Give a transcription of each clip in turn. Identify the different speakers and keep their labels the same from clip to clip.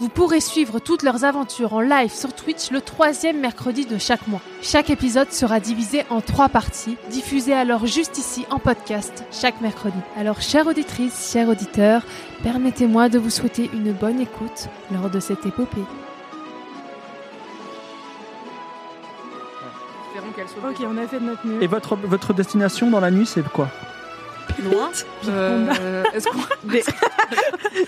Speaker 1: Vous pourrez suivre toutes leurs aventures en live sur Twitch le troisième mercredi de chaque mois. Chaque épisode sera divisé en trois parties, diffusées alors juste ici en podcast chaque mercredi. Alors, chère auditrice, chers auditeurs, permettez-moi de vous souhaiter une bonne écoute lors de cette épopée.
Speaker 2: Espérons qu'elle soit
Speaker 3: Ok, on a fait de notre mieux.
Speaker 4: Et votre, votre destination dans la nuit, c'est quoi
Speaker 2: loin. Euh, Est-ce qu'on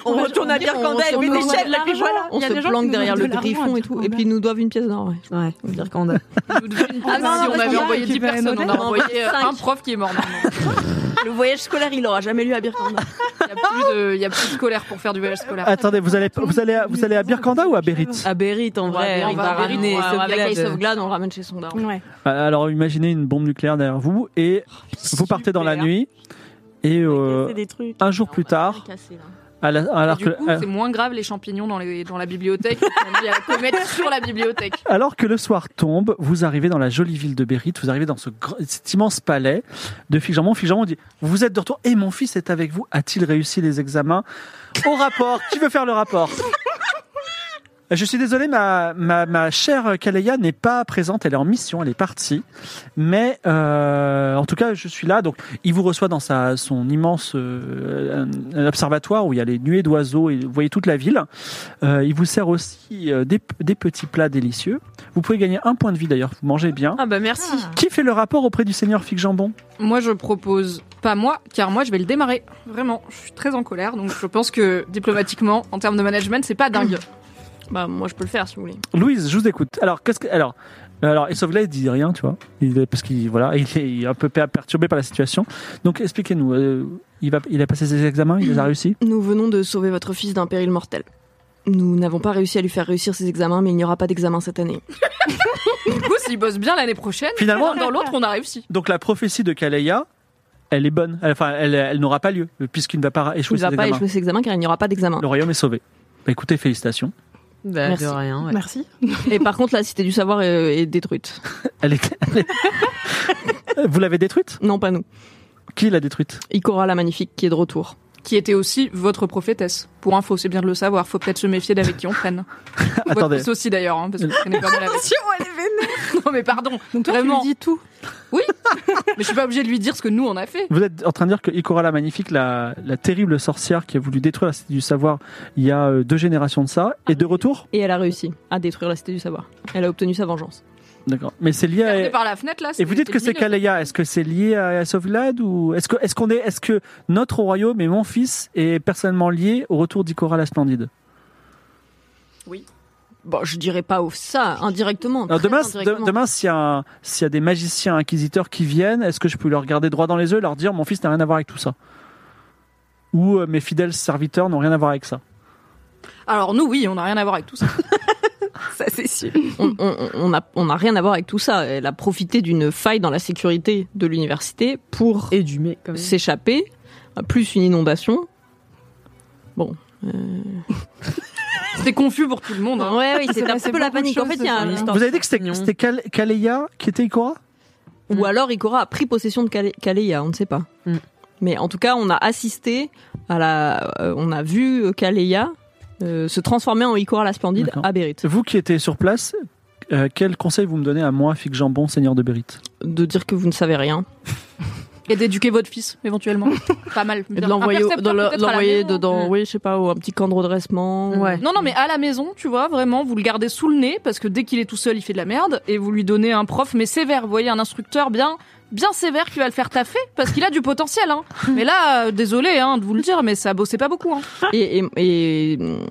Speaker 3: On
Speaker 5: On
Speaker 3: va-
Speaker 5: retourne à
Speaker 3: on dit- on
Speaker 5: Birkandel,
Speaker 3: retourne
Speaker 5: mais
Speaker 3: au
Speaker 5: des
Speaker 3: roi de
Speaker 5: chèvres, et puis
Speaker 3: l'argent.
Speaker 5: voilà.
Speaker 3: On
Speaker 5: Il y a
Speaker 3: se
Speaker 5: des gens
Speaker 3: planque
Speaker 5: qui nous
Speaker 3: derrière
Speaker 5: donnent
Speaker 3: le
Speaker 5: de l'argent
Speaker 3: griffon
Speaker 5: à
Speaker 3: et tout, et
Speaker 5: Birkandel.
Speaker 3: puis ils
Speaker 5: nous doivent une pièce d'or, ouais. Ouais, Birkandel.
Speaker 2: nous devait une pièce
Speaker 3: Ah non,
Speaker 2: si
Speaker 3: non,
Speaker 2: on
Speaker 3: parce
Speaker 2: avait
Speaker 3: qu'on a
Speaker 2: envoyé 10
Speaker 3: récupéré
Speaker 2: personnes, on
Speaker 3: notre
Speaker 2: a
Speaker 3: argent.
Speaker 2: envoyé euh,
Speaker 5: Cinq.
Speaker 2: un prof qui est mort maintenant.
Speaker 5: Le voyage scolaire, il aura jamais lu à Birkandel.
Speaker 2: Il n'y a, plus de- il y a plus de scolaire pour faire du voyage scolaire.
Speaker 4: Attendez, vous allez, vous allez, à- vous allez à Birkanda ou à Bérit
Speaker 5: À Bérite, en
Speaker 2: vrai,
Speaker 5: vrai,
Speaker 2: on
Speaker 5: il
Speaker 2: va
Speaker 5: va
Speaker 2: à Bérite,
Speaker 5: ramener
Speaker 2: on va- on va à
Speaker 5: Sauveglade Euh, et
Speaker 2: Caille
Speaker 5: Sauveglade, on ramène chez son daron.
Speaker 3: Ouais.
Speaker 4: Ah, Alors imaginez une bombe nucléaire derrière vous et vous partez dans la nuit. Et euh,
Speaker 5: des trucs.
Speaker 4: un jour plus tard, à la- alors
Speaker 2: du
Speaker 4: que, euh,
Speaker 2: coup, c'est moins grave les champignons dans, les, dans la bibliothèque. On dit à la comète sur la bibliothèque.
Speaker 4: Alors que le soir tombe, vous arrivez dans la jolie ville de Bérite, vous arrivez dans ce, gr- cet immense palais de Figermont. Figermont dit Vous êtes de retour et mon fils est avec vous. A-t-il réussi les examens Au rapport Qui veut faire le rapport Je suis désolé, ma, ma, ma chère Kaleya n'est pas présente, elle est en mission, elle est partie. Mais euh, en tout cas, je suis là. Donc, il vous reçoit dans sa, son immense euh, euh, observatoire où il y a les nuées d'oiseaux et vous voyez toute la ville. Euh, il vous sert aussi euh, des, des petits plats délicieux. Vous pouvez gagner un point de vie d'ailleurs, vous mangez bien.
Speaker 5: Ah bah merci.
Speaker 4: Qui fait le rapport auprès du seigneur Fig Jambon
Speaker 2: Moi, je propose pas moi, car moi, je vais le démarrer. Vraiment, je suis très en colère, donc je pense que diplomatiquement, en termes de management, c'est pas dingue.
Speaker 5: Bah moi je peux le faire si vous voulez.
Speaker 4: Louise, je vous écoute. Alors, qu'est-ce que. Alors, euh, alors et sauf là, il dit rien, tu vois. Il, est- parce qu'il voilà, il est il est un peu per- perturbé par la situation. Donc, expliquez-nous. euh, il, va, il a passé ses examens, il les a réussi
Speaker 5: Nous venons de sauver votre fils d'un péril mortel. Nous n'avons pas réussi à lui faire réussir ses examens, mais il n'y aura pas d'examen cette année.
Speaker 2: Du coup, s'il bosse bien l'année prochaine,
Speaker 4: Finalement-
Speaker 2: l'un dans l'autre, on a réussi.
Speaker 4: Donc, la prophétie de Kaleya, elle est bonne. Elle- Enfin, elle, elle n'aura pas lieu, puisqu'il ne va pas
Speaker 5: Il
Speaker 4: échouer
Speaker 5: ne va
Speaker 4: ses
Speaker 5: pas
Speaker 4: examens.
Speaker 5: échouer ses examens car il n'y aura pas d'examen.
Speaker 4: Le royaume est sauvé. Bah, écoutez, félicitations.
Speaker 6: Bah,
Speaker 5: Merci.
Speaker 6: De rien, ouais.
Speaker 3: Merci.
Speaker 5: Et par contre la cité du savoir est, est détruite.
Speaker 4: Elle est- elle est- vous l'avez détruite
Speaker 5: Non pas nous.
Speaker 4: Qui l'a détruite
Speaker 5: Ikora la magnifique qui est de retour.
Speaker 2: Qui était aussi votre prophétesse. Pour info, c'est bien de le savoir. Faut peut-être se méfier d'avec qui on traîne. Votre
Speaker 4: Attendez.
Speaker 2: fils aussi d'ailleurs, hein, parce que vous traînez pas mal avec. Non mais pardon,
Speaker 3: Donc toi,
Speaker 2: Vraiment.
Speaker 3: tu lui dis tout.
Speaker 2: mais je suis pas obligée de lui dire ce que nous on a fait.
Speaker 4: Vous êtes en train de dire que Ikora la Magnifique, la, la terrible sorcière qui a voulu détruire la Cité du Savoir il y a euh, deux générations de ça, est de retour
Speaker 5: Et elle a réussi à détruire la cité du savoir. Elle a obtenu sa vengeance.
Speaker 4: D'accord. Mais c'est lié
Speaker 2: Regardez
Speaker 4: à...
Speaker 2: par la fenêtre là.
Speaker 4: Et vous dites que c'est
Speaker 2: éliminé.
Speaker 4: Kaleya, est-ce que c'est lié à, à Sovlad ou est-ce que est-ce qu'on est est-ce que notre royaume et mon fils est personnellement lié au retour d'Ikora la Splendide
Speaker 5: Bon, je dirais pas au- ça indirectement.
Speaker 4: Alors
Speaker 5: très
Speaker 4: demain de-
Speaker 5: indirectement.
Speaker 4: demain s'il y a un- s'il y a des magiciens inquisiteurs qui viennent, est-ce que je peux leur regarder droit dans les yeux et leur dire mon fils n'a rien à voir avec tout ça Ou euh, mes fidèles serviteurs n'ont rien à voir avec ça
Speaker 2: Alors nous oui, on n'a rien à voir avec tout ça.
Speaker 3: Ça, c'est sûr.
Speaker 5: on on- on a on a rien à voir avec tout ça. Elle a profité d'une faille dans la sécurité de l'université pour
Speaker 6: Et du mais, quand même.
Speaker 5: s'échapper, plus une inondation. Bon. euh,
Speaker 2: C'est confus pour tout le monde. hein.
Speaker 5: Ouais, oui,
Speaker 3: C'est
Speaker 5: c'est un
Speaker 3: passé
Speaker 5: peu la
Speaker 3: beaucoup de
Speaker 5: panique. En
Speaker 3: choses
Speaker 5: fait, il y a
Speaker 3: ce
Speaker 5: un
Speaker 6: soir.
Speaker 5: instant.
Speaker 4: Vous avez dit que c'était
Speaker 6: mignon.
Speaker 4: c'était Kal- Kaleya qui était Ikora
Speaker 5: Ou alors Ikora a pris possession de Kale- Kaleya, on ne sait pas.
Speaker 6: Mm.
Speaker 5: Mais en tout cas, on a assisté à la. euh, on a vu Kaleya euh, se transformer en Ikora la Splendide
Speaker 4: D'accord.
Speaker 5: à Bérite.
Speaker 4: Vous qui étiez sur place, euh, quel conseil vous me donnez à moi, Fic Jambon, seigneur de Bérite
Speaker 5: De dire que vous ne savez rien.
Speaker 2: Et d'éduquer votre fils, éventuellement. Pas mal.
Speaker 5: Et de
Speaker 2: Bien.
Speaker 5: l'envoyer au-
Speaker 2: Imperceptible,
Speaker 5: de le-
Speaker 2: peut-être, à la
Speaker 5: l'envoyer
Speaker 2: maison.
Speaker 5: dedans, oui, je sais pas, ou un petit camp de redressement. ou-
Speaker 2: Non, non, mais à la maison, tu vois, vraiment, vous le gardez sous le nez, parce que dès qu'il est tout seul, il fait de la merde, et vous lui donnez un prof, mais sévère, vous voyez, un instructeur bien, bien sévère qui va le faire taffer, parce qu'il a du potentiel, hein. Mais là, euh, désolé, hein, de vous le dire, mais ça bossait pas beaucoup, hein.
Speaker 5: Et, et- et, hum,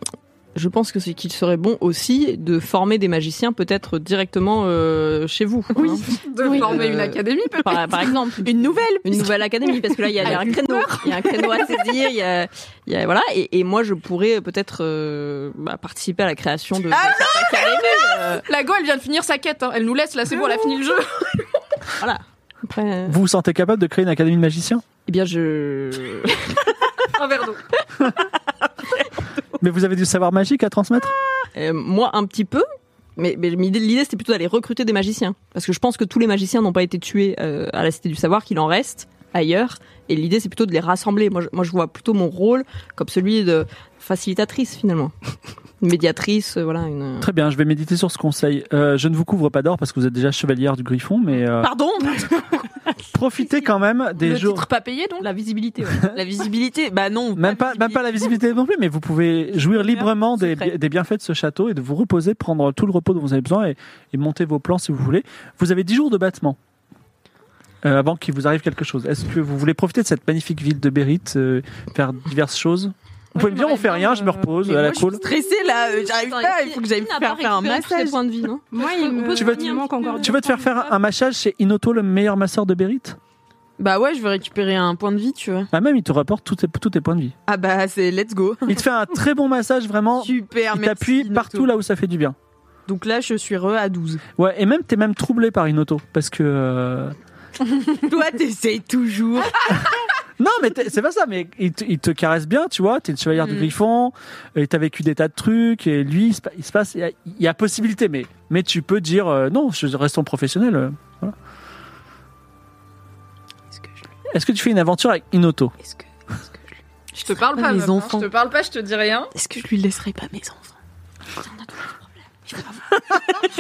Speaker 5: je pense que c'est qu'il serait bon aussi de former des magiciens peut-être directement euh, chez vous. Oui.
Speaker 2: De
Speaker 5: Oui. former une académie, Par, par exemple,
Speaker 3: Une nouvelle
Speaker 5: une nouvelle académie parce que là il y a, il y a un créneau, il y a un créneau à saisir. Il y a, il y a- voilà. Et, et moi je pourrais peut-être euh, bah, participer à la création de. de
Speaker 2: Ah
Speaker 5: cette académie, euh,
Speaker 2: La Go, elle vient de finir sa quête, hein. Elle nous laisse, là, c'est bon, elle a fini le jeu.
Speaker 5: voilà. Après, euh,
Speaker 4: Vous vous sentez capable de créer une académie de magiciens
Speaker 5: eh bien je.
Speaker 2: Un verre d'eau.
Speaker 4: Mais vous avez du savoir magique à transmettre
Speaker 5: Euh, moi, un petit peu. Mais, mais l'idée, l'idée, c'était plutôt d'aller recruter des magiciens. Parce que je pense que tous les magiciens n'ont pas été tués euh, à la Cité du Savoir, qu'il en reste ailleurs. Et l'idée, c'est plutôt de les rassembler. Moi je, moi, je vois plutôt mon rôle comme celui de facilitatrice, finalement. Une médiatrice, euh, voilà. Une...
Speaker 4: Très bien, je vais méditer sur ce conseil. Euh, je ne vous couvre pas d'or parce que vous êtes déjà chevalière du Griffon, mais euh,
Speaker 5: Pardon
Speaker 4: profitez quand même des
Speaker 2: le
Speaker 4: jours.
Speaker 2: titre pas payé, donc.
Speaker 5: La visibilité, ouais.
Speaker 3: La visibilité Bah non.
Speaker 4: Même pas, même pas la visibilité non plus, mais vous pouvez jouir librement des,
Speaker 3: Secret.
Speaker 4: des bienfaits de ce château et de vous reposer, prendre tout le repos dont vous avez besoin et, et monter vos plans si vous voulez. Vous avez 10 jours de battement euh, avant qu'il vous arrive quelque chose. Est-ce que vous voulez profiter de cette magnifique ville de Bérite, euh, faire diverses choses Vous pouvez me dire on fait rien, je me repose, à la cool.
Speaker 3: Stressée là, euh, j'arrive pas, il faut que j'aille me faire faire un massage.
Speaker 5: Point de vie, non
Speaker 6: Moi, il
Speaker 2: Euh,
Speaker 6: me
Speaker 4: Tu veux-
Speaker 6: il me manque encore.
Speaker 4: Tu veux te faire faire un massage chez Inoto, le meilleur masseur de Bérite
Speaker 3: Bah ouais, je veux récupérer un point de vie, tu vois.
Speaker 4: Ah même, il te rapporte tous tes, tous tes points de vie.
Speaker 3: Ah bah c'est let's go.
Speaker 4: Il te fait un très bon massage, vraiment.
Speaker 3: Super,
Speaker 4: Il
Speaker 3: merci.
Speaker 4: t'appuie
Speaker 3: Inoto.
Speaker 4: partout là où ça fait du bien.
Speaker 3: Donc là, je suis re à 12.
Speaker 4: Ouais, et même, t'es même troublé par Inoto parce que... euh,
Speaker 3: Toi, t'essayes toujours.
Speaker 4: Non, mais t'es- c'est pas ça, mais il te, il te caresse bien, tu vois. T'es une chevalière du
Speaker 3: Mm.
Speaker 4: griffon, et t'as vécu des tas de trucs, et lui, il se, pa- il se passe, il y, a, il y a possibilité, mais, mais tu peux dire euh, non, je reste ton professionnel. euh, voilà. Est-ce que tu fais une aventure avec Inoto
Speaker 6: Est-ce que,
Speaker 2: Je te parle pas,
Speaker 3: les
Speaker 2: meuf, hein.
Speaker 3: enfants.
Speaker 2: Je te parle pas, je te dis rien.
Speaker 6: est-ce que je lui laisserai pas mes enfants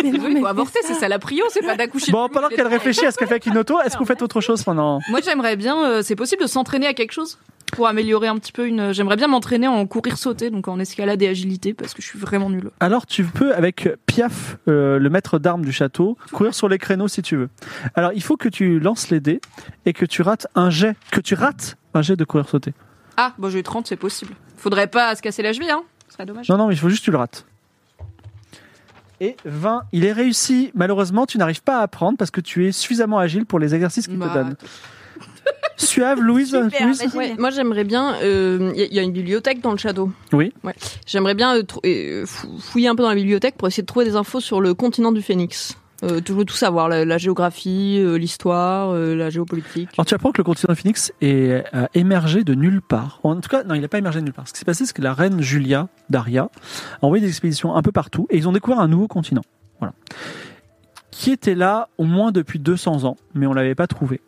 Speaker 2: Mais
Speaker 6: non,
Speaker 2: il faut
Speaker 6: mais
Speaker 2: avorter, c'est ça la prio, c'est pas d'accoucher.
Speaker 4: Bon, pendant qu'elle réfléchit à ce qu'elle fait avec Inoto, est-ce que vous faites autre chose pendant
Speaker 2: Moi, j'aimerais bien. euh, c'est possible de s'entraîner à quelque chose pour améliorer un petit peu une. J'aimerais bien m'entraîner en courir sauter, donc en escalade et agilité, parce que je suis vraiment nulle.
Speaker 4: Alors, tu peux, avec Piaf, euh, le maître d'armes du château, courir sur les créneaux si tu veux. Alors, il faut que tu lances les dés et que tu rates un jet, que tu rates un jet de courir sauter.
Speaker 2: Ah, bon, j'ai 30, c'est possible. Faudrait pas se casser la cheville, hein. Ce serait dommage.
Speaker 4: Non, non, mais il faut juste que tu le rates. Et 20, il est réussi. Malheureusement, tu n'arrives pas à apprendre parce que tu es suffisamment agile pour les exercices qu'ils
Speaker 2: Bah,
Speaker 4: te donnent. Suave, Louise, Louise
Speaker 5: Ouais, moi j'aimerais bien. euh, Il y, a- il y a une bibliothèque dans le château.
Speaker 4: Oui.
Speaker 5: Ouais. J'aimerais bien euh, trou- euh, fou- fouiller un peu dans la bibliothèque pour essayer de trouver des infos sur le continent du Phénix. Euh, tout, tout savoir, la, la géographie, euh, l'histoire, euh, la géopolitique.
Speaker 4: Alors, tu apprends que le continent Phoenix est euh, émergé de nulle part. En tout cas, non, il n'a pas émergé de nulle part. Ce qui s'est passé, c'est que la reine Julia Daria a envoyé des expéditions un peu partout et ils ont découvert un nouveau continent. Voilà. Qui était là au moins depuis 200 ans, mais on ne l'avait pas trouvé.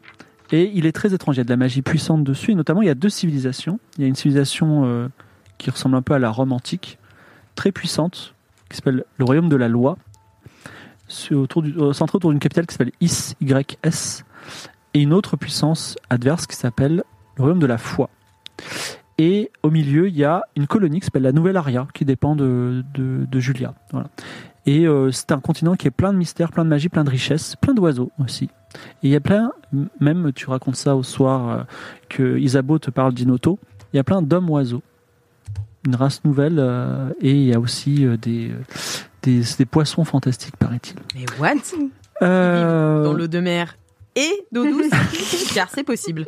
Speaker 4: Et il est très étranger. Il y a de la magie puissante dessus. Et notamment, il y a deux civilisations. Il y a une civilisation euh, qui ressemble un peu à la Rome antique, très puissante, qui s'appelle le Royaume de la Loi, c'est autour du- euh, centré autour d'une capitale qui s'appelle Is, YS et une autre puissance adverse qui s'appelle le royaume de la foi. Et au milieu, il y a une colonie qui s'appelle la Nouvelle Aria, qui dépend de, de- de Julia. Voilà. Et euh, c'est un continent qui est plein de mystères, plein de magie, plein de richesses, plein d'oiseaux aussi. Et il y a plein, m- même tu racontes ça au soir, euh, que Isabeau te parle d'Inoto, il y a plein d'hommes-oiseaux, une race nouvelle, euh, et il y a aussi euh, des, euh, des, des poissons fantastiques, paraît-il.
Speaker 3: Mais what
Speaker 4: Euh,
Speaker 3: Dans l'eau de mer et d'eau douce, car c'est possible.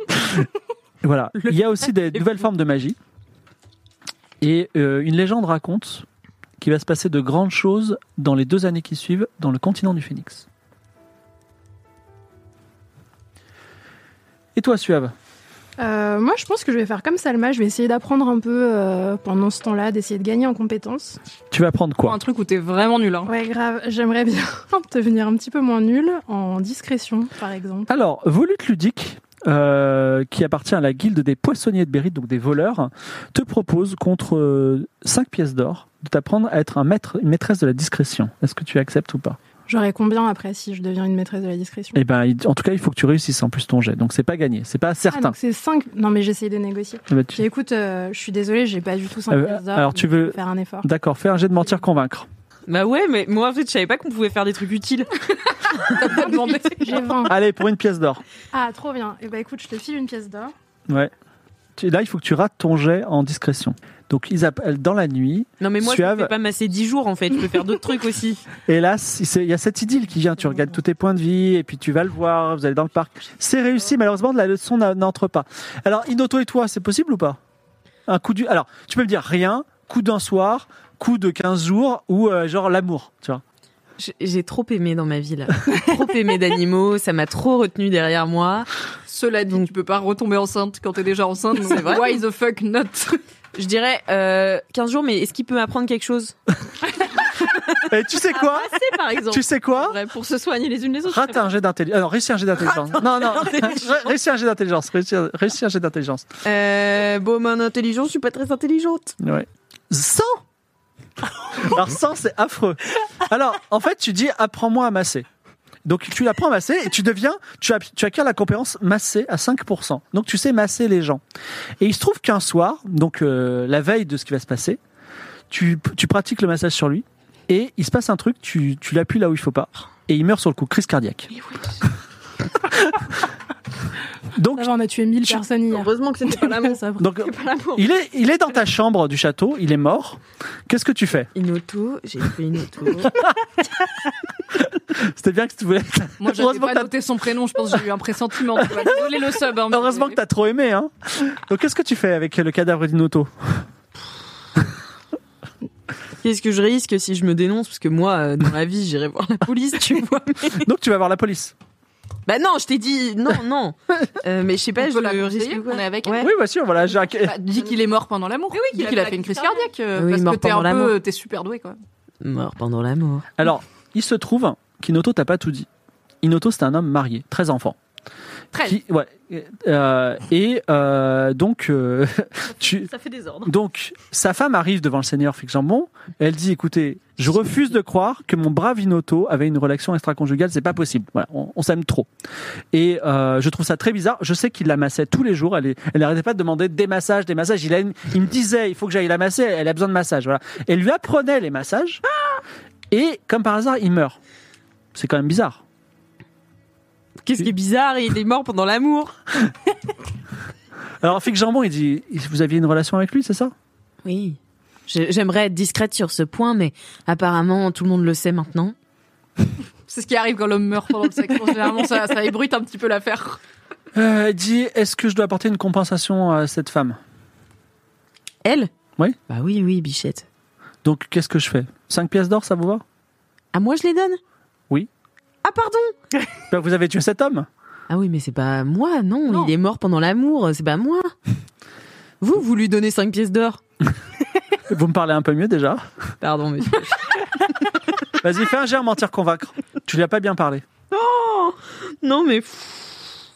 Speaker 4: Voilà. Il y a aussi des nouvelles formes de magie. Et euh, une légende raconte qu'il va se passer de grandes choses dans les deux années qui suivent dans le continent du Phénix. Et toi, Suave
Speaker 6: Euh, moi, je pense que je vais faire comme Salma. Je vais essayer d'apprendre un peu euh, pendant ce temps-là, d'essayer de gagner en compétences.
Speaker 4: Tu vas prendre
Speaker 2: Pour
Speaker 4: quoi
Speaker 2: un truc où t'es vraiment nul, hein.
Speaker 6: Ouais, grave. J'aimerais bien devenir un petit peu moins nulle en discrétion, par exemple.
Speaker 4: Alors, Volute Ludique, euh, qui appartient à la guilde des poissonniers de Bérite, donc des voleurs, te propose euh, contre 5 pièces d'or de t'apprendre à être un maître, une maîtresse de la discrétion. Est-ce que tu acceptes ou pas
Speaker 6: J'aurais combien après si je deviens une maîtresse de la discrétion
Speaker 4: Eh ben, il- en tout cas, il faut que tu réussisses en plus ton jet. Donc c'est pas gagné, c'est pas
Speaker 6: Ah,
Speaker 4: certain.
Speaker 6: donc c'est 5. Non, mais j'essaye de négocier.
Speaker 4: Eh ben, tu-
Speaker 6: Puis écoute, euh, je suis désolée, j'ai pas du tout 5
Speaker 4: Euh, alors, tu veux-
Speaker 6: faire un effort.
Speaker 4: D'accord, fais un jet de mentir convaincre.
Speaker 3: Bah ouais, mais moi en fait, je savais pas qu'on pouvait faire des trucs utiles.
Speaker 6: J'ai 20.
Speaker 4: Allez, pour une pièce d'or.
Speaker 6: Ah, trop bien. Et bah écoute, je te file une pièce d'or.
Speaker 4: Ouais. Tu- Là, il faut que tu rates ton jet en discrétion. Donc ils appellent dans la nuit.
Speaker 3: Non mais moi,
Speaker 4: Suave.
Speaker 3: je peux pas masser 10 jours en fait, je peux faire d'autres trucs aussi.
Speaker 4: Hélas, il s'est- il y a cette idylle qui vient. Tu regardes tous tes points de vie et puis tu vas le voir. Vous allez dans le parc. C'est réussi. Malheureusement, la leçon n'a- n'entre pas. Alors, Inoto et toi, c'est possible ou pas Un coup du. Alors, tu peux me dire rien, coup d'un soir, coup de 15 jours ou euh, genre l'amour, tu vois.
Speaker 3: J- J'ai trop aimé dans ma vie là. trop aimé d'animaux, ça m'a trop retenu derrière moi.
Speaker 2: Cela dit, tu peux pas retomber enceinte quand t'es déjà enceinte. C'est vrai. Why the fuck not
Speaker 3: Je dirais euh, 15 jours, mais est-ce qu'il peut m'apprendre quelque chose
Speaker 4: Et tu sais quoi
Speaker 5: C'est par exemple.
Speaker 4: Tu sais quoi
Speaker 5: vrai, pour se soigner les unes les autres.
Speaker 4: Rate un jet d'intelligence. Ah non, réussis un jet d'intelligence. Non, non, réussis un jet d'intelligence. Réussis un- réussis un jet d'intelligence.
Speaker 3: euh, Bon, mon intelligence, je suis pas très intelligente.
Speaker 4: Ouais. 100 Alors 100, c'est affreux. Alors, en fait, tu dis apprends-moi à masser. Donc tu l'apprends à masser et tu deviens, tu, app- tu acquiers la compétence masser à 5%. Donc tu sais masser les gens. Et il se trouve qu'un soir, donc euh, la veille de ce qui va se passer, tu, tu pratiques le massage sur lui et il se passe un truc, tu, tu l'appuies là où il faut pas et il meurt sur le coup, crise cardiaque. donc
Speaker 6: Ça va, on a tué 1000 personnes hier.
Speaker 5: Heureusement que c'était pas l'amour.
Speaker 6: Ça va.
Speaker 4: donc
Speaker 5: C'est pas l'amour.
Speaker 4: il est, il est dans ta chambre du château, il est mort. Qu'est-ce que tu fais
Speaker 3: Inoto, j'ai fait Inoto.
Speaker 4: C'était bien que tu voulais.
Speaker 2: Moi, j'avais
Speaker 4: Heureusement
Speaker 2: pas
Speaker 4: que t'as-
Speaker 2: noté son prénom. Je pense que j'ai eu un pressentiment. tu vois. Désolé le sub. hein, mais-
Speaker 4: Heureusement que t'as trop aimé, hein. Donc qu'est-ce que tu fais avec le cadavre d'Inoto
Speaker 3: Qu'est-ce que je risque si je me dénonce Parce que moi, euh, dans la vie, j'irai voir la police, tu vois. mais-
Speaker 4: Donc tu vas voir la police.
Speaker 3: Bah non, je t'ai dit non, non. Euh, mais je sais
Speaker 2: On
Speaker 3: pas,
Speaker 2: peut
Speaker 3: je
Speaker 2: la
Speaker 3: risque
Speaker 2: conseiller,
Speaker 3: quoi.
Speaker 2: on est avec
Speaker 3: Ouais.
Speaker 4: Oui, bien sûr. Voilà, Jacques.
Speaker 2: Bah, dis qu'il est mort pendant l'amour.
Speaker 5: oui, qu'il
Speaker 2: Dis
Speaker 5: a
Speaker 2: qu'il a
Speaker 5: fait
Speaker 2: fait une
Speaker 5: la
Speaker 2: crise
Speaker 5: crise
Speaker 2: cardiaque. euh,
Speaker 3: Oui,
Speaker 2: parce
Speaker 3: mort
Speaker 2: que t'es
Speaker 3: pendant
Speaker 2: un
Speaker 3: l'amour.
Speaker 2: peu, t'es super doué quoi.
Speaker 3: Mort pendant l'amour.
Speaker 4: Alors, il se trouve qu'Inoto t'a pas tout dit. Inoto, c'est un homme marié, 13 enfants.
Speaker 2: Treize.
Speaker 4: Qui- ouais. Euh, et euh, donc, euh, tu,
Speaker 5: Ça fait des ordres.
Speaker 4: donc, sa femme arrive devant le seigneur Fix Jambon. Elle dit écoutez, je refuse de croire que mon brave Inoto avait une relation extra-conjugale. C'est pas possible. Voilà, on, on s'aime trop. Et euh, je trouve ça très bizarre. Je sais qu'il la massait tous les jours. Elle, est- elle n'arrêtait pas de demander des massages, des massages. Il, a une- il me disait il faut que j'aille la masser. Elle a besoin de massages. Voilà. Elle lui apprenait les massages. Et comme par hasard, il meurt. C'est quand même bizarre.
Speaker 3: Qu'est-ce qui est bizarre Il est mort pendant l'amour.
Speaker 4: Alors Fix Jambon, il dit vous aviez une relation avec lui, c'est ça
Speaker 3: Oui. Je- J'aimerais être discrète sur ce point, mais apparemment tout le monde le sait maintenant.
Speaker 2: C'est ce qui arrive quand l'homme meurt pendant le sexe. Généralement, ça, ça ébrute un petit peu l'affaire.
Speaker 4: euh, Elle dit est-ce que je dois apporter une compensation à cette femme
Speaker 3: Elle
Speaker 4: Oui.
Speaker 3: Bah oui, oui, Bichette.
Speaker 4: Donc qu'est-ce que je fais 5 pièces d'or, ça vous va
Speaker 3: À Ah, moi, je les donne
Speaker 4: Oui.
Speaker 3: Ah, pardon
Speaker 4: Ben, Vous avez tué cet homme
Speaker 3: Ah oui, mais c'est pas moi, non.
Speaker 2: Non.
Speaker 3: Il est mort pendant l'amour, c'est pas moi. Vous, vous lui donnez 5 pièces d'or.
Speaker 4: Vous me parlez un peu mieux déjà.
Speaker 3: Pardon, monsieur.
Speaker 4: Vas-y, fais un jet à mentir convaincre. Tu lui as pas bien parlé.
Speaker 3: non, mais. pff.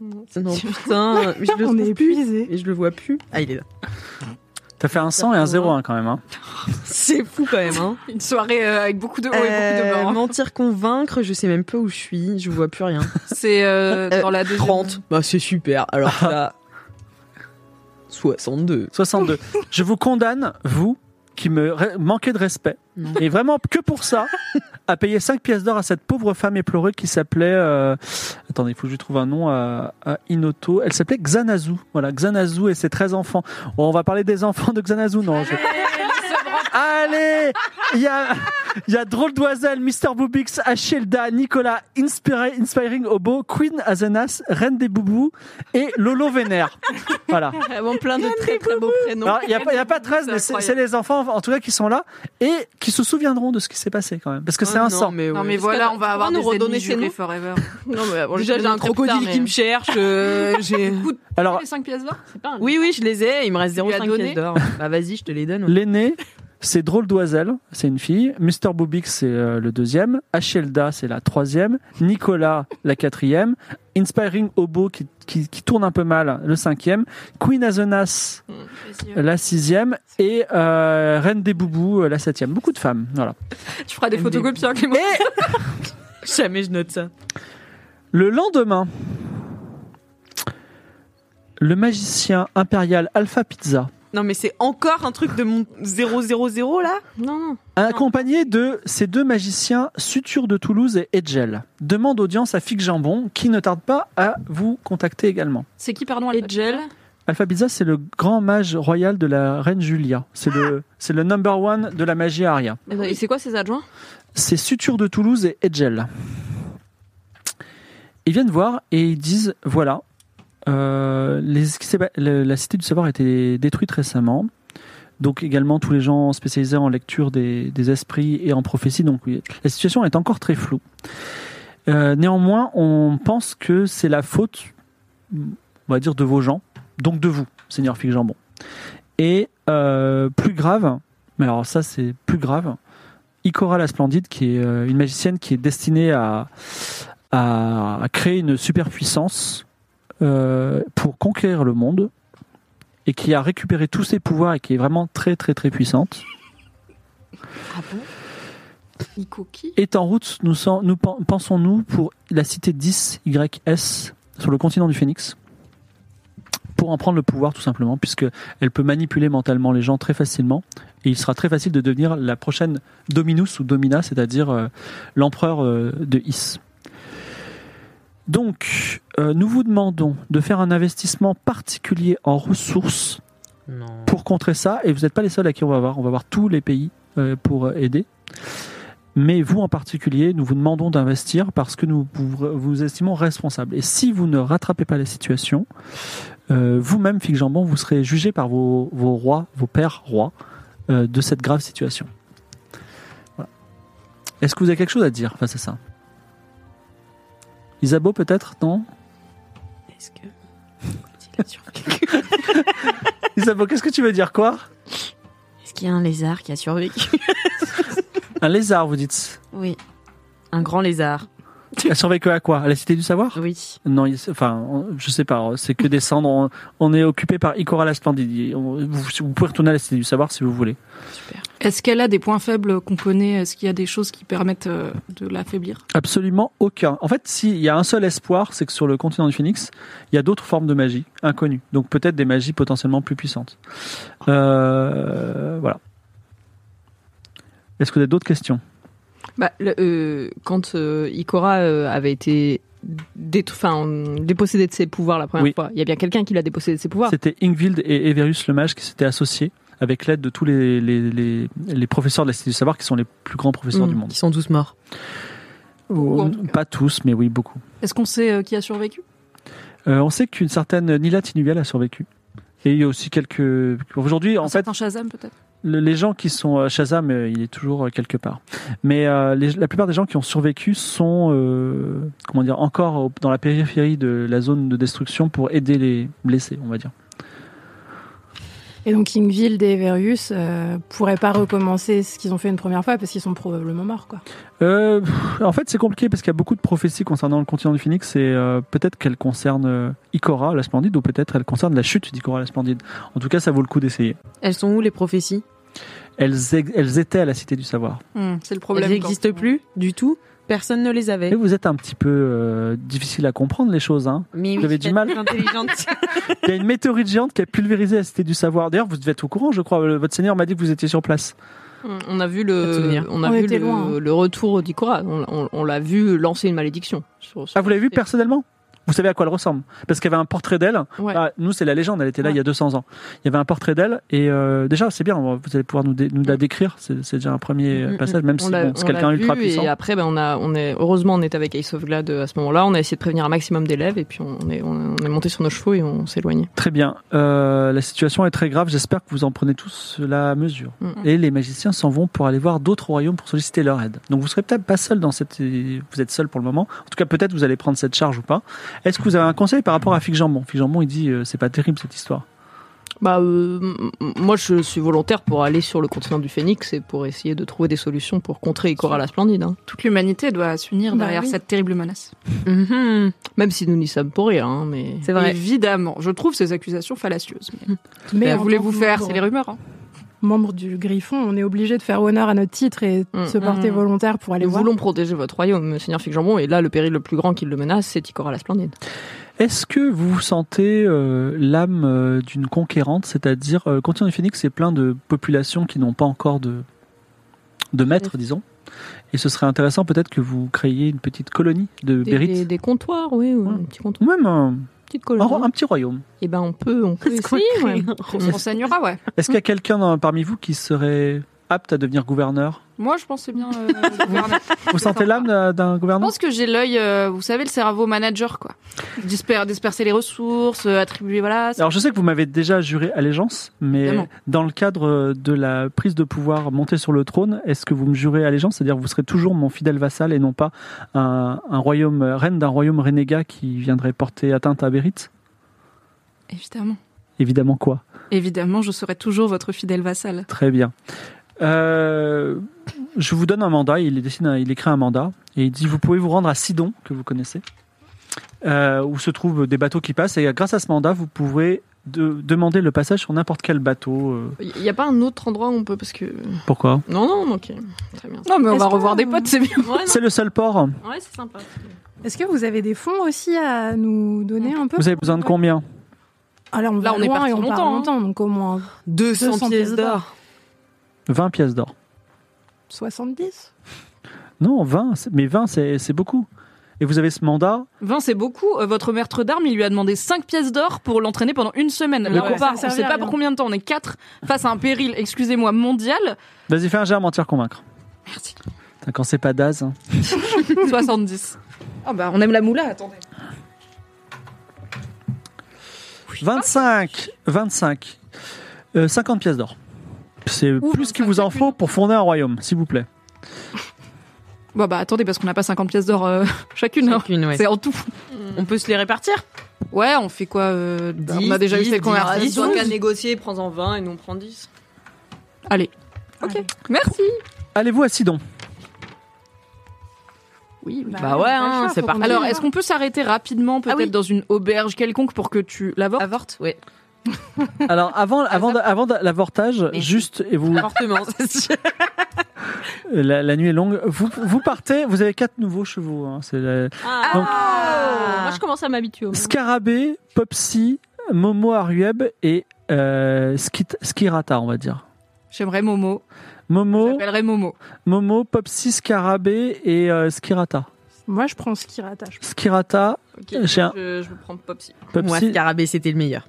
Speaker 3: Non, putain. Mais je le
Speaker 6: On est
Speaker 3: trouve plus.
Speaker 6: épuisés.
Speaker 3: Mais je le vois plus. Ah, il est là.
Speaker 4: T'as fait un 100 et un 0 hein, quand même. Hein.
Speaker 3: C'est fou quand même, hein.
Speaker 2: Une soirée euh, avec beaucoup de hauts et beaucoup de
Speaker 3: Euh,
Speaker 2: bas. hein.
Speaker 3: mentir, convaincre, je sais même pas où je suis, je vois plus rien.
Speaker 2: C'est euh, dans la deuxième.
Speaker 3: 30, bah c'est super. Alors là, 62.
Speaker 4: 62. Je vous condamne, vous, qui me re- manquez de respect.
Speaker 3: Non.
Speaker 4: Et vraiment que pour ça, à payer 5 pièces d'or à cette pauvre femme éplorée qui s'appelait... euh, Attendez, il faut que je trouve un nom à, à Inoto. Elle s'appelait Xanazu. Voilà, Xanazu et ses 13 enfants. Bon, on va parler des enfants de Xanazu, non je- Allez Il y a, il y a Drôle d'Oiselle, Mister Boobix, Achelda, Nicolas, Inspira- Inspiring Obo, Queen Azenas, Reine des Boubous et Lolo Vénère. Voilà.
Speaker 5: Vraiment plein de très très beaux prénoms.
Speaker 4: Alors, Il n'y a, pas- il y a pas 13, mais
Speaker 2: C'est
Speaker 4: c'est
Speaker 2: incroyable.
Speaker 4: c'est les enfants, en tout cas, qui sont là et qui se souviendront de ce qui s'est passé quand même. Parce que c'est un sang.
Speaker 3: Ah mais,
Speaker 2: Oh Non
Speaker 3: ouais.
Speaker 2: mais voilà, on va avoir
Speaker 5: pourquoi
Speaker 2: des
Speaker 5: nous redonner
Speaker 2: ennemis
Speaker 5: chez
Speaker 2: jurés
Speaker 5: nous
Speaker 2: forever.
Speaker 5: Non, mais bon,
Speaker 3: Déjà,
Speaker 5: je
Speaker 3: Ah, j'ai un
Speaker 5: donnerai plus
Speaker 3: crocodile
Speaker 5: tard,
Speaker 3: qui
Speaker 5: mais-
Speaker 3: me cherche. euh, j'ai-
Speaker 4: Alors,
Speaker 2: les 5 pièces d'or
Speaker 3: oui, oui, je les ai. Il me reste
Speaker 2: Tu lui as
Speaker 3: 0,5
Speaker 2: donné
Speaker 3: pièces d'or. Bah vas-y, je te les donne.
Speaker 4: l'aîné, c'est Drôle d'Oiselle, c'est une fille. Mister Boobix, c'est euh, le deuxième. Achelda, c'est la troisième. Nicolas, la quatrième. Inspiring Obo, qui, qui- qui tourne un peu mal, le cinquième. Queen Azenas, la sixième, et euh, Reine des Boubous, euh, la septième. Beaucoup de femmes, voilà.
Speaker 2: Tu feras des photocopies, hein, Clément.
Speaker 3: Jamais je note ça.
Speaker 4: Le lendemain, le magicien impérial Alpha Pizza,
Speaker 3: Non, mais c'est encore un truc de mon 000 là
Speaker 5: Non, non.
Speaker 4: accompagné de ses deux magiciens Suture de Toulouse et Edgel, demande audience à Fig Jambon, qui ne tarde pas à vous contacter également.
Speaker 2: C'est qui, pardon,
Speaker 5: Et
Speaker 2: Alpha
Speaker 5: gel.
Speaker 4: Alpha Pizza, c'est le grand mage royal de la reine Julia. C'est le, c'est le number one de la magie aria.
Speaker 5: Et Euh, c'est quoi ces adjoints
Speaker 4: C'est Suture de Toulouse et Edgel. Ils viennent voir et ils disent voilà, euh, les- ce qui s'est pa- le- la cité du savoir a été détruite récemment. Donc également tous les gens spécialisés en lecture des, des esprits et en prophétie. Donc oui, la situation est encore très floue. Euh, néanmoins, on pense que c'est la faute, on va dire, de vos gens, donc de vous, Seigneur Fig Jambon. Et euh, plus grave, mais alors ça c'est plus grave, Ikora la Splendide, qui est euh, une magicienne qui est destinée à, à créer une superpuissance euh, pour conquérir le monde et qui a récupéré tous ses pouvoirs et qui est vraiment très très très puissante.
Speaker 5: Ah bon Nico qui
Speaker 4: est en route, nous, sens- nous pen- pensons-nous, pour la cité 10 YS sur le continent du Phénix pour en prendre le pouvoir tout simplement, puisque elle peut manipuler mentalement les gens très facilement, et il sera très facile de devenir la prochaine Dominus ou Domina, c'est-à-dire euh, l'empereur euh, de Is. Donc, euh, nous vous demandons de faire un investissement particulier en ressources
Speaker 7: Non.
Speaker 4: pour contrer ça, et vous n'êtes pas les seuls à qui on va voir, on va voir tous les pays euh, pour euh, aider. Mais vous en particulier, nous vous demandons d'investir parce que nous vous, vous estimons responsable. Et si vous ne rattrapez pas la situation, euh, vous-même, Fig Jambon, vous serez jugé par vos, vos rois, vos pères rois, euh, de cette grave situation. Voilà. Est-ce que vous avez quelque chose à dire face à ça Isabeau, peut-être Non
Speaker 3: Est-ce que. Il a survécu
Speaker 4: Isabeau, qu'est-ce que tu veux dire Quoi
Speaker 3: Est-ce qu'il y a un lézard qui a survécu
Speaker 4: Un lézard, vous dites.
Speaker 3: Oui. Un grand lézard.
Speaker 4: Elle survécu à quoi À la cité du savoir
Speaker 3: Oui.
Speaker 4: Non, il- enfin, on- je sais pas, c'est que descendre. On, on est occupé par Ikora la Splendide. On- Vous, vous pouvez retourner à la Cité du Savoir si vous voulez.
Speaker 2: Est-ce qu'elle a des points faibles qu'on connaît Est-ce qu'il y a des choses qui permettent euh, de l'affaiblir
Speaker 4: Absolument aucun. En fait, s'il y a un seul espoir, c'est que sur le continent du Phoenix, il y a d'autres formes de magie inconnues. Donc peut-être des magies potentiellement plus puissantes. Euh, voilà. Est-ce que vous avez d'autres questions
Speaker 5: Bah, le- euh, quand euh, Ikora euh, avait été dé- enfin, dépossédée de ses pouvoirs la première
Speaker 4: Oui.
Speaker 5: fois, il y a bien quelqu'un qui l'a dépossédé de ses pouvoirs.
Speaker 4: C'était Ingvild et Everus le mage qui s'étaient associés avec l'aide de tous les, les, les- les professeurs de la Cité du Savoir qui sont les plus grands professeurs du monde.
Speaker 3: Ils sont tous morts.
Speaker 2: Mm. en tout cas.
Speaker 4: Pas tous, mais oui, beaucoup.
Speaker 2: Est-ce qu'on sait euh, qui a survécu
Speaker 4: Euh, on sait qu'une certaine Nila Tinuvial a survécu. Et il y a aussi quelques. Aujourd'hui, en
Speaker 2: Un
Speaker 4: fait,
Speaker 2: certain Shazam peut-être
Speaker 4: le- les gens qui sont. euh, Shazam, euh, il est toujours euh, quelque part. Mais euh, les- la plupart des gens qui ont survécu sont. euh, comment dire Encore au- dans la périphérie de la zone de destruction pour aider les blessés, on va dire.
Speaker 6: Et donc Ingvild et Verius euh, pourraient pas recommencer ce qu'ils ont fait une première fois parce qu'ils sont probablement morts quoi.
Speaker 4: Euh, pff, en fait, c'est compliqué parce qu'il y a beaucoup de prophéties concernant le continent du Phoenix et euh, peut-être qu'elles concernent euh, Ikora la Splendide ou peut-être elles concernent la chute d'Ikora la Splendide. En tout cas, ça vaut le coup d'essayer.
Speaker 3: Elles sont où les prophéties
Speaker 4: Elles, ex- elles étaient à la Cité du Savoir.
Speaker 2: C'est le problème.
Speaker 3: Elles n'existent plus du tout. Personne ne les avait.
Speaker 4: Et vous êtes un petit peu euh, difficile à comprendre les choses. Hein.
Speaker 3: Mais
Speaker 4: Vous avez du mal.
Speaker 3: Intelligente.
Speaker 4: Il y a une météorite géante qui a pulvérisé la cité du savoir. D'ailleurs, vous devez être au courant, je crois. Le- Votre seigneur m'a dit que vous étiez sur place.
Speaker 5: On- Hum, On a vu
Speaker 3: Pas de
Speaker 5: le,
Speaker 3: souvenir.
Speaker 5: on a
Speaker 6: On
Speaker 5: vu
Speaker 6: était
Speaker 5: le,
Speaker 6: loin, hein.
Speaker 5: le retour d'Ikora. On, on- on l'a vu lancer une malédiction. sur- sur-
Speaker 4: Ah, vous l'avez vu personnellement Vous savez à quoi elle ressemble Parce qu'il y avait un portrait d'elle.
Speaker 5: Ouais.
Speaker 4: Ah, nous, c'est la légende. Elle était là
Speaker 5: Ouais.
Speaker 4: il y a 200 ans. Il y avait un portrait d'elle. Et euh, déjà, c'est bien. Vous allez pouvoir nous, dé- nous
Speaker 5: Mm.
Speaker 4: la décrire. C'est c'est déjà un premier
Speaker 3: Mm, mm,
Speaker 4: passage, même
Speaker 5: On
Speaker 4: si
Speaker 5: l'a
Speaker 4: bon,
Speaker 5: on
Speaker 4: c'est quelqu'un
Speaker 5: l'a vu
Speaker 4: ultra puissant.
Speaker 5: Et après, ben, on a, on est, heureusement, on est avec Ace of Glad euh, à ce moment-là. On a essayé de prévenir un maximum d'élèves et puis on est, on est monté sur nos chevaux et on s'est éloigné.
Speaker 4: Très bien. Euh, la situation est très grave. J'espère que vous en prenez tous la mesure.
Speaker 5: Mm.
Speaker 4: Et les magiciens s'en vont pour aller voir d'autres royaumes pour solliciter leur aide. Donc vous serez peut-être pas seul dans cette. Vous êtes seul pour le moment. En tout cas, peut-être vous allez prendre cette charge ou pas. Est-ce que vous avez un conseil par rapport à Fig Jambon Fig Jambon, il dit euh, c'est pas terrible cette histoire.
Speaker 5: Bah, euh, m- m- moi, je suis volontaire pour aller sur le continent du Phénix et pour essayer de trouver des solutions pour contrer Ikora la Splendide. hein.
Speaker 2: Toute l'humanité doit s'unir
Speaker 6: Bah
Speaker 2: derrière
Speaker 6: oui.
Speaker 2: cette terrible menace.
Speaker 5: Même si nous n'y sommes pour rien, hein, mais.
Speaker 3: C'est vrai.
Speaker 2: Évidemment, je trouve ces accusations fallacieuses. Mais
Speaker 6: Mais
Speaker 2: que
Speaker 6: en
Speaker 2: voulez-vous
Speaker 6: tant que
Speaker 2: faire
Speaker 6: membre-
Speaker 2: C'est les rumeurs. hein.
Speaker 6: membre du Griffon, on est obligé de faire honneur à notre titre et de
Speaker 5: Mm.
Speaker 6: se porter
Speaker 2: Mm.
Speaker 6: volontaire pour aller
Speaker 5: Nous
Speaker 6: voir.
Speaker 5: voulons protéger votre royaume, Seigneur Figjambon, et là, le péril le plus grand qui le menace, c'est Ikora la Splendide.
Speaker 4: Est-ce que vous sentez euh, l'âme euh, d'une conquérante, c'est-à-dire euh, le continent du Phénix c'est plein de populations qui n'ont pas encore de de maître, disons. Et ce serait intéressant peut-être que vous créiez une petite colonie de
Speaker 5: Des,
Speaker 4: Bérites,
Speaker 5: des- des comptoirs, oui, ou
Speaker 4: Ouais.
Speaker 5: un petit comptoir,
Speaker 4: ou même un,
Speaker 5: une petite
Speaker 4: un ro-
Speaker 5: colonie.
Speaker 4: un petit royaume.
Speaker 5: Et ben, on peut, on peut essayer, ouais.
Speaker 2: On se renseignera, ouais.
Speaker 4: Est-ce qu'il y a quelqu'un dans- parmi vous qui serait apte à devenir gouverneur
Speaker 2: Moi, je pensais bien. euh, le gouverneur.
Speaker 4: Vous sentez l'âme d'un- d'un
Speaker 2: Je
Speaker 4: gouverneur
Speaker 2: pense que j'ai l'œil, euh, vous savez, le cerveau manager, quoi. Disper- disperser les ressources, euh, attribuer, voilà. c'est-
Speaker 4: Alors je sais que vous m'avez déjà juré allégeance, mais
Speaker 2: Évidemment.
Speaker 4: dans le cadre de la prise de pouvoir montée sur le trône, est-ce que vous me jurez allégeance C'est-à-dire que vous serez toujours mon fidèle vassal et non pas un, un royaume euh, reine d'un royaume renégat qui viendrait porter atteinte à Bérite
Speaker 2: Évidemment.
Speaker 4: Évidemment quoi
Speaker 2: Évidemment, je serai toujours votre fidèle vassal.
Speaker 4: Très bien. Euh, je vous donne un mandat, il, dessine un- il écrit un mandat et il dit vous pouvez vous rendre à Sidon, que vous connaissez, euh, où se trouvent des bateaux qui passent et grâce à ce mandat vous pourrez de- demander le passage sur n'importe quel bateau. euh,
Speaker 5: Il n'y a pas un autre endroit où on peut, parce que.
Speaker 4: pourquoi
Speaker 5: Non, non, ok. Très bien.
Speaker 2: Non, mais on
Speaker 6: Est-ce
Speaker 2: va
Speaker 6: que-
Speaker 2: revoir des potes, c'est bien.
Speaker 5: Ouais,
Speaker 4: C'est le seul port.
Speaker 5: non, ouais, c'est sympa.
Speaker 6: Est-ce que vous avez des fonds aussi à nous donner un peu
Speaker 4: Vous avez besoin de combien
Speaker 6: Alors on va
Speaker 2: Là, on est
Speaker 6: loin
Speaker 2: parti
Speaker 6: et on part
Speaker 2: longtemps, hein.
Speaker 6: longtemps, donc au moins
Speaker 3: 200,
Speaker 6: 200
Speaker 3: pièces d'or.
Speaker 4: 20 pièces d'or.
Speaker 6: 70
Speaker 4: Non, 20, c'est- mais 20 c'est c'est beaucoup. Et vous avez ce mandat.
Speaker 2: 20, c'est beaucoup. Euh, votre maître d'armes, il lui a demandé 5 pièces d'or pour l'entraîner pendant une semaine. Là,
Speaker 6: ouais,
Speaker 2: on part,
Speaker 6: ça
Speaker 2: on
Speaker 6: servait
Speaker 2: sait
Speaker 6: à
Speaker 2: pas
Speaker 6: rien.
Speaker 2: pour combien de temps. On est 4 face à un péril, excusez-moi, mondial.
Speaker 4: Vas-y, fais un jet à mentir convaincre.
Speaker 2: Merci.
Speaker 4: Putain, Quand c'est pas d'Az. hein.
Speaker 2: 70. Ah bah, on aime la moula, attendez.
Speaker 4: 25 25 Euh, 50 pièces d'or. C'est plus qu'il vous en faut pour fonder un royaume, s'il vous plaît.
Speaker 2: Bah, bah, attendez, parce qu'on n'a pas 50 pièces d'or euh, chacune. hein.
Speaker 3: Chacune, ouais.
Speaker 2: C'est en tout.
Speaker 3: On peut se les répartir
Speaker 2: Ouais, on fait quoi euh, On a déjà eu cette conversation.
Speaker 5: Toi qui as négocié, prends-en 20 et nous on prend 10.
Speaker 2: Allez. Ok. Merci.
Speaker 4: Allez-vous à Sidon
Speaker 5: Oui, oui.
Speaker 3: Bah ouais, hein, c'est parti.
Speaker 2: Alors, est-ce qu'on peut s'arrêter rapidement, peut-être
Speaker 3: oui. Ah.
Speaker 2: dans une auberge quelconque, pour que tu l'avortes
Speaker 3: Avorte, ouais.
Speaker 4: Alors, avant, avant, de- avant de- l'avortage,
Speaker 3: Mais-
Speaker 4: juste, et vous,
Speaker 3: Avortement, c'est sûr.
Speaker 4: la, la nuit est longue, vous, vous partez, vous avez quatre nouveaux chevaux. hein, c'est la-
Speaker 5: Ah,
Speaker 4: Donc-
Speaker 5: Moi je commence à m'habituer. au moins.
Speaker 4: Scarabée, Popsy, Momo Arueb et euh, Skit- Skirata, on va dire.
Speaker 2: J'aimerais Momo.
Speaker 4: Momo,
Speaker 2: J'appellerais Momo.
Speaker 4: Momo, Popsy, Scarabée et euh, Skirata.
Speaker 6: Moi, je prends ce qui rattache.
Speaker 4: Skirata,
Speaker 5: Ok,
Speaker 4: J'ai un-
Speaker 5: je, je me prends Popsy.
Speaker 3: Moi,
Speaker 4: Popsy.
Speaker 3: Scarabée, c'était le meilleur.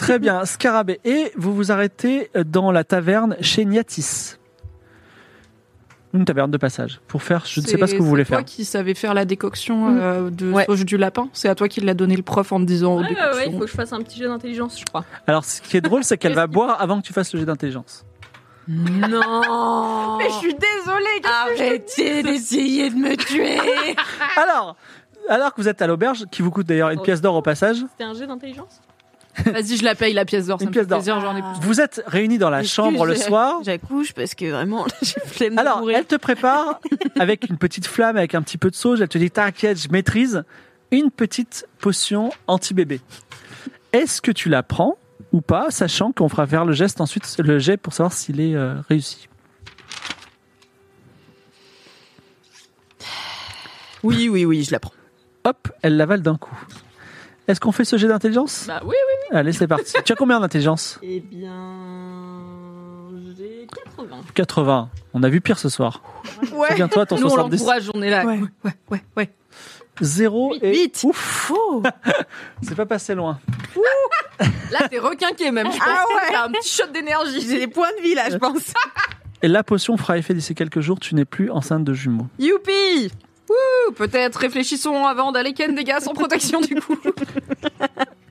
Speaker 4: Très bien, Scarabée. Et vous vous arrêtez euh, dans la taverne chez Niatis. Une taverne de passage. Pour faire, je ne sais pas ce que vous voulez
Speaker 2: C'est
Speaker 4: faire.
Speaker 2: toi qui savais faire la décoction
Speaker 6: Mm.
Speaker 2: euh, de
Speaker 3: Ouais.
Speaker 2: sauge du lapin. C'est à toi qui l'a donné le prof en me disant.
Speaker 5: Ouais, ouais,
Speaker 2: décoction.
Speaker 5: ouais, il faut que je fasse un petit jeu d'intelligence, je crois.
Speaker 4: Alors, ce qui est drôle, c'est qu'elle va boire avant que tu fasses le jet d'intelligence.
Speaker 3: Non
Speaker 2: Mais je suis désolée.
Speaker 3: Arrêtez d'essayer de me tuer
Speaker 4: Alors, alors que vous êtes à l'auberge, qui vous coûte d'ailleurs
Speaker 2: Oh.
Speaker 4: une pièce d'or au passage,
Speaker 5: C'était un jeu d'intelligence
Speaker 2: Vas-y, je la paye la pièce d'or. Ça
Speaker 4: Une
Speaker 2: me
Speaker 4: pièce
Speaker 2: fait
Speaker 4: d'or. Ah.
Speaker 2: plaisir, j'en ai plus.
Speaker 4: vous êtes réunis dans la
Speaker 3: Excuse,
Speaker 4: chambre le
Speaker 3: j'ai-
Speaker 4: soir.
Speaker 3: J'accouche parce que vraiment, j'ai flemme de
Speaker 4: Alors,
Speaker 3: mourir.
Speaker 4: elle te prépare avec une petite flamme, avec un petit peu de sauge. Elle te dit T'inquiète, je maîtrise une petite potion anti-bébé. Est-ce que tu la prends ou pas, sachant qu'on fera faire le geste ensuite, le jet pour savoir s'il est euh, réussi
Speaker 3: Oui, oui, oui, je la prends.
Speaker 4: Hop, elle l'avale d'un coup. Est-ce qu'on fait ce jet d'intelligence
Speaker 5: Bah oui, oui.
Speaker 4: Allez, c'est parti. tu as combien d'intelligence
Speaker 5: Eh bien. J'ai 80.
Speaker 4: 80. On a vu pire ce soir.
Speaker 3: Ouais.
Speaker 4: Souviens-toi, ton
Speaker 2: Nous, on
Speaker 4: 70.
Speaker 2: l'encourage, on est là.
Speaker 6: Ouais.
Speaker 2: ouais, ouais. ouais.
Speaker 4: 0 et.
Speaker 3: Huit.
Speaker 4: Ouf C'est pas passé loin.
Speaker 2: Là, t'es requinqué même. Je pense
Speaker 3: Ah
Speaker 2: que
Speaker 3: ouais.
Speaker 2: t'as un petit shot d'énergie.
Speaker 3: J'ai des points de vie là, je pense.
Speaker 4: Et la potion fera effet d'ici quelques jours. Tu n'es plus enceinte de jumeaux.
Speaker 3: Youpi
Speaker 2: Ou Peut-être réfléchissons avant d'aller ken des gars sans protection du coup.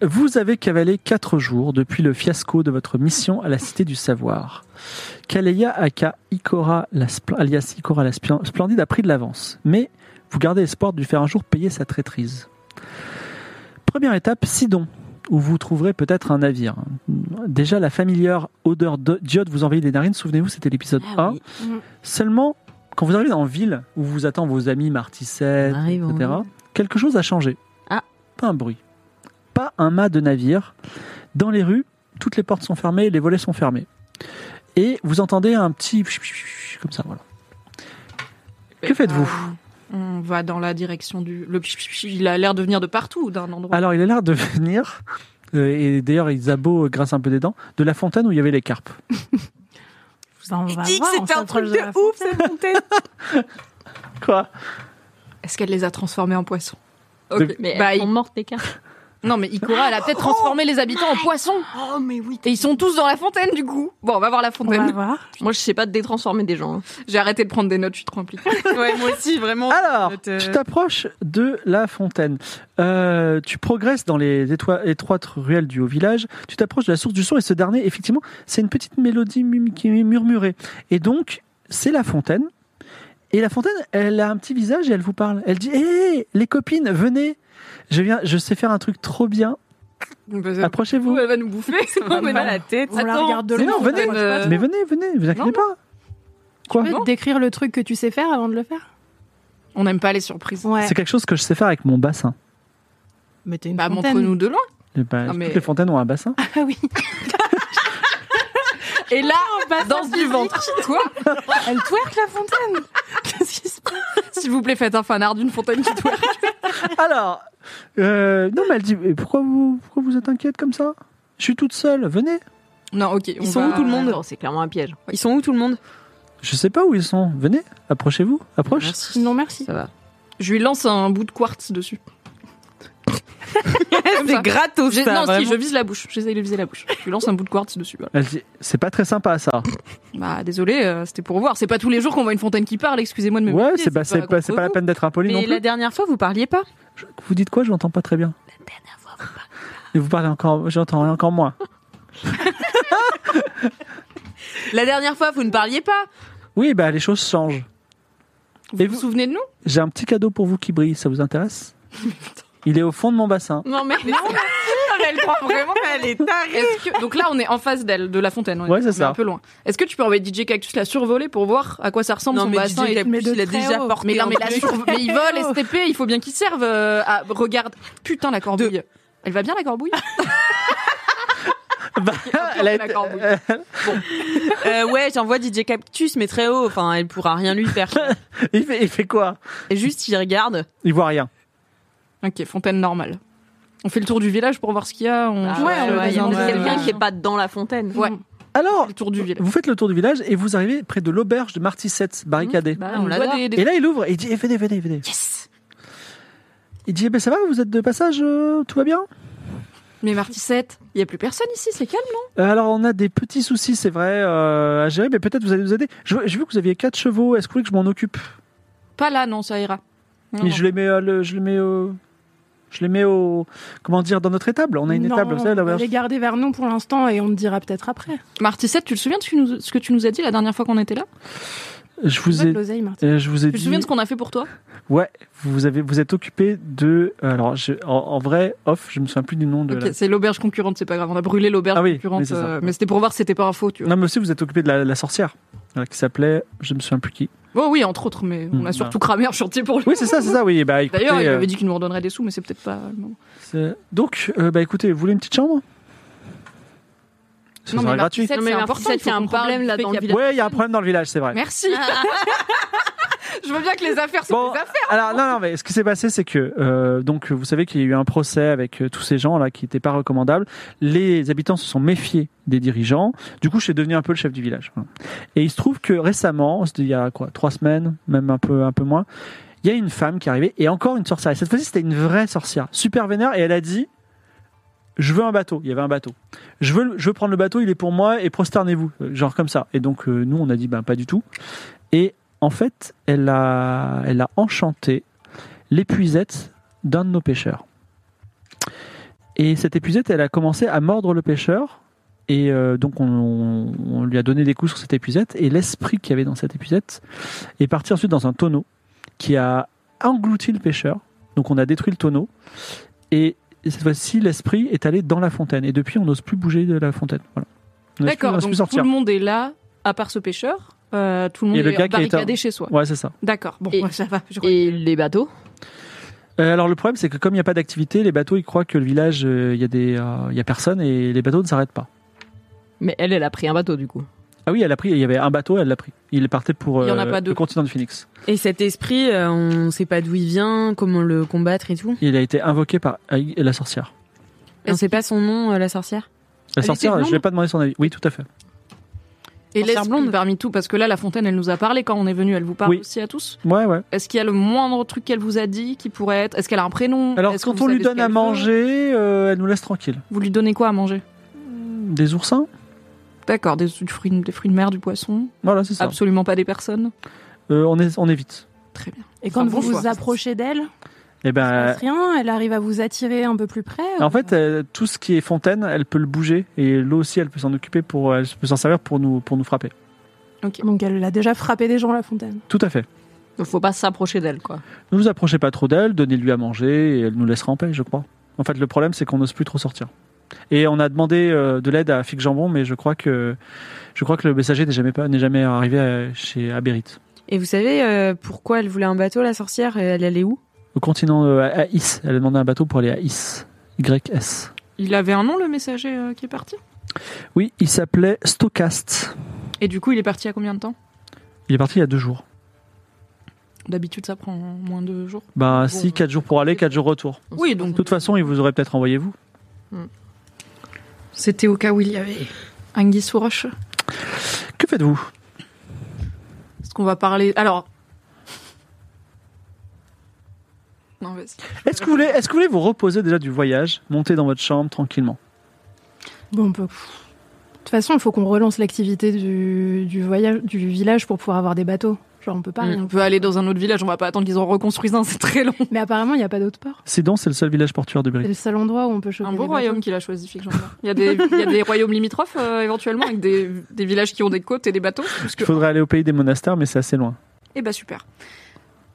Speaker 4: Vous avez cavalé quatre jours depuis le fiasco de votre mission à la Cité du Savoir. Kaleya Aka Ikora, la Spl- alias Ikora la Spl- Splendide a pris de l'avance, mais vous gardez espoir de lui faire un jour payer sa traîtrise. Première étape, Sidon. où vous trouverez peut-être un navire. Déjà, la familière odeur de- d'iode vous envahit les narines. Souvenez-vous, c'était l'épisode
Speaker 3: Ah
Speaker 4: 1.
Speaker 6: Mm.
Speaker 4: Seulement, quand vous arrivez en ville, où vous attend vos amis Martisset,
Speaker 3: On arrive en
Speaker 4: etc., quelque chose a changé.
Speaker 3: Ah.
Speaker 4: Pas un bruit. Pas un mât de navire. Dans les rues, toutes les portes sont fermées, les volets sont fermés. Et vous entendez un petit... Comme ça, voilà. Que faites-vous
Speaker 2: Euh, On va dans la direction du. Le pch, pch, pch, il a l'air de venir de partout, d'un endroit.
Speaker 4: Alors, il a l'air de venir, euh, et d'ailleurs, il zabo euh, grâce un peu des dents, de la fontaine où il y avait les carpes.
Speaker 6: Ça, on va
Speaker 5: Dis que
Speaker 6: voir, on
Speaker 5: c'était un
Speaker 6: s'approche
Speaker 5: truc
Speaker 6: de la
Speaker 5: de
Speaker 6: frontière.
Speaker 5: ouf, cette montée.
Speaker 4: Quoi
Speaker 2: Est-ce qu'elle les a transformés en poissons
Speaker 4: De-
Speaker 5: Mais
Speaker 2: Bah,
Speaker 5: elles
Speaker 2: il-
Speaker 5: sont mortes, les cartes.
Speaker 2: Non, mais Ikora, elle a peut-être transformé les habitants en poissons.
Speaker 5: Oh, mais oui.
Speaker 2: Et ils sont tous dans la fontaine, du coup. Bon, on va voir la
Speaker 6: On va
Speaker 2: fontaine.
Speaker 6: voir.
Speaker 5: Moi, je sais pas détransformer des gens. hein.
Speaker 2: J'ai arrêté de prendre des notes, je suis trop impliquée.
Speaker 3: Ouais, moi aussi, vraiment.
Speaker 4: Alors,
Speaker 3: Notre, euh,
Speaker 4: tu t'approches de la fontaine. Euh, tu progresses dans les étoi- étroites ruelles du haut village. Tu t'approches de la source du son et ce dernier, effectivement, c'est une petite mélodie mum- qui est murmurée. Et donc, c'est la fontaine. Et la fontaine, elle a un petit visage et elle vous parle. Elle dit Hé, les copines, venez je, viens, je sais faire un truc trop bien.
Speaker 2: Euh,
Speaker 4: Approchez-vous.
Speaker 2: Elle va nous bouffer. Non, mais non.
Speaker 3: tête.
Speaker 6: On la
Speaker 2: Attends.
Speaker 6: regarde de
Speaker 4: Mais non,
Speaker 6: loin.
Speaker 4: venez,
Speaker 6: on va-
Speaker 2: euh,
Speaker 4: Mais venez, venez, vous inquiétez
Speaker 2: non.
Speaker 4: pas. Quoi
Speaker 6: Tu peux décrire le truc que tu sais faire avant de le faire
Speaker 2: On n'aime pas les surprises.
Speaker 6: Ouais.
Speaker 4: C'est quelque chose que je sais faire avec mon bassin.
Speaker 6: Mais t'es une
Speaker 2: Bah,
Speaker 6: fontaine.
Speaker 2: montre-nous de loin.
Speaker 4: Eh ben,
Speaker 2: Non, mais-
Speaker 4: Toutes les fontaines ont un bassin.
Speaker 6: Ah oui.
Speaker 2: Et là, danse du ventre. Quoi
Speaker 6: Elle twerk la fontaine. Qu'est-ce qui se passe
Speaker 2: S'il vous plaît, faites un fanart d'une fontaine qui twerk.
Speaker 4: Alors, euh, non, mais elle dit mais pourquoi vous, pourquoi vous êtes inquiète comme ça Je suis toute seule, venez.
Speaker 2: Non, ok. on
Speaker 3: Ils sont
Speaker 2: va-
Speaker 3: où tout le monde
Speaker 5: Attends, C'est clairement un piège.
Speaker 3: Ils sont où tout le monde
Speaker 4: Je sais pas où ils sont, venez, approchez-vous, approche.
Speaker 3: Merci.
Speaker 6: Non merci.
Speaker 3: Ça va.
Speaker 2: Je lui lance un bout de quartz dessus. Comme ça.
Speaker 3: C'est gratos,
Speaker 2: J'ai-
Speaker 3: ça,
Speaker 2: non, si,
Speaker 3: vraiment.
Speaker 2: je vise la bouche. J'essaye de viser la bouche. Je lui lance un bout de quartz dessus. voilà.
Speaker 4: Elle dit c'est pas très sympa ça.
Speaker 2: Bah, désolé, euh, c'était pour voir. C'est pas tous les jours qu'on voit une fontaine qui parle. Excusez-moi de me.
Speaker 4: ouais,
Speaker 2: moquer,
Speaker 4: c'est pas, c'est pas, c'est pas la
Speaker 2: contre
Speaker 4: peine d'être impoli non
Speaker 3: Mais
Speaker 4: plus.
Speaker 3: la dernière fois, vous parliez pas
Speaker 4: Je- Vous dites quoi Je l'entends pas très bien. Et vous parlez encore, j'entends encore moins.
Speaker 3: La dernière fois, vous ne parliez pas
Speaker 4: Oui, bah les choses changent.
Speaker 2: vous. Vous
Speaker 4: Et
Speaker 2: vous
Speaker 4: vous-
Speaker 2: souvenez de nous
Speaker 4: J'ai un petit cadeau pour vous qui brille, ça vous intéresse Il est au fond de mon bassin.
Speaker 5: Non, mais.
Speaker 2: Elle croit vraiment.
Speaker 3: Elle est tarée
Speaker 2: Est-ce que- Donc là, on est en face d'elle, de la fontaine. on est-
Speaker 4: Ouais, c'est
Speaker 2: on est
Speaker 4: ça.
Speaker 2: Un peu loin. Est-ce que tu peux envoyer DJ Cactus la survoler pour voir à quoi ça ressemble
Speaker 3: Non,
Speaker 2: son
Speaker 3: mais
Speaker 2: bassin
Speaker 3: DJ
Speaker 2: et-
Speaker 3: Capus,
Speaker 6: de
Speaker 3: il a
Speaker 6: très
Speaker 3: déjà
Speaker 6: haut.
Speaker 3: porté
Speaker 2: Mais non,
Speaker 3: un
Speaker 2: mais la
Speaker 3: truc.
Speaker 2: surv- mais ils volent STP, il faut bien qu'ils servent. euh, à- Regarde, putain, la corbouille. Elle va bien la corbouille
Speaker 4: Bah, elle a
Speaker 2: la
Speaker 4: été-
Speaker 2: corbouille.
Speaker 4: euh,
Speaker 3: Euh, ouais, j'envoie DJ Cactus, mais très haut. Enfin, elle pourra rien lui faire.
Speaker 4: il, fait, il fait quoi
Speaker 3: Et juste, il regarde.
Speaker 4: Il voit rien.
Speaker 2: Ok, fontaine normale. On fait le tour du village pour voir ce qu'il y a. On... Ouais,
Speaker 5: Ah
Speaker 2: on
Speaker 5: ouais,
Speaker 2: le
Speaker 5: ouais, il y a
Speaker 2: désinde.
Speaker 3: ouais,
Speaker 5: quelqu'un
Speaker 3: ouais.
Speaker 5: qui est pas dans la fontaine.
Speaker 2: Ouais,
Speaker 4: Alors,
Speaker 2: le tour du village.
Speaker 4: Vous faites le tour du village et vous arrivez près de l'auberge de Martissette, barricadée.
Speaker 3: Bah,
Speaker 2: Ah, On
Speaker 3: on
Speaker 2: voit
Speaker 3: l'adore.
Speaker 2: des- des-
Speaker 4: Et là, il ouvre et il dit eh, Venez, venez, venez.
Speaker 2: Mmh. Yes
Speaker 4: Il dit eh ben, Ça va, vous êtes de passage euh, Tout va bien
Speaker 2: Mais Martissette, il n'y a plus personne ici, c'est calme.
Speaker 4: Euh, Alors, on a des petits soucis, c'est vrai, euh, à gérer, mais peut-être vous allez nous aider. Je- J'ai vu que vous aviez quatre chevaux, est-ce que vous voulez que je m'en occupe
Speaker 2: Pas là, non, ça ira. Non,
Speaker 4: Mais
Speaker 2: non.
Speaker 4: je les mets, euh, le- je les mets au. Je les mets au. Comment dire Dans notre étable. On a une
Speaker 6: Non,
Speaker 4: étable, vous savez, à
Speaker 6: on va
Speaker 4: l'auberge.
Speaker 6: les garder vers nous pour l'instant et on te dira peut-être après.
Speaker 2: Martissette, tu te souviens de ce que, nous- ce que tu nous as dit la dernière fois qu'on était là
Speaker 4: Je
Speaker 6: Vous
Speaker 4: vous ai.
Speaker 6: l'oseille, Martin.
Speaker 4: euh, je vous ai
Speaker 2: Tu te
Speaker 4: dit.
Speaker 2: souviens de ce qu'on a fait pour toi
Speaker 4: Ouais, vous, avez, vous êtes occupé de. euh, Alors, je- en, en vrai, off, je me souviens plus du nom de.
Speaker 2: Ok,
Speaker 4: la-
Speaker 2: C'est l'auberge concurrente, c'est pas grave. On a brûlé l'auberge
Speaker 4: Ah oui, mais
Speaker 2: concurrente.
Speaker 4: c'est ça.
Speaker 2: euh, Mais c'était pour voir si c'était pas un faux, tu vois.
Speaker 4: Non, mais aussi, vous êtes occupé de la, la sorcière, euh, qui s'appelait. Je me souviens plus qui.
Speaker 2: Bon, Oh oui, entre autres, mais on a
Speaker 4: Mm,
Speaker 2: surtout cramé un chantier pour lui.
Speaker 4: Oui, c'est ça, c'est ça. Oui, bah écoutez.
Speaker 2: D'ailleurs, il
Speaker 4: euh,
Speaker 2: avait dit qu'il nous redonnerait des sous, mais c'est peut-être pas le moment.
Speaker 4: c'est- Donc, euh, bah écoutez, vous voulez une petite chambre Ce
Speaker 2: Non,
Speaker 4: sera
Speaker 2: mais
Speaker 4: gratuit.
Speaker 2: Martissette,
Speaker 5: Non, mais
Speaker 2: c'est
Speaker 5: Martissette,
Speaker 2: important.
Speaker 5: il y a
Speaker 2: faut
Speaker 5: un
Speaker 2: qu'on parle
Speaker 5: problème
Speaker 2: du
Speaker 5: là
Speaker 2: fait
Speaker 5: dans
Speaker 2: qu'il y a-
Speaker 5: le village.
Speaker 4: Ouais, il y a un problème dans le village, c'est vrai.
Speaker 2: Merci. Je veux bien que les affaires sont
Speaker 4: Bon,
Speaker 2: des affaires.
Speaker 4: alors non, non, mais ce qui s'est passé, c'est que euh, donc vous savez qu'il y a eu un procès avec euh, tous ces gens là qui n'étaient pas recommandables. Les habitants se sont méfiés des dirigeants. Du coup, je suis devenu un peu le chef du village. Voilà. Et il se trouve que récemment, c'était il y a quoi, trois semaines, même un peu, un peu moins, il y a une femme qui est arrivée et encore une sorcière. Et cette fois-ci, c'était une vraie sorcière, super vénère, et elle a dit. Je veux un bateau. Il y avait un bateau. Je veux, le- je veux prendre le bateau. Il est pour moi et prosternez-vous, Euh, genre comme ça. Et donc euh, nous, on a dit ben pas du tout. Et en fait, elle a, elle a enchanté l'épuisette d'un de nos pêcheurs. Et cette épuisette, elle a commencé à mordre le pêcheur. Et euh, donc, on, on- on lui a donné des coups sur cette épuisette. Et l'esprit qu'il y avait dans cette épuisette est parti ensuite dans un tonneau qui a englouti le pêcheur. Donc, on a détruit le tonneau. Et et cette fois-ci, l'esprit est allé dans la fontaine. Et depuis, on n'ose plus bouger de la fontaine. Voilà. On n'ose plus- on
Speaker 2: D'accord,
Speaker 4: n'ose
Speaker 2: donc
Speaker 4: plus
Speaker 2: tout
Speaker 4: sortir.
Speaker 2: le monde est là, à part ce pêcheur. Euh, tout le
Speaker 4: Et
Speaker 2: monde
Speaker 4: le
Speaker 2: est
Speaker 4: gars qui a été-
Speaker 2: barricadé chez soi.
Speaker 4: Ouais, c'est ça.
Speaker 2: D'accord, bon,
Speaker 5: Et-
Speaker 2: ouais, ça va. je crois.
Speaker 5: Et les bateaux
Speaker 4: Euh, alors le problème, c'est que comme il n'y a pas d'activité, les bateaux, ils croient que le village, euh, il y a des, euh, il y a personne et les bateaux ne s'arrêtent pas.
Speaker 5: Mais elle, elle a pris un bateau du coup.
Speaker 4: Ah oui, elle a pris. Il y avait un bateau, elle l'a pris. Il partait pour
Speaker 2: Il y en a
Speaker 4: euh,
Speaker 2: pas
Speaker 4: le
Speaker 2: deux.
Speaker 4: continent du Phoenix.
Speaker 3: Et cet esprit, euh, on sait pas d'où il vient, comment le combattre et tout.
Speaker 4: Il a été invoqué par euh, la sorcière.
Speaker 3: On sait pas son nom, euh, la sorcière.
Speaker 4: La
Speaker 3: était
Speaker 4: sorcière, je ne
Speaker 3: blonde
Speaker 4: l'ai pas demandé son avis. Oui, tout à fait.
Speaker 2: Et
Speaker 3: en serre
Speaker 2: l'esprit
Speaker 3: blonde.
Speaker 2: parmi tout, parce que là, la fontaine, elle nous a parlé quand on est venu, elle vous parle
Speaker 4: Oui.
Speaker 2: aussi à tous.
Speaker 4: Ouais, ouais.
Speaker 2: Est-ce qu'il y a le moindre truc qu'elle vous a dit qui pourrait être Est-ce qu'elle a un prénom
Speaker 4: Alors
Speaker 2: Est-ce que
Speaker 4: quand
Speaker 2: vous
Speaker 4: on lui
Speaker 2: savez ce
Speaker 4: donne à
Speaker 2: qu'elle veut
Speaker 4: manger, euh, elle nous laisse tranquille.
Speaker 2: Vous lui donnez quoi à manger
Speaker 4: Des oursins.
Speaker 2: D'accord, des, du fruit- des fruits de mer, du poisson
Speaker 4: Voilà, c'est ça.
Speaker 2: Absolument pas des personnes
Speaker 4: Euh, on, est, on évite.
Speaker 2: Très bien.
Speaker 6: Et quand
Speaker 2: Enfin,
Speaker 6: vous
Speaker 2: bon
Speaker 6: vous
Speaker 2: choix.
Speaker 6: approchez d'elle,
Speaker 4: Et
Speaker 6: il se
Speaker 4: ben,
Speaker 6: passe rien, elle arrive à vous attirer un peu plus près.
Speaker 4: En
Speaker 6: ou-
Speaker 4: fait, euh, tout ce qui est fontaine, elle peut le bouger et l'eau aussi, elle peut s'en occuper pour, elle peut s'en servir pour nous, pour nous frapper.
Speaker 6: donc elle a déjà frappé des gens la fontaine.
Speaker 4: Tout à fait.
Speaker 5: Donc faut pas s'approcher d'elle quoi.
Speaker 4: Ne vous approchez pas trop d'elle, donnez-lui à manger et elle nous laissera en paix, je crois. En fait, le problème, c'est qu'on n'ose plus trop sortir. Et on a demandé euh, de l'aide à Fig Jambon, mais je crois que je crois que le messager n'est jamais pas n'est jamais arrivé à- chez Aberrit.
Speaker 3: Et vous savez euh, pourquoi elle voulait un bateau, la sorcière et Elle allait où
Speaker 4: Au continent euh, à à Is, elle a demandé un bateau pour aller à Is. YS.
Speaker 2: Il avait un nom, le messager euh, qui est parti
Speaker 4: Oui, il s'appelait Stochast.
Speaker 2: Et du coup, il est parti à combien de temps
Speaker 4: Il est parti il y a deux jours.
Speaker 2: D'habitude, ça prend moins de jours.
Speaker 4: Bah
Speaker 2: Bon,
Speaker 4: si, quatre jours pour aller, quatre jours retour.
Speaker 2: Oui,
Speaker 4: De
Speaker 2: donc
Speaker 4: toute façon, il vous aurait peut-être envoyé vous.
Speaker 2: c'était au cas où il y avait Anguille sous roche.
Speaker 4: Que faites-vous
Speaker 2: Est-ce qu'on va parler Alors. Non, vas-y.
Speaker 4: Est-ce que, vous voulez, est-ce que vous voulez vous reposer déjà du voyage, monter dans votre chambre tranquillement
Speaker 6: Bon, on peut. De toute façon, il faut qu'on relance l'activité du, du voyage du village pour pouvoir avoir des bateaux. Genre, on peut pas.
Speaker 3: Mm.
Speaker 6: rien.
Speaker 2: On peut aller dans un autre village, on va pas attendre qu'ils en reconstruisent un, c'est très long.
Speaker 6: Mais apparemment, il n'y a pas d'autre port.
Speaker 4: Sidon, c'est le seul village portuaire de
Speaker 6: C'est
Speaker 4: Berry.
Speaker 6: le seul endroit où on peut choper.
Speaker 2: Un
Speaker 6: des
Speaker 2: beau
Speaker 6: bateaux.
Speaker 2: royaume qu'il a choisi, Fig Jean. Il y a des, il y a des royaumes limitrophes euh, éventuellement, avec des, des villages qui ont des côtes et des bateaux. Parce que...
Speaker 4: Il faudrait aller au pays des monastères, mais c'est assez loin.
Speaker 2: Eh bah super.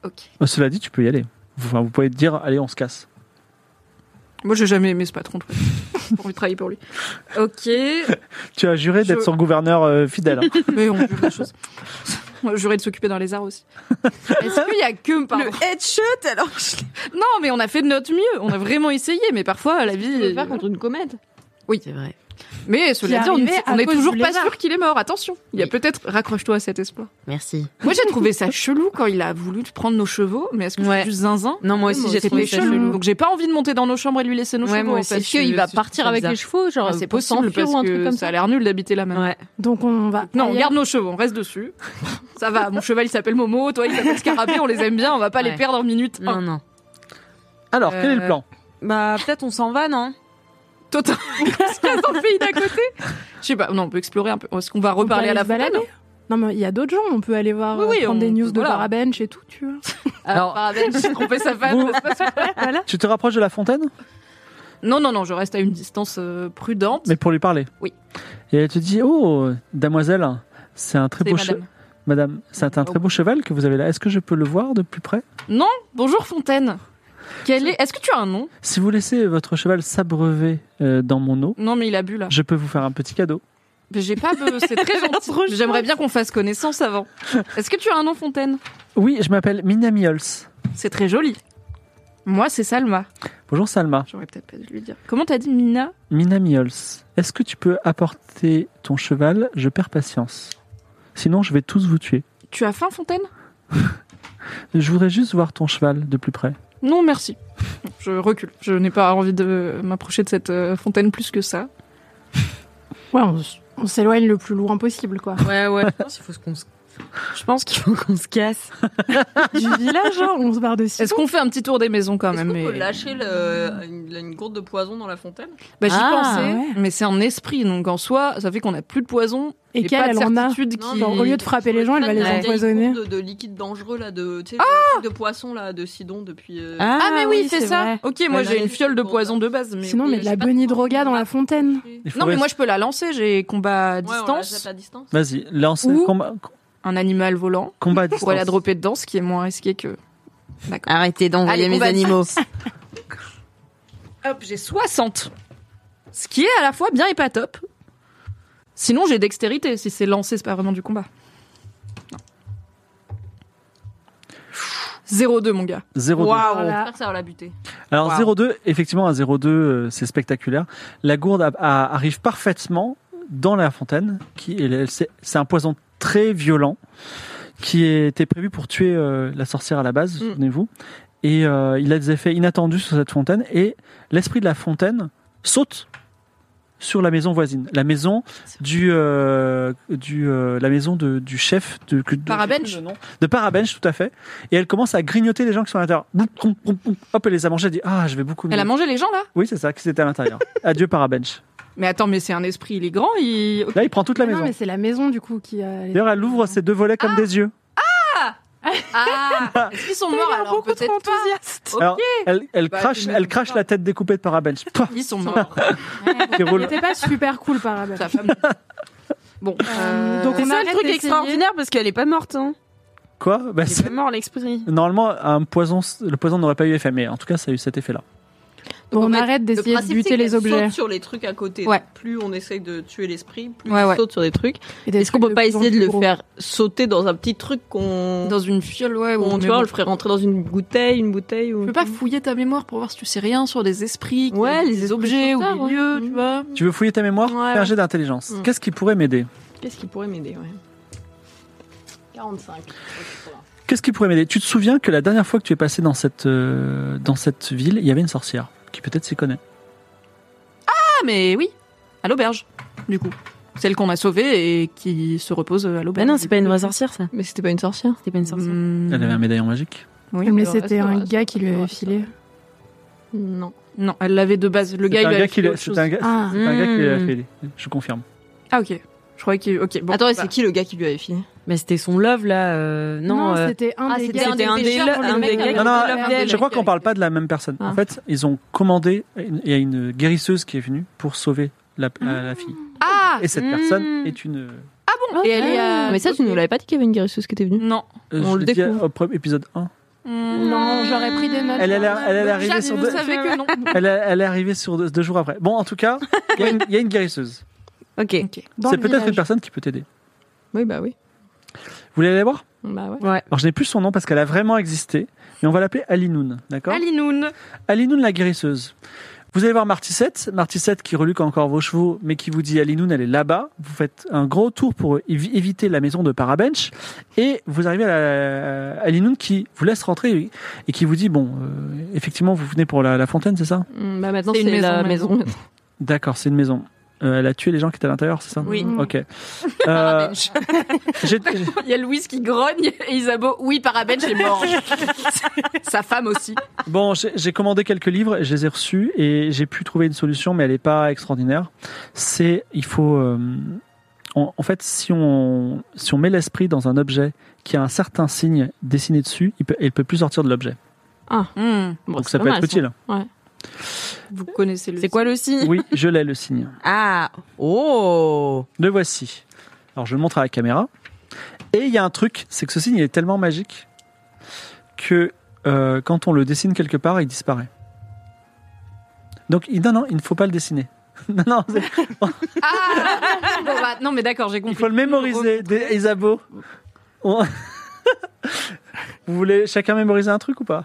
Speaker 2: Ok.
Speaker 4: Euh, Cela dit, tu peux y aller. Enfin, vous pouvez te dire, allez, on se casse.
Speaker 2: Moi j'ai jamais aimé ce patron, toi. J'ai pas envie de travailler pour lui. Ok.
Speaker 4: Tu as juré d'être
Speaker 2: Je-
Speaker 4: son gouverneur euh, fidèle. hein.
Speaker 2: Mais on jure des choses. On va jurer de s'occuper d'un lézard aussi. Est-ce qu'il y a que. pardon.
Speaker 3: headshot alors je l'ai-
Speaker 2: Non, mais on a fait de notre mieux. On a vraiment essayé, mais parfois la vie.
Speaker 5: le faire contre une comète
Speaker 2: Oui.
Speaker 5: c'est vrai.
Speaker 2: Mais cela
Speaker 6: Qui
Speaker 2: dit, on
Speaker 6: est
Speaker 2: ne-
Speaker 6: arrivé
Speaker 2: on
Speaker 6: à
Speaker 2: n'est
Speaker 6: cause
Speaker 2: toujours
Speaker 6: du
Speaker 2: pas
Speaker 6: lézard.
Speaker 2: sûr qu'il est mort. Attention, il y a
Speaker 5: Oui.
Speaker 2: peut-être. Raccroche-toi à cet espoir.
Speaker 5: Merci.
Speaker 2: Moi, j'ai trouvé ça chelou quand il a voulu prendre nos chevaux, mais est-ce que
Speaker 3: Ouais.
Speaker 2: c'est du zinzin
Speaker 3: Non, moi aussi j'ai
Speaker 2: C'est
Speaker 3: trouvé
Speaker 2: pas
Speaker 3: ça chelou.
Speaker 2: Donc, j'ai pas envie de monter dans nos chambres et de lui laisser nos
Speaker 3: Ouais,
Speaker 2: chevaux. hein,
Speaker 3: moi
Speaker 2: en
Speaker 3: aussi,
Speaker 2: fait.
Speaker 3: je- Est-ce qu'il va je trouve partir ça avec bizarre. les
Speaker 5: chevaux
Speaker 2: Ah,
Speaker 5: genre
Speaker 2: C'est possible parce que ça a l'air nul d'habiter là maintenant.
Speaker 3: Ouais.
Speaker 6: Donc, on va.
Speaker 2: Non, on
Speaker 6: ailleurs.
Speaker 2: garde nos chevaux, on reste dessus. Ça va, mon cheval il s'appelle Momo, toi il s'appelle Scarabée, on les aime bien, on va pas les
Speaker 3: Ouais.
Speaker 2: perdre en minute.
Speaker 3: Non, non.
Speaker 4: Alors, quel est le
Speaker 3: Euh,
Speaker 4: plan
Speaker 3: Bah peut-être on s'en va, non
Speaker 2: Total. Qu'est-ce qu'il y a dans le pays d'à côté Je sais pas, non, on peut explorer un peu. Est-ce qu'on va
Speaker 6: On peut
Speaker 2: reparler
Speaker 6: aller
Speaker 2: à la
Speaker 6: se balader.
Speaker 2: baleine
Speaker 6: Non, mais il y a d'autres gens. On peut aller voir,
Speaker 2: Oui, oui,
Speaker 6: euh, prendre
Speaker 2: on
Speaker 6: des news
Speaker 2: peut-
Speaker 6: de
Speaker 2: voilà.
Speaker 6: Parabench et tout, tu vois.
Speaker 2: Alors, Parabench, j'ai trompé sa femme.
Speaker 4: Vous-
Speaker 2: c'est pas sûr.
Speaker 4: Tu te rapproches de la fontaine,
Speaker 2: Non, non, non, je reste à une distance euh, prudente.
Speaker 4: mais pour lui parler.
Speaker 2: Oui.
Speaker 4: Et elle te dit, oh, damoiselle, c'est un très
Speaker 2: C'est
Speaker 4: beau cheval.
Speaker 2: madame. Oh.
Speaker 4: Madame, c'est un très beau cheval que vous avez là. Est-ce que je peux le voir de plus près
Speaker 2: Bonjour Fontaine. Quel est Est-ce que tu as un nom
Speaker 4: Si vous laissez votre cheval s'abreuver euh, dans mon eau,
Speaker 2: Non, mais il a bu là.
Speaker 4: je peux vous faire un petit cadeau.
Speaker 2: Mais J'ai pas. de- C'est très gentil. J'aimerais bien qu'on fasse connaissance avant. Est-ce que tu as un nom Fontaine
Speaker 4: Oui, je m'appelle Minami Holz.
Speaker 2: C'est très joli. Moi, c'est Salma.
Speaker 4: Bonjour Salma.
Speaker 2: J'aurais peut-être pas dû lui dire. Comment t'as dit Mina
Speaker 4: Mina Miols, est-ce que tu peux apporter ton cheval Je perds patience. Sinon, je vais tous vous tuer.
Speaker 2: Tu as faim, Fontaine
Speaker 4: Je voudrais juste voir ton cheval de plus près.
Speaker 2: Non, merci. Je recule. Je n'ai pas envie de m'approcher de cette euh, fontaine plus que ça.
Speaker 6: Ouais, on, s- on s'éloigne le plus loin possible, quoi.
Speaker 3: Ouais, ouais. Je pense qu'il faut se qu'on se- Je pense qu'il faut qu'on se casse.
Speaker 6: du village, hein, on se barre de
Speaker 2: Est-ce qu'on fait un petit tour des maisons quand
Speaker 5: Est-ce
Speaker 2: même
Speaker 5: qu'on
Speaker 2: mais-
Speaker 5: peut lâcher le- une, une gourde de poison dans la fontaine
Speaker 2: Bah, J'y
Speaker 3: Ah,
Speaker 2: pensais,
Speaker 6: ouais.
Speaker 2: mais c'est un esprit, donc en soi, ça fait qu'on a plus de poison.
Speaker 6: Et
Speaker 2: pas
Speaker 6: qu'elle,
Speaker 2: de
Speaker 6: elle en a.
Speaker 2: certitude qui-
Speaker 6: genre, au lieu de frapper les gens, elle va les
Speaker 3: Ouais.
Speaker 6: empoisonner.
Speaker 5: De, de liquide dangereux là, de, tu sais, le truc de poisson là, de Sidon depuis. euh,
Speaker 2: Ah, mais oui, c'est
Speaker 6: c'est
Speaker 2: ça.
Speaker 6: vrai.
Speaker 2: Ok, moi
Speaker 5: Bah,
Speaker 2: j'ai
Speaker 5: là,
Speaker 2: une
Speaker 5: c'est
Speaker 2: fiole de
Speaker 5: pour-
Speaker 2: poison de base, mais
Speaker 6: Sinon,
Speaker 5: oui,
Speaker 6: mais de
Speaker 5: je
Speaker 6: la
Speaker 5: sais pas
Speaker 6: Benidroga
Speaker 5: comment
Speaker 6: dans
Speaker 5: on
Speaker 6: la
Speaker 5: va-
Speaker 6: fontaine.
Speaker 5: Ouais,
Speaker 4: Il faut
Speaker 2: non, mais
Speaker 4: rester-
Speaker 2: moi je peux la lancer. J'ai combat à
Speaker 5: on la
Speaker 2: distance,
Speaker 5: jette à distance.
Speaker 4: Vas-y, lance
Speaker 2: Ouh.
Speaker 4: combat,
Speaker 2: un animal volant
Speaker 4: combat à
Speaker 2: pour
Speaker 4: distance.
Speaker 2: la dropper dedans, ce qui est moins risqué que.
Speaker 3: Arrêtez
Speaker 2: Allez,
Speaker 3: d'envoyer
Speaker 2: on va-
Speaker 3: animaux.
Speaker 2: Hop, j'ai 60. Ce qui est à la fois bien et pas top. Sinon, j'ai dextérité. Si c'est lancé, c'est pas vraiment du combat. Non. 0-2, mon gars.
Speaker 4: 0
Speaker 1: Voilà.
Speaker 2: Ça va la buter.
Speaker 4: Alors 02, effectivement, à 02, euh, c'est spectaculaire. La gourde a- a- arrive parfaitement dans la fontaine. Qui, elle- elle- c'est c'est un poison très violent qui était prévu pour tuer euh, la sorcière à la base,
Speaker 5: Mm.
Speaker 4: souvenez-vous. Et euh, il a des effets inattendus sur cette fontaine. Et l'esprit de la fontaine saute sur la maison voisine, la maison du euh, du euh, la maison de- du chef de, que- de-
Speaker 2: Parabench
Speaker 4: le nom de Parabench tout à fait et elle commence à grignoter les gens qui sont à l'intérieur Boum, boum, boum, boum. hop elle les a mangés elle dit ah je vais beaucoup mieux
Speaker 2: Elle a mangé les gens, là
Speaker 4: oui c'est ça qui c'était à l'intérieur adieu Parabench
Speaker 2: Mais attends, mais c'est un esprit, il est grand, il...
Speaker 4: là il prend toute la
Speaker 6: Mais
Speaker 4: maison
Speaker 6: Non, mais c'est la maison du coup qui euh, a.
Speaker 4: d'ailleurs elle ouvre ses deux volets comme des yeux
Speaker 2: Ah Est-ce qu'ils sont morts, alors peut-être pas
Speaker 6: enthousiaste.
Speaker 2: Ok.
Speaker 4: Alors, elle, elle
Speaker 2: Bah,
Speaker 4: crache
Speaker 2: tu
Speaker 4: elle
Speaker 2: m'étonnes
Speaker 4: crache
Speaker 2: pas.
Speaker 4: la tête découpée de Parabench Pouah,
Speaker 2: Ils sont morts.
Speaker 4: qui
Speaker 6: Il
Speaker 4: roule
Speaker 6: était pas super cool par rapport.
Speaker 2: Sa femme. Bon.
Speaker 6: Euh, donc
Speaker 3: C'est
Speaker 6: on
Speaker 3: ça
Speaker 6: arrête
Speaker 3: le truc
Speaker 6: d'essayer.
Speaker 3: extraordinaire parce qu'elle est pas morte. Hein.
Speaker 4: quoi Bah,
Speaker 3: Elle est
Speaker 4: c'est-
Speaker 3: pas morte l'esprit.
Speaker 4: normalement un poison le poison n'aurait pas eu effet mais en tout cas ça a eu cet effet là
Speaker 6: Bon,
Speaker 5: en
Speaker 6: on
Speaker 5: fait,
Speaker 6: arrête d'essayer de buter les objets.
Speaker 5: Saute sur les trucs à côté.
Speaker 2: Ouais.
Speaker 5: Plus on essaye de tuer l'esprit, plus
Speaker 2: Ouais,
Speaker 5: on
Speaker 2: ouais.
Speaker 5: saute sur des trucs.
Speaker 6: Et des
Speaker 5: Est-ce qu'on
Speaker 6: trucs
Speaker 5: peut pas
Speaker 6: plus en
Speaker 5: essayer de
Speaker 6: plus
Speaker 5: le
Speaker 6: gros.
Speaker 5: faire sauter dans un petit truc qu'on.
Speaker 2: Dans une fiole, ouais.
Speaker 5: qu'on-
Speaker 2: ou
Speaker 5: tu vois, on le ferait rentrer dans une bouteille, une bouteille ou.
Speaker 2: Je peux pas fouiller ta mémoire pour voir si tu sais rien sur des esprits, qui-
Speaker 5: Ouais, les
Speaker 2: des
Speaker 5: esprits
Speaker 2: objets ou
Speaker 5: sauveteurs,
Speaker 2: des
Speaker 5: ouais.
Speaker 2: lieux, tu
Speaker 5: Mhm.
Speaker 2: vois.
Speaker 4: tu veux fouiller ta mémoire
Speaker 5: Ouais,
Speaker 4: Fais un
Speaker 5: ouais.
Speaker 4: jet d'intelligence
Speaker 5: Mm.
Speaker 4: qu'est-ce qui pourrait m'aider
Speaker 5: Qu'est-ce qui pourrait m'aider ouais. 45.
Speaker 4: Qu'est-ce qui pourrait m'aider Tu te souviens que la dernière fois que tu es passé dans cette, euh, dans cette ville, il y avait une sorcière qui peut-être s'y connaît.
Speaker 2: Ah, mais oui, à l'auberge, du coup. Celle qu'on a sauvée et qui se repose euh, à
Speaker 3: Bah
Speaker 2: l'auberge.
Speaker 3: non, c'est pas une vraie sorcière ça.
Speaker 5: Mais c'était pas une sorcière.
Speaker 3: C'était pas une sorcière.
Speaker 2: Hmm,
Speaker 4: Elle avait un médaillon magique.
Speaker 2: oui.
Speaker 6: Mais
Speaker 5: le
Speaker 6: c'était
Speaker 5: restaurant,
Speaker 6: un
Speaker 5: c'est
Speaker 6: gars qui lui
Speaker 5: le
Speaker 6: avait
Speaker 5: restaurant.
Speaker 6: filé.
Speaker 5: Non.
Speaker 2: Non, elle l'avait de base. Le gars,
Speaker 4: C'était
Speaker 2: il
Speaker 4: un
Speaker 2: lui
Speaker 4: gars
Speaker 2: avait
Speaker 4: qui
Speaker 2: filé
Speaker 4: l'a-
Speaker 2: autre chose.
Speaker 4: c'était un gars-
Speaker 6: Ah,
Speaker 4: c'était un gars qui l'a
Speaker 2: Hmm.
Speaker 3: Mm.
Speaker 4: fait. Je confirme.
Speaker 2: Ah, ok. Je croyais qu'il. Ok, bon.
Speaker 5: Attendez,
Speaker 2: bah,
Speaker 5: c'est qui le gars qui lui avait filé
Speaker 3: Mais c'était son love là. euh, non,
Speaker 6: non,
Speaker 3: euh,
Speaker 6: c'était un
Speaker 5: ah,
Speaker 6: des
Speaker 5: c'était
Speaker 6: gars.
Speaker 5: un des
Speaker 6: qui-
Speaker 5: pêcheurs,
Speaker 3: lo-
Speaker 5: le mec avec
Speaker 4: Non,
Speaker 3: gars
Speaker 4: non,
Speaker 3: qui love d'elle.
Speaker 4: Je crois qu'on parle pas de la même personne. En
Speaker 5: Ah.
Speaker 4: fait, ils ont commandé. une- Il y a une guérisseuse qui est venue pour sauver la, la- la fille.
Speaker 2: Ah
Speaker 4: Et cette
Speaker 3: Mm.
Speaker 4: personne est une. euh,
Speaker 2: bon Et elle est
Speaker 3: Ah.
Speaker 2: à-
Speaker 5: Ah, Mais ça, tu nous l'avais pas dit qu'il y avait une guérisseuse qui était venue
Speaker 2: Non.
Speaker 4: je
Speaker 5: On le
Speaker 4: l'ai dit
Speaker 5: découvre.
Speaker 4: au premier épisode 1.
Speaker 2: Hmm.
Speaker 6: Non, j'aurais pris des notes.
Speaker 4: Elle, elle, est- elle est arrivée
Speaker 2: Jacques,
Speaker 4: sur
Speaker 2: vous
Speaker 4: deux-
Speaker 2: savez que non.
Speaker 4: Elle, est- elle est arrivée sur deux, deux jours après. Bon, en tout cas, il y a une- il y, a une guérisseuse.
Speaker 3: Ok.
Speaker 6: dans
Speaker 4: C'est peut-être
Speaker 6: le
Speaker 4: une
Speaker 6: village.
Speaker 4: personne qui peut t'aider.
Speaker 5: Oui, bah oui.
Speaker 4: Vous voulez aller la voir
Speaker 5: Bah ouais.
Speaker 4: Alors, je n'ai plus son nom parce qu'elle a vraiment existé, mais on va l'appeler Alinoun, d'accord
Speaker 2: Alinoun.
Speaker 4: Alinoun la guérisseuse. Vous allez voir Martissette, Martissette qui reluque encore vos chevaux, mais qui vous dit Alinoun, elle est là-bas. Vous faites un gros tour pour évi- éviter la maison de Parabench, et vous arrivez à la- à Alinoun qui vous laisse rentrer et qui vous dit Bon, euh, effectivement, vous venez pour la, la fontaine, c'est ça
Speaker 5: Mm, Bah maintenant,
Speaker 2: C'est
Speaker 5: c'est
Speaker 2: une
Speaker 5: la
Speaker 2: maison,
Speaker 5: maison.
Speaker 4: D'accord, c'est une maison. Euh, elle a tué les gens qui étaient à l'intérieur, c'est ça
Speaker 2: Oui.
Speaker 4: Ok. Euh, j'ai-
Speaker 2: Il y a Louise qui grogne et Isabeau, oui, Parabench est mort. Sa femme aussi.
Speaker 4: Bon, j'ai j'ai commandé quelques livres, je les ai reçus et j'ai pu trouver une solution, mais elle n'est pas extraordinaire. C'est, il faut, euh, en, en fait, si on, si on met l'esprit dans un objet qui a un certain signe dessiné dessus, il peut, il peut plus sortir de l'objet.
Speaker 3: Mmh.
Speaker 2: Hmm.
Speaker 5: Bon,
Speaker 4: Donc
Speaker 5: c'est
Speaker 4: ça
Speaker 5: pas
Speaker 4: peut être
Speaker 5: mal,
Speaker 4: utile.
Speaker 2: Vous connaissez le.
Speaker 3: C'est quoi le signe
Speaker 4: Oui, je l'ai le signe.
Speaker 3: Ah Oh
Speaker 4: Le voici. Alors je le montre à la caméra. Et il y a un truc, c'est que ce signe il est tellement magique que euh, quand on le dessine quelque part, il disparaît. Donc il- non, non, il ne faut pas le dessiner. Non, non, c'est-
Speaker 2: Ah Bon, bah, Non, mais d'accord, j'ai compris.
Speaker 4: Il faut le mémoriser, des Isabeau. On- Vous voulez chacun mémoriser un truc ou pas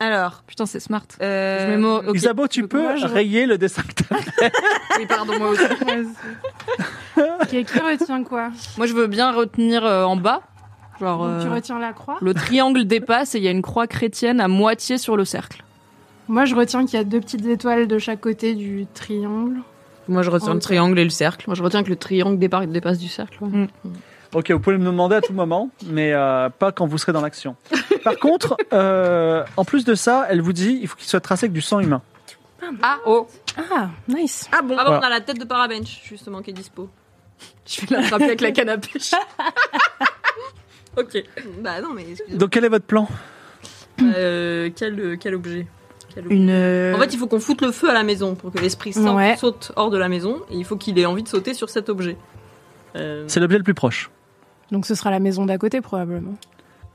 Speaker 3: Alors,
Speaker 2: Putain, c'est smart.
Speaker 3: euh,
Speaker 2: Je mémo- ok.
Speaker 4: Isabeau, tu
Speaker 2: Le
Speaker 4: peux
Speaker 2: courage, ouais.
Speaker 4: rayer le dessin que t'as.
Speaker 2: Oui, pardon, moi aussi.
Speaker 6: Ok, Qui retient quoi
Speaker 2: Moi, je veux bien retenir euh, en bas. Genre,
Speaker 6: Donc, Tu
Speaker 2: euh,
Speaker 6: retiens la croix
Speaker 2: le triangle dépasse et il y a une croix chrétienne à moitié sur le cercle.
Speaker 6: Moi, je retiens qu'il y a deux petites étoiles de chaque côté du triangle.
Speaker 3: Moi je retiens le triangle et le cercle.
Speaker 5: Moi, je retiens que le triangle départ- dépasse du cercle. ouais.
Speaker 4: Ok, vous pouvez me demander à tout moment, mais euh, pas quand vous serez dans l'action. Par contre, euh, en plus de ça, elle vous dit il faut qu'il soit tracé avec du sang humain.
Speaker 2: Ah, oh.
Speaker 6: Ah, nice.
Speaker 5: Ah bon,
Speaker 4: Voilà.
Speaker 5: on a la tête de Parabench, justement, qui est dispo.
Speaker 2: Je vais l'attraper avec la canne à pêche.
Speaker 5: Ok. Bah non, mais excusez-moi.
Speaker 4: Donc quel est votre plan
Speaker 2: Mm.
Speaker 5: Euh, quel, euh, quel objet Quel objet
Speaker 6: Une.
Speaker 2: euh,
Speaker 5: En fait, il faut qu'on foute le feu à la maison pour que l'esprit saint
Speaker 6: Ouais.
Speaker 5: saute hors de la maison et il faut qu'il ait envie de sauter sur cet objet. Euh,
Speaker 4: C'est l'objet le plus proche.
Speaker 6: Donc ce sera la maison d'à côté probablement.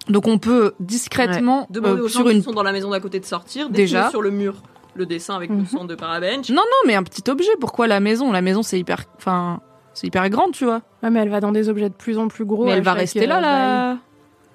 Speaker 2: euh, Donc on peut discrètement
Speaker 5: Demander
Speaker 2: euh,
Speaker 5: aux gens
Speaker 2: sur
Speaker 5: qui
Speaker 2: une.
Speaker 5: sont dans la maison d'à côté de sortir,
Speaker 2: Déjà. Mhm. Mm. Bah,
Speaker 5: déjà sur le mur le dessin avec le sang de Parabench.
Speaker 2: Non, non, mais un petit objet. Pourquoi la maison La maison, c'est hyper. Enfin, c'est hyper grande, tu vois.
Speaker 6: Ouais, mais elle va dans des objets de plus en plus gros.
Speaker 2: mais
Speaker 6: à
Speaker 2: elle va
Speaker 6: chaque,
Speaker 2: rester
Speaker 6: euh,
Speaker 2: là,
Speaker 6: bail.
Speaker 5: bah
Speaker 2: là.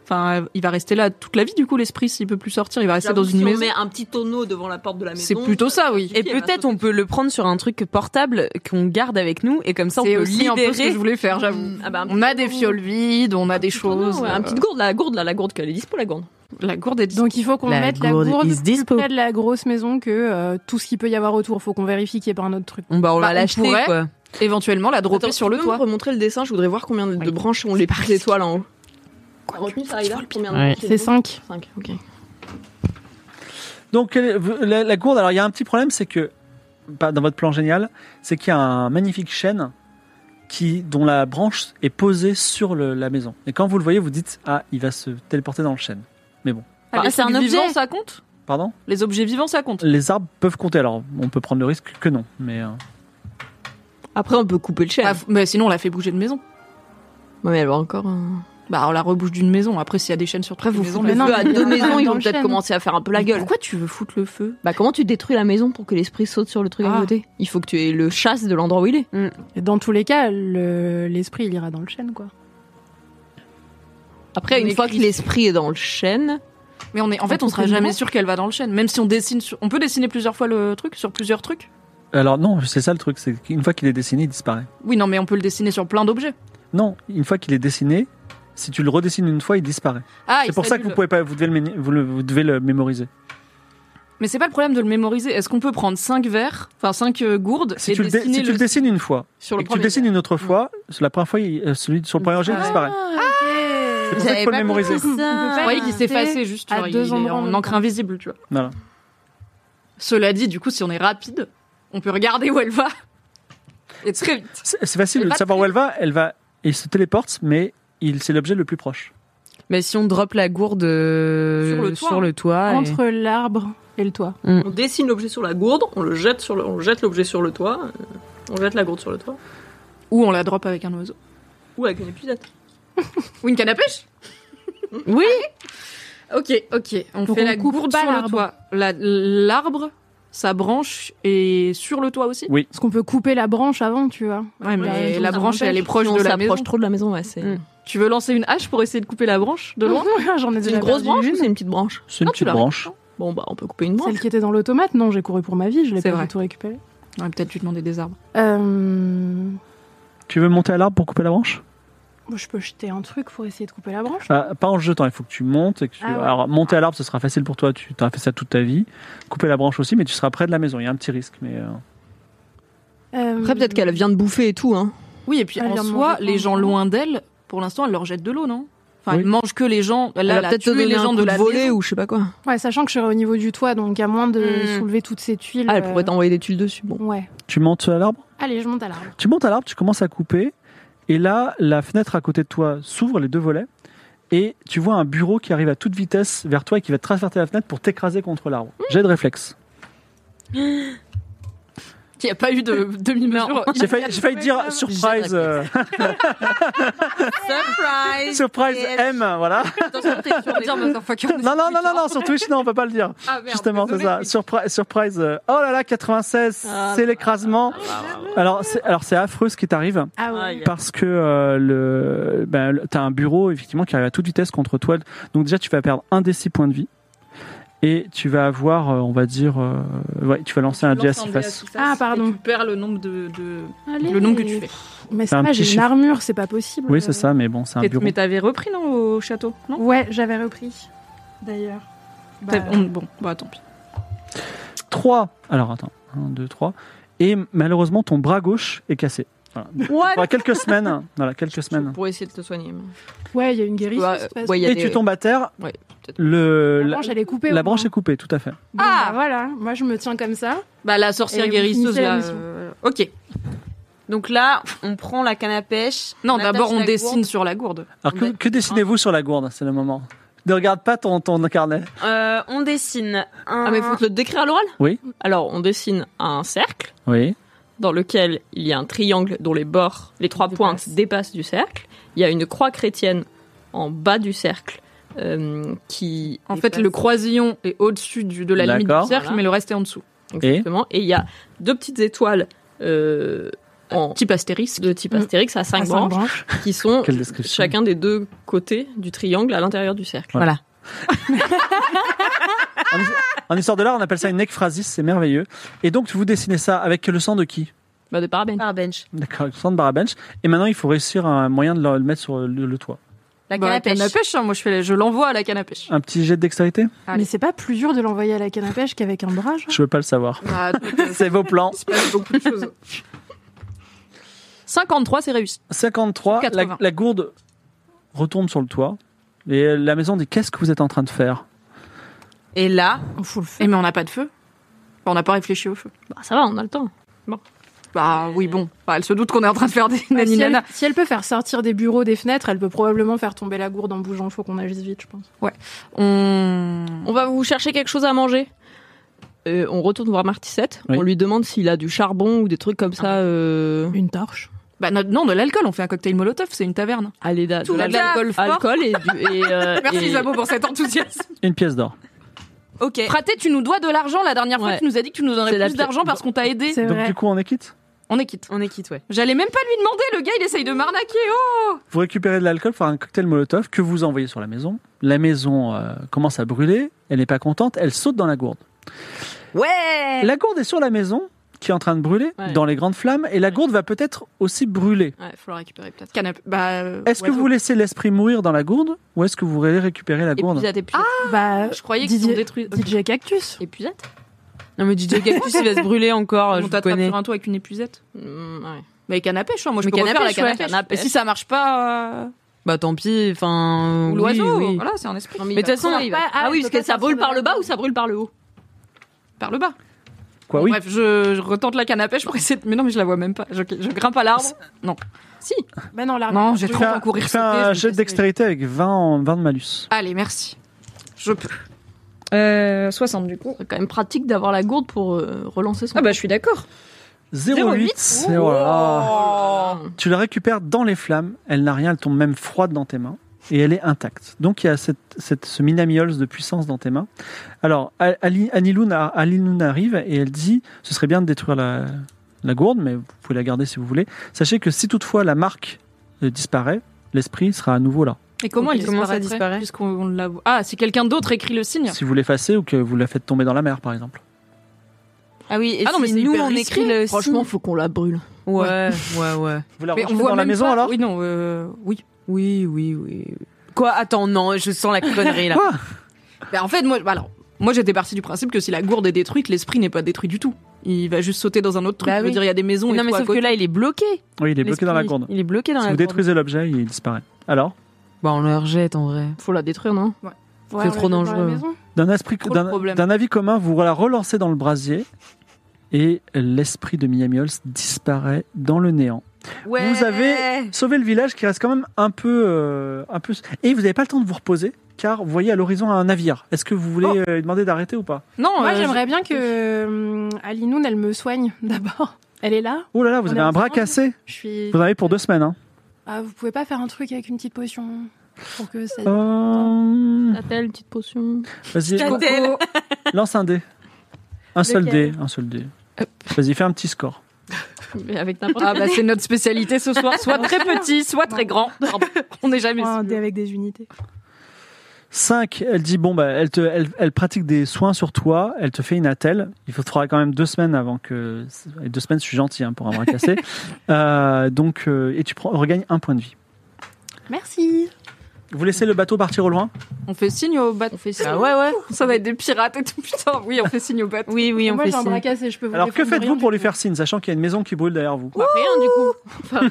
Speaker 2: Enfin, il va rester là toute la vie, du coup, l'esprit, s'il peut plus sortir, il va rester dans
Speaker 5: J'avoue,
Speaker 2: une
Speaker 5: si
Speaker 2: maison.
Speaker 5: on met un petit tonneau devant la porte de la maison. bah,
Speaker 2: C'est plutôt ça, oui.
Speaker 5: Et
Speaker 3: Et
Speaker 5: puis, elle va
Speaker 3: peut-être
Speaker 5: sauter.
Speaker 3: on peut le prendre sur un truc portable qu'on garde avec nous et comme ça on
Speaker 2: C'est
Speaker 3: peut
Speaker 2: aussi un peu ce que
Speaker 3: libérer.
Speaker 2: je voulais faire, j'avoue.
Speaker 5: Ah bah, un petit
Speaker 2: On a des
Speaker 5: tonneau.
Speaker 2: fioles vides, on a des
Speaker 5: Petit tonneau,
Speaker 2: choses.
Speaker 5: ouais,
Speaker 2: euh,
Speaker 5: Un petit gourde, la gourde, là, la gourde, qu'elle est dispo, la gourde.
Speaker 2: La gourde est.
Speaker 6: Donc il faut qu'on mette la gourde
Speaker 3: is dispo.
Speaker 6: plus près de la grosse maison que euh, tout ce qu'il peut y avoir autour. Faut qu'on vérifie qu'il n'y ait pas un autre truc.
Speaker 3: Bon bah on
Speaker 2: Bah,
Speaker 3: va
Speaker 2: on
Speaker 3: l'acheter
Speaker 2: pourrait.
Speaker 3: quoi.
Speaker 2: éventuellement la dropper
Speaker 5: Attends,
Speaker 2: sur
Speaker 5: tu
Speaker 2: le
Speaker 5: peux
Speaker 2: toit.
Speaker 5: me remontrer le dessin, je voudrais voir combien de branches ont les petites étoiles en haut. Quoi, retenu, ça arrive là Combien de
Speaker 3: Ouais.
Speaker 5: branches il y a
Speaker 6: C'est 5.
Speaker 5: 5, ok.
Speaker 4: Donc quelle est- vous- la, la gourde, alors il y a un petit problème, c'est que pas dans votre plan génial, c'est qu'il y a un magnifique chêne qui dont la branche est posée sur le- la maison. Et quand vous le voyez, vous dites ah il va se téléporter dans le chêne.
Speaker 2: Ah, les
Speaker 3: Ah, c'est un
Speaker 2: trucs
Speaker 3: objet.
Speaker 2: vivants, ça compte
Speaker 4: Pardon
Speaker 2: Les objets vivants, ça compte.
Speaker 4: Les arbres peuvent compter. Alors on peut prendre le risque que non, mais euh,
Speaker 5: Après, on peut couper le chêne.
Speaker 2: Ah, f- mais sinon, on la fait bouger de maison.
Speaker 5: Ouais, mais elle va encore. hein. un-
Speaker 2: Bah, on la rebouche d'une maison. Après, s'il y a des chaînes sur trois
Speaker 6: vous
Speaker 2: maisons, bah,
Speaker 6: foutez-
Speaker 2: les-
Speaker 6: Mais non,
Speaker 5: Eux, à
Speaker 6: mais il y
Speaker 5: deux
Speaker 6: en a
Speaker 5: maisons,
Speaker 6: un
Speaker 5: ils
Speaker 6: dans
Speaker 5: vont
Speaker 6: le
Speaker 5: peut-être
Speaker 6: chêne.
Speaker 5: commencer à faire un peu la gueule.
Speaker 2: Pourquoi tu veux foutre le feu
Speaker 5: Bah, comment tu détruis la maison pour que l'esprit saute sur le truc à
Speaker 2: Ah.
Speaker 5: côté Il faut que tu aies le chasse de l'endroit où il est.
Speaker 6: Et Dans tous les cas, le- l'esprit il ira dans le chêne quoi.
Speaker 5: Après,
Speaker 2: On
Speaker 5: une fois que
Speaker 2: écrit-
Speaker 5: l'esprit est dans le chêne,
Speaker 2: Mais on est, en fait, on sera jamais sûr qu'elle va dans le chêne. Même si on dessine, sur- on peut dessiner plusieurs fois le truc sur plusieurs trucs.
Speaker 4: alors non, c'est ça le truc, c'est qu'une fois qu'il est dessiné, il disparaît.
Speaker 2: Oui, non, mais on peut le dessiner sur plein d'objets.
Speaker 4: Non, une fois qu'il est dessiné, si tu le redessines une fois, il disparaît.
Speaker 2: Ah, il
Speaker 4: c'est pour ça
Speaker 2: serait
Speaker 4: que
Speaker 2: nul.
Speaker 4: vous pouvez pas, vous devez le, méni- vous le- vous devez le mémoriser.
Speaker 2: Mais c'est pas le problème de le mémoriser. Est-ce qu'on peut prendre 5 verres, enfin 5 gourdes,
Speaker 4: Si,
Speaker 2: et
Speaker 4: tu le, dé-
Speaker 2: dessiner
Speaker 4: si tu le dessines une fois,
Speaker 2: sur le
Speaker 4: et que tu le
Speaker 2: premier
Speaker 4: dessines une autre fois, la première fois, il- euh, celui sur le premier jet disparaît. C'est pour ça qu'il faut le mémoriser.
Speaker 2: Vous voyez
Speaker 6: Ah,
Speaker 2: qu'il s'est effacé juste tu
Speaker 6: à
Speaker 2: vois, il
Speaker 6: deux
Speaker 2: est
Speaker 6: endroits en
Speaker 2: en
Speaker 6: même
Speaker 2: encre
Speaker 6: temps.
Speaker 2: invisible, tu vois.
Speaker 4: Voilà.
Speaker 2: Cela dit, du coup, si on est rapide, on peut regarder où elle va. Et très vite.
Speaker 4: C'est c'est facile
Speaker 2: Elle
Speaker 4: de
Speaker 2: va
Speaker 4: savoir
Speaker 2: très
Speaker 4: où elle va. Elle va, il se téléporte, mais il c'est l'objet le plus proche.
Speaker 3: Mais si on drop la gourde euh,
Speaker 2: Sur le toit.
Speaker 3: sur le toit, et-
Speaker 6: Entre l'arbre et le toit.
Speaker 5: on dessine l'objet sur la gourde, on le jette sur le, on jette l'objet sur le toit, euh, on jette la gourde sur le toit,
Speaker 2: Ou on la drop avec un oiseau.
Speaker 5: ou avec une épuisette.
Speaker 2: Ou une canne à pêche
Speaker 3: Oui.
Speaker 2: Ok, ok. On
Speaker 6: Donc
Speaker 2: fait
Speaker 6: on
Speaker 2: la
Speaker 6: coupe
Speaker 2: gourde
Speaker 6: pas
Speaker 2: sur le
Speaker 6: l'arbre.
Speaker 2: toit. La- L'arbre, sa branche est sur le toit aussi
Speaker 4: Oui.
Speaker 6: Parce qu'on peut couper la branche avant, tu vois.
Speaker 2: Ouais, mais
Speaker 6: Ouais,
Speaker 2: la
Speaker 6: ça
Speaker 2: branche, elle est
Speaker 6: m'empêche.
Speaker 2: proche
Speaker 5: Si on
Speaker 2: de la
Speaker 5: s'approche
Speaker 2: maison.
Speaker 5: trop de la maison, ouais, c'est
Speaker 3: Mm.
Speaker 2: Tu veux lancer une hache pour essayer de couper la branche
Speaker 6: Mmh.
Speaker 2: de loin
Speaker 6: J'en ai
Speaker 5: C'est
Speaker 6: déjà
Speaker 5: une grosse
Speaker 6: perdu
Speaker 5: branche
Speaker 6: une.
Speaker 5: ou c'est une petite branche
Speaker 4: C'est une
Speaker 2: Non, tu
Speaker 4: petite
Speaker 2: l'as
Speaker 4: branche.
Speaker 5: Bon, bah, on peut couper une branche.
Speaker 6: Celle qui était dans l'automate, non, j'ai couru pour ma vie, je l'ai
Speaker 2: C'est
Speaker 6: pas
Speaker 2: vrai.
Speaker 6: du tout récupérée.
Speaker 2: Ouais, peut-être tu demander des arbres.
Speaker 6: Euh,
Speaker 4: Tu veux monter à l'arbre pour couper la branche
Speaker 6: bon, je peux jeter un truc pour essayer de couper la branche.
Speaker 4: Ah, Pas en se jetant. Il faut que tu montes. Et que tu-
Speaker 6: Ah ouais.
Speaker 4: Alors monter à l'arbre, ce sera facile pour toi. Tu as fait ça toute ta vie. Couper la branche aussi, mais tu seras près de la maison. Il y a un petit risque, mais euh,
Speaker 6: Euh,
Speaker 5: Après, peut-être qu'elle vient de bouffer et tout, hein.
Speaker 2: Oui, et puis
Speaker 6: Elle
Speaker 2: en
Speaker 6: vient de
Speaker 2: soi,
Speaker 6: manger
Speaker 2: les
Speaker 6: plein
Speaker 2: gens
Speaker 6: de gens.
Speaker 2: loin d'elle, pour l'instant, elle leur jette de l'eau, non Enfin,
Speaker 4: Oui.
Speaker 2: elle mange que les gens. Elle,
Speaker 5: Elle
Speaker 2: a,
Speaker 5: va peut-être
Speaker 2: tué
Speaker 5: te donner
Speaker 2: les gens
Speaker 5: un
Speaker 2: de
Speaker 5: coup de
Speaker 2: la
Speaker 5: voler
Speaker 2: maison.
Speaker 5: ou je sais pas quoi.
Speaker 6: Ouais, sachant que je serai au niveau du toit, donc à moins de
Speaker 3: Hmm.
Speaker 6: soulever toutes ces tuiles.
Speaker 5: Ah, elle pourrait
Speaker 6: euh,
Speaker 5: t'envoyer des tuiles dessus, bon.
Speaker 6: Ouais.
Speaker 4: tu montes à l'arbre.
Speaker 6: Allez, je monte à l'arbre.
Speaker 4: Tu montes à l'arbre, tu commences à couper, et là, la fenêtre à côté de toi s'ouvre, les deux volets, et tu vois un bureau qui arrive à toute vitesse vers toi et qui va traverser la fenêtre pour t'écraser contre l'arbre. J'ai de réflexe.
Speaker 2: Il n'y a pas eu de demi-mesure.
Speaker 4: J'ai failli, j'ai failli dire surprise, euh,
Speaker 5: Surprise
Speaker 4: surprise
Speaker 5: Yes.
Speaker 4: M, voilà. Non, non, non, non, non, sur Twitch, non, on peut pas le dire.
Speaker 2: Ah,
Speaker 4: Justement, c'est ça. Surpri- surprise. euh, Oh là là, 96, c'est l'écrasement. Alors, c'est, alors c'est affreux ce qui t'arrive.
Speaker 6: Ah
Speaker 5: ouais.
Speaker 4: parce que euh, le, ben, le- t'as un bureau effectivement qui arrive à toute vitesse contre toi. Donc déjà tu vas perdre un des six points de vie et tu vas avoir, euh, on va dire, euh, ouais, tu vas lancer un dé à six faces.
Speaker 6: Ah, pardon.
Speaker 2: Tu perds le nombre de, de- le nombre que tu fais.
Speaker 6: Mais
Speaker 4: un
Speaker 6: ça, va,
Speaker 4: petit
Speaker 6: j'ai une
Speaker 4: chiffre.
Speaker 6: armure, c'est pas possible.
Speaker 4: Oui c'est ça, mais bon c'est un
Speaker 2: Et-
Speaker 4: bureau.
Speaker 2: Mais t'avais repris non au château, non
Speaker 6: Ouais, j'avais repris. D'ailleurs. Bah,
Speaker 2: T'avais- on- Bon, bah tant pis.
Speaker 4: 3 Alors attends, 1, 2, 3 Et malheureusement ton bras gauche est cassé. Voilà.
Speaker 5: What
Speaker 4: Voilà, quelques semaines. hein. Voilà, quelques semaines.
Speaker 5: Pour essayer de te soigner. mais-
Speaker 6: Ouais, il y a une guérison.
Speaker 5: Ouais,
Speaker 6: ça se passe.
Speaker 5: Bah, ouais, il y a
Speaker 4: Et
Speaker 5: des-
Speaker 4: tu tombes à terre.
Speaker 5: Ouais,
Speaker 4: le,
Speaker 6: la,
Speaker 4: la,
Speaker 6: branche, elle est coupée.
Speaker 4: la
Speaker 6: au
Speaker 4: branche
Speaker 6: moins.
Speaker 4: est coupée, tout à fait.
Speaker 6: Bon,
Speaker 2: Ah
Speaker 6: bah voilà, moi je me tiens comme ça.
Speaker 2: Bah, la sorcière
Speaker 6: Et vous
Speaker 2: guérisseuse,
Speaker 6: finissez la
Speaker 2: là.
Speaker 6: mission.
Speaker 2: euh, Ok.
Speaker 3: Donc là, on prend la canne à pêche.
Speaker 2: Non,
Speaker 3: attache
Speaker 2: d'abord, on
Speaker 3: la
Speaker 2: dessine
Speaker 3: gourde.
Speaker 2: sur la gourde.
Speaker 4: Alors, que,
Speaker 3: Ouais.
Speaker 4: que dessinez-vous sur la gourde C'est le moment. Ne regarde pas ton, ton carnet.
Speaker 3: Euh, on dessine un.
Speaker 5: Ah, mais faut te le décrire à l'oral
Speaker 4: Oui.
Speaker 5: Alors, on dessine un cercle
Speaker 4: Oui.
Speaker 5: dans lequel il y a un triangle dont les bords, les trois pointes dépassent du cercle. Il y a une croix chrétienne en bas du cercle euh, qui.
Speaker 2: En fait, le croisillon est au-dessus du- de la limite du
Speaker 4: D'accord.
Speaker 2: cercle,
Speaker 5: Voilà.
Speaker 2: mais le reste est en dessous.
Speaker 5: Exactement. Et il y a deux petites étoiles euh, en
Speaker 2: Type astérisque.
Speaker 5: de type astérix Mm. à
Speaker 6: À
Speaker 5: cinq
Speaker 6: cinq
Speaker 5: branches
Speaker 6: branches.
Speaker 5: qui sont
Speaker 4: Quelle description.
Speaker 5: chacun des deux côtés du triangle à l'intérieur du cercle.
Speaker 4: Voilà. En, his- en histoire de l'art, on appelle ça une ekphrasis, c'est merveilleux. Et donc, vous dessinez ça avec le sang de qui
Speaker 5: Bah, de parabènes.
Speaker 3: Par bench.
Speaker 4: D'accord, avec le sang de Barabench. Et maintenant, il faut réussir un moyen de le, le mettre sur le, le toit.
Speaker 3: La canne
Speaker 2: Bah,
Speaker 3: à pêche.
Speaker 2: canne à pêche, hein, moi je, fais, je l'envoie à la canne à pêche.
Speaker 4: Un petit jet de dextérité
Speaker 2: Allez.
Speaker 6: Mais c'est pas plus dur de l'envoyer à la canne à pêche qu'avec un bras, genre.
Speaker 4: Je veux pas le savoir.
Speaker 2: Ah, euh,
Speaker 4: C'est vos plans.
Speaker 2: 53, c'est réussi.
Speaker 4: 53, la,
Speaker 2: 80.
Speaker 4: la gourde retombe sur le toit. Et la maison dit Qu'est-ce que vous êtes en train de faire
Speaker 3: Et là,
Speaker 6: On fout le feu.
Speaker 2: Eh, mais on n'a pas de feu. Bah, on n'a pas réfléchi au feu.
Speaker 5: Bah, ça va, on a le temps.
Speaker 2: Bah oui, bon. Bah, elle se doute qu'on est en train de faire des
Speaker 6: Ah, si, elle,
Speaker 2: naninana.
Speaker 6: si elle peut faire sortir des bureaux, des fenêtres, elle peut probablement faire tomber la gourde en bougeant. Faut qu'on agisse vite, je pense.
Speaker 2: On...
Speaker 5: On va vous chercher quelque chose à manger. Euh, on retourne voir Martissette.
Speaker 4: Oui.
Speaker 5: On lui demande s'il a du charbon ou des trucs comme ça. Euh...
Speaker 6: Une torche.
Speaker 2: Bah, no- non, de l'alcool, on fait un cocktail molotov, c'est une taverne.
Speaker 5: Allez, da-
Speaker 2: Tout
Speaker 5: de la-
Speaker 2: le alcool fort.
Speaker 5: alcool et du. Et, euh, et-
Speaker 2: Merci Jabo pour cet enthousiasme.
Speaker 4: Une pièce d'or.
Speaker 3: ok.
Speaker 2: Praté, tu nous dois de l'argent la dernière fois,
Speaker 5: Ouais.
Speaker 2: tu nous as dit que tu nous
Speaker 5: C'est
Speaker 2: donnerais
Speaker 5: la
Speaker 2: plus d'argent parce qu'on t'a aidé.
Speaker 6: C'est
Speaker 4: Donc,
Speaker 6: vrai.
Speaker 4: du coup, on est quitte
Speaker 2: On est quitte.
Speaker 3: On est quitte, ouais.
Speaker 2: J'allais même pas lui demander, le gars il essaye de m'arnaquer. Oh
Speaker 4: Vous récupérez de l'alcool, faire un cocktail Molotov que vous envoyez sur la maison. La maison euh, commence à brûler, elle n'est pas contente, elle saute dans la gourde.
Speaker 3: Ouais
Speaker 4: La gourde est sur la maison, qui est en train de brûler,
Speaker 5: Ouais.
Speaker 4: dans les grandes flammes, et la gourde va peut-être aussi brûler.
Speaker 5: Ouais, faut le récupérer peut-être.
Speaker 2: Canapé. Bah. euh,
Speaker 4: Est-ce que
Speaker 2: ouais.
Speaker 4: vous laissez l'esprit mourir dans la gourde, ou est-ce que vous voulez récupérer la gourde
Speaker 5: Épuisette, épuisette.
Speaker 6: Bah,
Speaker 2: Je croyais qu'ils ont
Speaker 6: Didier-
Speaker 2: détruit.
Speaker 6: DJ Cactus.
Speaker 5: Épuisette
Speaker 3: Non, mais DJ Cactus, il va se brûler encore, je
Speaker 2: On
Speaker 3: vous
Speaker 2: t'attrape
Speaker 3: connais.
Speaker 2: sur un toit avec une épuisette.
Speaker 5: Mmh, ouais.
Speaker 2: Mais canne à pêche, hein, moi je
Speaker 5: Mais
Speaker 2: peux
Speaker 5: canne à
Speaker 2: refaire la
Speaker 5: pêche,
Speaker 2: canne à
Speaker 5: ouais.
Speaker 2: pêche.
Speaker 5: Canne à
Speaker 2: Et si
Speaker 5: pêche.
Speaker 2: ça marche pas, euh,
Speaker 3: Bah tant pis, enfin.
Speaker 2: ou
Speaker 3: oui,
Speaker 2: l'oiseau,
Speaker 3: oui.
Speaker 2: voilà, c'est un esprit.
Speaker 5: Non, mais
Speaker 3: Mais
Speaker 5: il
Speaker 3: de
Speaker 5: va
Speaker 3: toute façon,
Speaker 5: crever.
Speaker 3: il
Speaker 6: va-
Speaker 5: Ah
Speaker 6: ah,
Speaker 5: oui,
Speaker 6: il
Speaker 5: parce
Speaker 6: peut
Speaker 5: que
Speaker 6: pas
Speaker 5: ça
Speaker 6: sortir
Speaker 5: brûle
Speaker 6: de
Speaker 5: par
Speaker 6: la
Speaker 5: le bas
Speaker 6: maison.
Speaker 5: ou ça brûle par le haut
Speaker 2: Par le bas.
Speaker 4: Quoi, oui.
Speaker 2: Bref, je, je retente la canne à pêche pour essayer de. Mais non, mais je la vois même pas. Je, je grimpe à l'arbre.
Speaker 6: Bah non, l'arbre.
Speaker 2: Non, j'ai trop
Speaker 4: Fais un,
Speaker 2: courir
Speaker 4: fais
Speaker 2: sauter, je
Speaker 4: un
Speaker 2: me
Speaker 4: jet de
Speaker 2: casse les-
Speaker 4: dextérité avec 20, en- 20 de malus.
Speaker 2: Allez, merci. Je peux. 60 Euh, du coup.
Speaker 5: C'est quand même pratique d'avoir la gourde pour euh, relancer son.
Speaker 2: Ah bah je suis d'accord.
Speaker 4: 0,8 c'est- voilà.
Speaker 2: Oh.
Speaker 4: Tu la récupères dans les flammes, elle n'a rien, elle tombe même froide dans tes mains, et elle est intacte. Donc il y a cette, cette- ce minamiols de puissance dans tes mains. Alors, Ali- Aniloun a- Aniloun arrive et elle dit ce serait bien de détruire la, la gourde, mais vous pouvez la garder si vous voulez. Sachez que si toutefois la marque euh, disparaît, l'esprit sera à nouveau là.
Speaker 2: Et comment
Speaker 3: Ok,
Speaker 2: il
Speaker 3: comment ça
Speaker 2: disparaîtrait
Speaker 3: disparaît
Speaker 2: Puisqu'on on l'a- Ah, si quelqu'un d'autre écrit le signe.
Speaker 4: Si vous l'effacez ou que vous la faites tomber dans la mer, par exemple.
Speaker 3: Ah oui, et
Speaker 2: Ah non, mais
Speaker 3: si
Speaker 2: c'est
Speaker 3: nous
Speaker 2: hyper
Speaker 3: on
Speaker 2: risqué.
Speaker 3: écrit le.
Speaker 5: Franchement,
Speaker 3: signe-
Speaker 5: faut qu'on la brûle.
Speaker 3: Ouais, ouais, ouais.
Speaker 4: Vous la
Speaker 2: Mais on
Speaker 4: rejetez
Speaker 2: voit
Speaker 4: dans la
Speaker 2: même
Speaker 4: maison
Speaker 2: pas-
Speaker 4: alors
Speaker 2: Oui, non, euh, oui.
Speaker 3: Oui, oui, oui. Quoi Attends, non, je sens la connerie là.
Speaker 4: Quoi
Speaker 2: Bah, en fait, moi, bah, alors, moi j'étais partie du principe que si la gourde est détruite, l'esprit n'est pas détruit du tout. Il va juste sauter dans un autre truc.
Speaker 3: Bah
Speaker 2: Je veux
Speaker 3: oui.
Speaker 2: dire, il y a des maisons. et
Speaker 3: non, mais
Speaker 2: tout à
Speaker 3: sauf que
Speaker 2: côté.
Speaker 3: là, il est bloqué.
Speaker 4: Oui, il est bloqué dans la gourde.
Speaker 3: Il est bloqué dans
Speaker 4: Si
Speaker 3: la
Speaker 4: vous
Speaker 3: gourde.
Speaker 4: détruisez l'objet, il disparaît. Alors
Speaker 3: Bah, on le rejette en vrai.
Speaker 5: Faut la détruire, non
Speaker 6: Ouais,
Speaker 3: c'est
Speaker 6: on
Speaker 3: trop
Speaker 6: l'a mis dans la
Speaker 3: dangereux.
Speaker 6: maison.
Speaker 4: D'un esprit-
Speaker 2: Trop le
Speaker 4: d'un-
Speaker 2: problème.
Speaker 4: d'un avis commun, vous la relancez dans le brasier et l'esprit de Miami Halls disparaît dans le néant. Vous avez sauvé le village qui reste quand même un peu, euh, un peu. Et vous n'avez pas le temps de vous reposer car vous voyez à l'horizon un navire. Est-ce que vous voulez
Speaker 2: Oh.
Speaker 4: euh, lui demander d'arrêter ou pas
Speaker 2: Non,
Speaker 6: Moi,
Speaker 2: euh,
Speaker 6: j'aimerais bien que euh, Alinoun, elle me soigne d'abord. Elle est là.
Speaker 4: Oh là là, vous
Speaker 6: On
Speaker 4: avez
Speaker 6: est
Speaker 4: un bras
Speaker 6: ensemble.
Speaker 4: cassé.
Speaker 6: Je suis.
Speaker 4: Vous en avez pour deux semaines. hein.
Speaker 6: Ah, vous pouvez pas faire un truc avec une petite potion pour que ça.
Speaker 4: Euh,
Speaker 5: T'as-t-elle une petite potion
Speaker 4: Vas-y,
Speaker 3: Coco.
Speaker 4: lance un dé. Un seul dé,
Speaker 5: Lequel
Speaker 4: un seul dé. Vas-y, fais un petit score.
Speaker 5: Mais Avec n'importe
Speaker 2: Ah bah c'est notre spécialité ce soir, soit très petit, soit très grand. Pardon, on n'est jamais.
Speaker 6: Oh, un dé avec des unités.
Speaker 4: 5, elle dit bon bah elle te elle, elle pratique des soins sur toi, elle te fait une attelle. Il faut- faudra quand même deux semaines avant que et deux semaines, je suis gentil hein, pour un bras cassé. Euh, donc euh, et tu prends, regagnes un point de vie.
Speaker 6: Merci.
Speaker 4: Vous laissez le bateau partir au loin
Speaker 2: On fait signe au bateau. On fait signe.
Speaker 3: Ah ouais, ouais.
Speaker 2: Ça va être des pirates et tout, putain. Oui, on fait signe au bateau.
Speaker 3: Oui, oui, on
Speaker 6: Moi,
Speaker 3: fait
Speaker 6: j'ai
Speaker 5: euh,
Speaker 6: un
Speaker 3: signe.
Speaker 6: bras cassé, je peux vous
Speaker 4: Alors que
Speaker 6: répondre
Speaker 4: faites-vous
Speaker 6: rien
Speaker 4: pour
Speaker 6: du
Speaker 4: lui
Speaker 6: tout.
Speaker 4: faire signe, sachant qu'il y a une maison qui brûle derrière vous
Speaker 5: Bah, rien du coup. Enfin,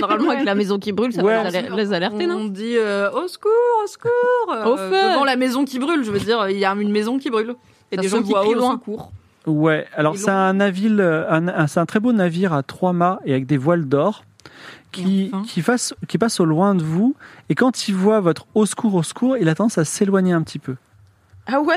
Speaker 5: normalement, avec la maison qui brûle, ça
Speaker 4: Ouais.
Speaker 5: va les, aler- les alerter,
Speaker 2: On
Speaker 5: non
Speaker 2: dit euh, au secours, au secours.
Speaker 5: Au
Speaker 2: euh,
Speaker 5: feu.
Speaker 2: Devant la maison qui brûle, je veux dire, il y a une maison qui brûle. Et
Speaker 5: Ça
Speaker 2: des
Speaker 5: se
Speaker 2: gens
Speaker 5: sent
Speaker 2: qui
Speaker 5: qu'il
Speaker 2: voient
Speaker 5: crie
Speaker 2: au
Speaker 5: loin.
Speaker 2: secours.
Speaker 4: Ouais, alors
Speaker 2: Ils
Speaker 4: c'est un, navire, euh, un, un- c'est un très beau navire à trois mâts et avec des voiles d'or qui,
Speaker 2: Et enfin
Speaker 4: qui, fasse- qui passe au loin de vous. Et quand il voit votre au secours, au secours, il a tendance à s'éloigner un petit peu.
Speaker 3: Ah ouais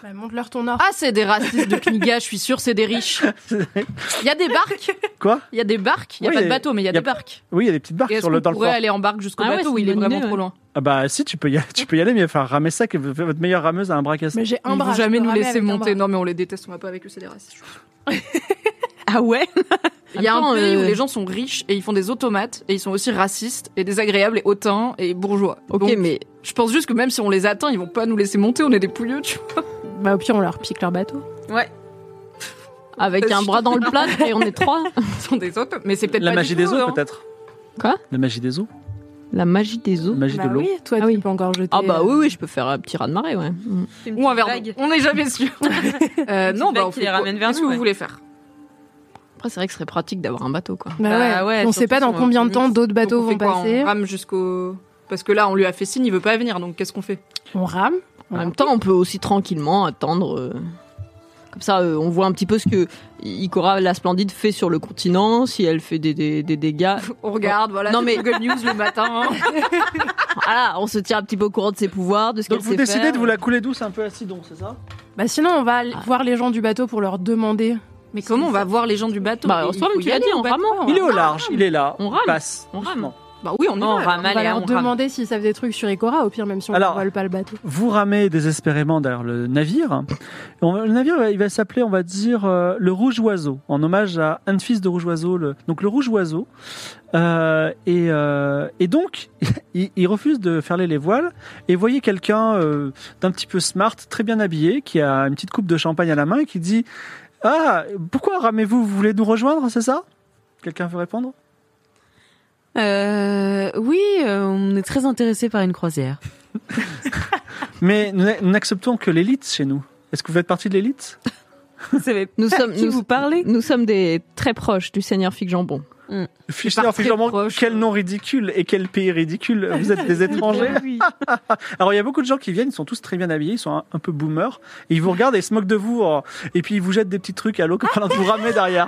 Speaker 6: Bah, Montre-leur ton or.
Speaker 2: Ah, c'est des racistes de Kniga, je suis sûr, c'est des riches. Il y a des barques.
Speaker 4: Quoi
Speaker 2: Il y a des barques. Il n'y a
Speaker 4: Oui,
Speaker 2: pas
Speaker 4: et-
Speaker 2: de bateau, mais il y a
Speaker 4: y a-
Speaker 2: des barques.
Speaker 4: Oui, il y a des petites barques
Speaker 2: Et est-ce
Speaker 4: sur le, dans
Speaker 2: qu'on
Speaker 4: le
Speaker 2: pourrait
Speaker 4: port.
Speaker 2: aller en barque jusqu'au
Speaker 5: Ah ouais,
Speaker 2: bateau
Speaker 5: c'est
Speaker 2: où il
Speaker 5: une
Speaker 2: est
Speaker 5: bonne
Speaker 2: vraiment
Speaker 5: idée,
Speaker 2: trop
Speaker 5: ouais.
Speaker 2: loin
Speaker 4: Ah bah si, tu peux y aller, tu peux y aller mais enfin, ramer ça, que v- votre meilleure rameuse a un bras cassé.
Speaker 6: Mais j'ai un
Speaker 2: Ils
Speaker 6: bras.
Speaker 2: vont
Speaker 6: je
Speaker 2: jamais
Speaker 6: peux
Speaker 2: nous
Speaker 6: ramer
Speaker 2: laisser
Speaker 6: avec un
Speaker 2: monter.
Speaker 6: bras.
Speaker 2: Non, mais on les déteste, on va pas avec eux, c'est des racistes.
Speaker 3: Ah ouais
Speaker 2: Il y a
Speaker 5: Attends,
Speaker 2: un pays où
Speaker 5: euh,
Speaker 2: les gens sont riches et ils font des automates et ils sont aussi racistes et désagréables et hautains et bourgeois.
Speaker 5: Ok,
Speaker 2: Donc,
Speaker 5: mais
Speaker 2: je pense juste que même si on les atteint, ils vont pas nous laisser monter, on est des pouilleux, tu vois.
Speaker 6: Bah, au pire, on leur pique leur bateau.
Speaker 5: avec
Speaker 2: Euh,
Speaker 5: un
Speaker 2: je-
Speaker 5: bras dans le plat et on est trois.
Speaker 2: Ils sont des automates. Mais c'est peut-être
Speaker 4: La
Speaker 2: pas
Speaker 4: magie
Speaker 2: du
Speaker 4: des
Speaker 2: tout,
Speaker 4: eaux
Speaker 2: hein.
Speaker 4: peut-être
Speaker 5: Quoi
Speaker 4: La magie des eaux
Speaker 5: La magie des
Speaker 4: La
Speaker 5: eaux.
Speaker 4: magie de
Speaker 6: Bah
Speaker 4: l'eau
Speaker 6: oui, toi,
Speaker 5: Ah
Speaker 6: tu
Speaker 5: oui.
Speaker 6: peux encore jeter.
Speaker 5: Ah bah
Speaker 6: euh,
Speaker 5: oui, oui, je peux faire un petit raz de marée, ouais. Mm.
Speaker 2: Ou un verre d'eau. On n'est jamais sûr. Euh, non, bah
Speaker 3: petite vague
Speaker 2: on
Speaker 3: qui
Speaker 2: fait
Speaker 3: les
Speaker 2: quoi
Speaker 3: ramène vers
Speaker 2: Qu'est-ce
Speaker 3: nous,
Speaker 2: que vous
Speaker 3: ouais.
Speaker 2: voulez faire
Speaker 5: Après, c'est vrai que ce serait pratique d'avoir un bateau, quoi.
Speaker 6: Bah ouais.
Speaker 3: Bah ouais,
Speaker 6: on
Speaker 3: surtout
Speaker 6: sait pas dans
Speaker 3: si on
Speaker 6: combien de
Speaker 3: improvise.
Speaker 6: temps d'autres bateaux
Speaker 2: Donc, on fait
Speaker 6: vont
Speaker 2: quoi
Speaker 6: passer.
Speaker 2: On rame jusqu'au. Parce que là, on lui a fait signe, il veut pas venir, donc qu'est-ce qu'on fait
Speaker 6: On rame.
Speaker 5: En même temps, on peut aussi tranquillement attendre. euh, Comme ça, euh, on voit un petit peu ce que Ikora la Splendide fait sur le continent, si elle fait des, des- des dégâts.
Speaker 2: On regarde, voilà,
Speaker 5: Non,
Speaker 2: c'est
Speaker 5: mais-
Speaker 2: Google News le matin. hein.
Speaker 5: Voilà, on se tient un petit peu au courant de ses pouvoirs, de ce qu'elle
Speaker 4: Donc
Speaker 5: sait
Speaker 4: vous décidez
Speaker 5: faire.
Speaker 4: de vous
Speaker 2: euh.
Speaker 4: la couler douce un peu à Sidon, c'est ça
Speaker 6: Bah sinon, on va aller
Speaker 5: Ah.
Speaker 6: voir les gens du bateau pour leur demander.
Speaker 2: Mais comment on va voir les gens du bateau
Speaker 5: Bah, en
Speaker 2: Il
Speaker 5: soi,
Speaker 2: faut
Speaker 5: tu
Speaker 2: y
Speaker 5: l'as
Speaker 2: aller
Speaker 5: dit,
Speaker 2: au
Speaker 5: en
Speaker 2: bateau.
Speaker 5: ramant.
Speaker 4: Il est au large, il est là.
Speaker 5: On rame.
Speaker 4: Passe.
Speaker 5: On rame.
Speaker 4: doucement.
Speaker 2: Bah oui, on y
Speaker 3: Non,
Speaker 2: va.
Speaker 3: rame,
Speaker 6: On va
Speaker 3: allez,
Speaker 6: leur
Speaker 3: on rame.
Speaker 6: demander s'ils savent des trucs sur Ikora, au pire, même si on
Speaker 4: Alors-
Speaker 6: ne vole pas le bateau.
Speaker 4: Vous ramez désespérément derrière le navire. Et on va- le navire, il va s'appeler, on va dire, euh, le Rouge Oiseau, en hommage à un fils de Rouge Oiseau. le- donc le Rouge Oiseau. Euh, et, euh, et donc, il, il refuse de ferler les voiles. Et vous voyez quelqu'un euh, d'un petit peu smart, très bien habillé, qui a une petite coupe de champagne à la main et qui dit Ah, pourquoi ramez-vous Vous voulez nous rejoindre, c'est ça Quelqu'un veut répondre
Speaker 3: Euh, oui, euh, on est très intéressé par une croisière.
Speaker 4: Mais nous n'a- nous n'acceptons que l'élite chez nous. Est-ce que vous faites partie de l'élite
Speaker 3: Vous savez
Speaker 5: Nous sommes,
Speaker 3: qui
Speaker 5: nous,
Speaker 3: vous parlez
Speaker 5: nous sommes des très proches du Seigneur Fig Jambon.
Speaker 4: Fichler,
Speaker 2: par très
Speaker 4: Fichlerman,
Speaker 2: proche. euh.
Speaker 4: quel nom ridicule et quel pays ridicule. Vous êtes des étrangers.
Speaker 2: Eh
Speaker 4: Alors il y a beaucoup de gens qui viennent, ils sont tous très bien habillés, ils sont un, un peu boomers. Et ils vous regardent et ils se moquent de vous. oh. Et puis ils vous jettent des petits trucs à l'eau comme pendant que vous ramez derrière.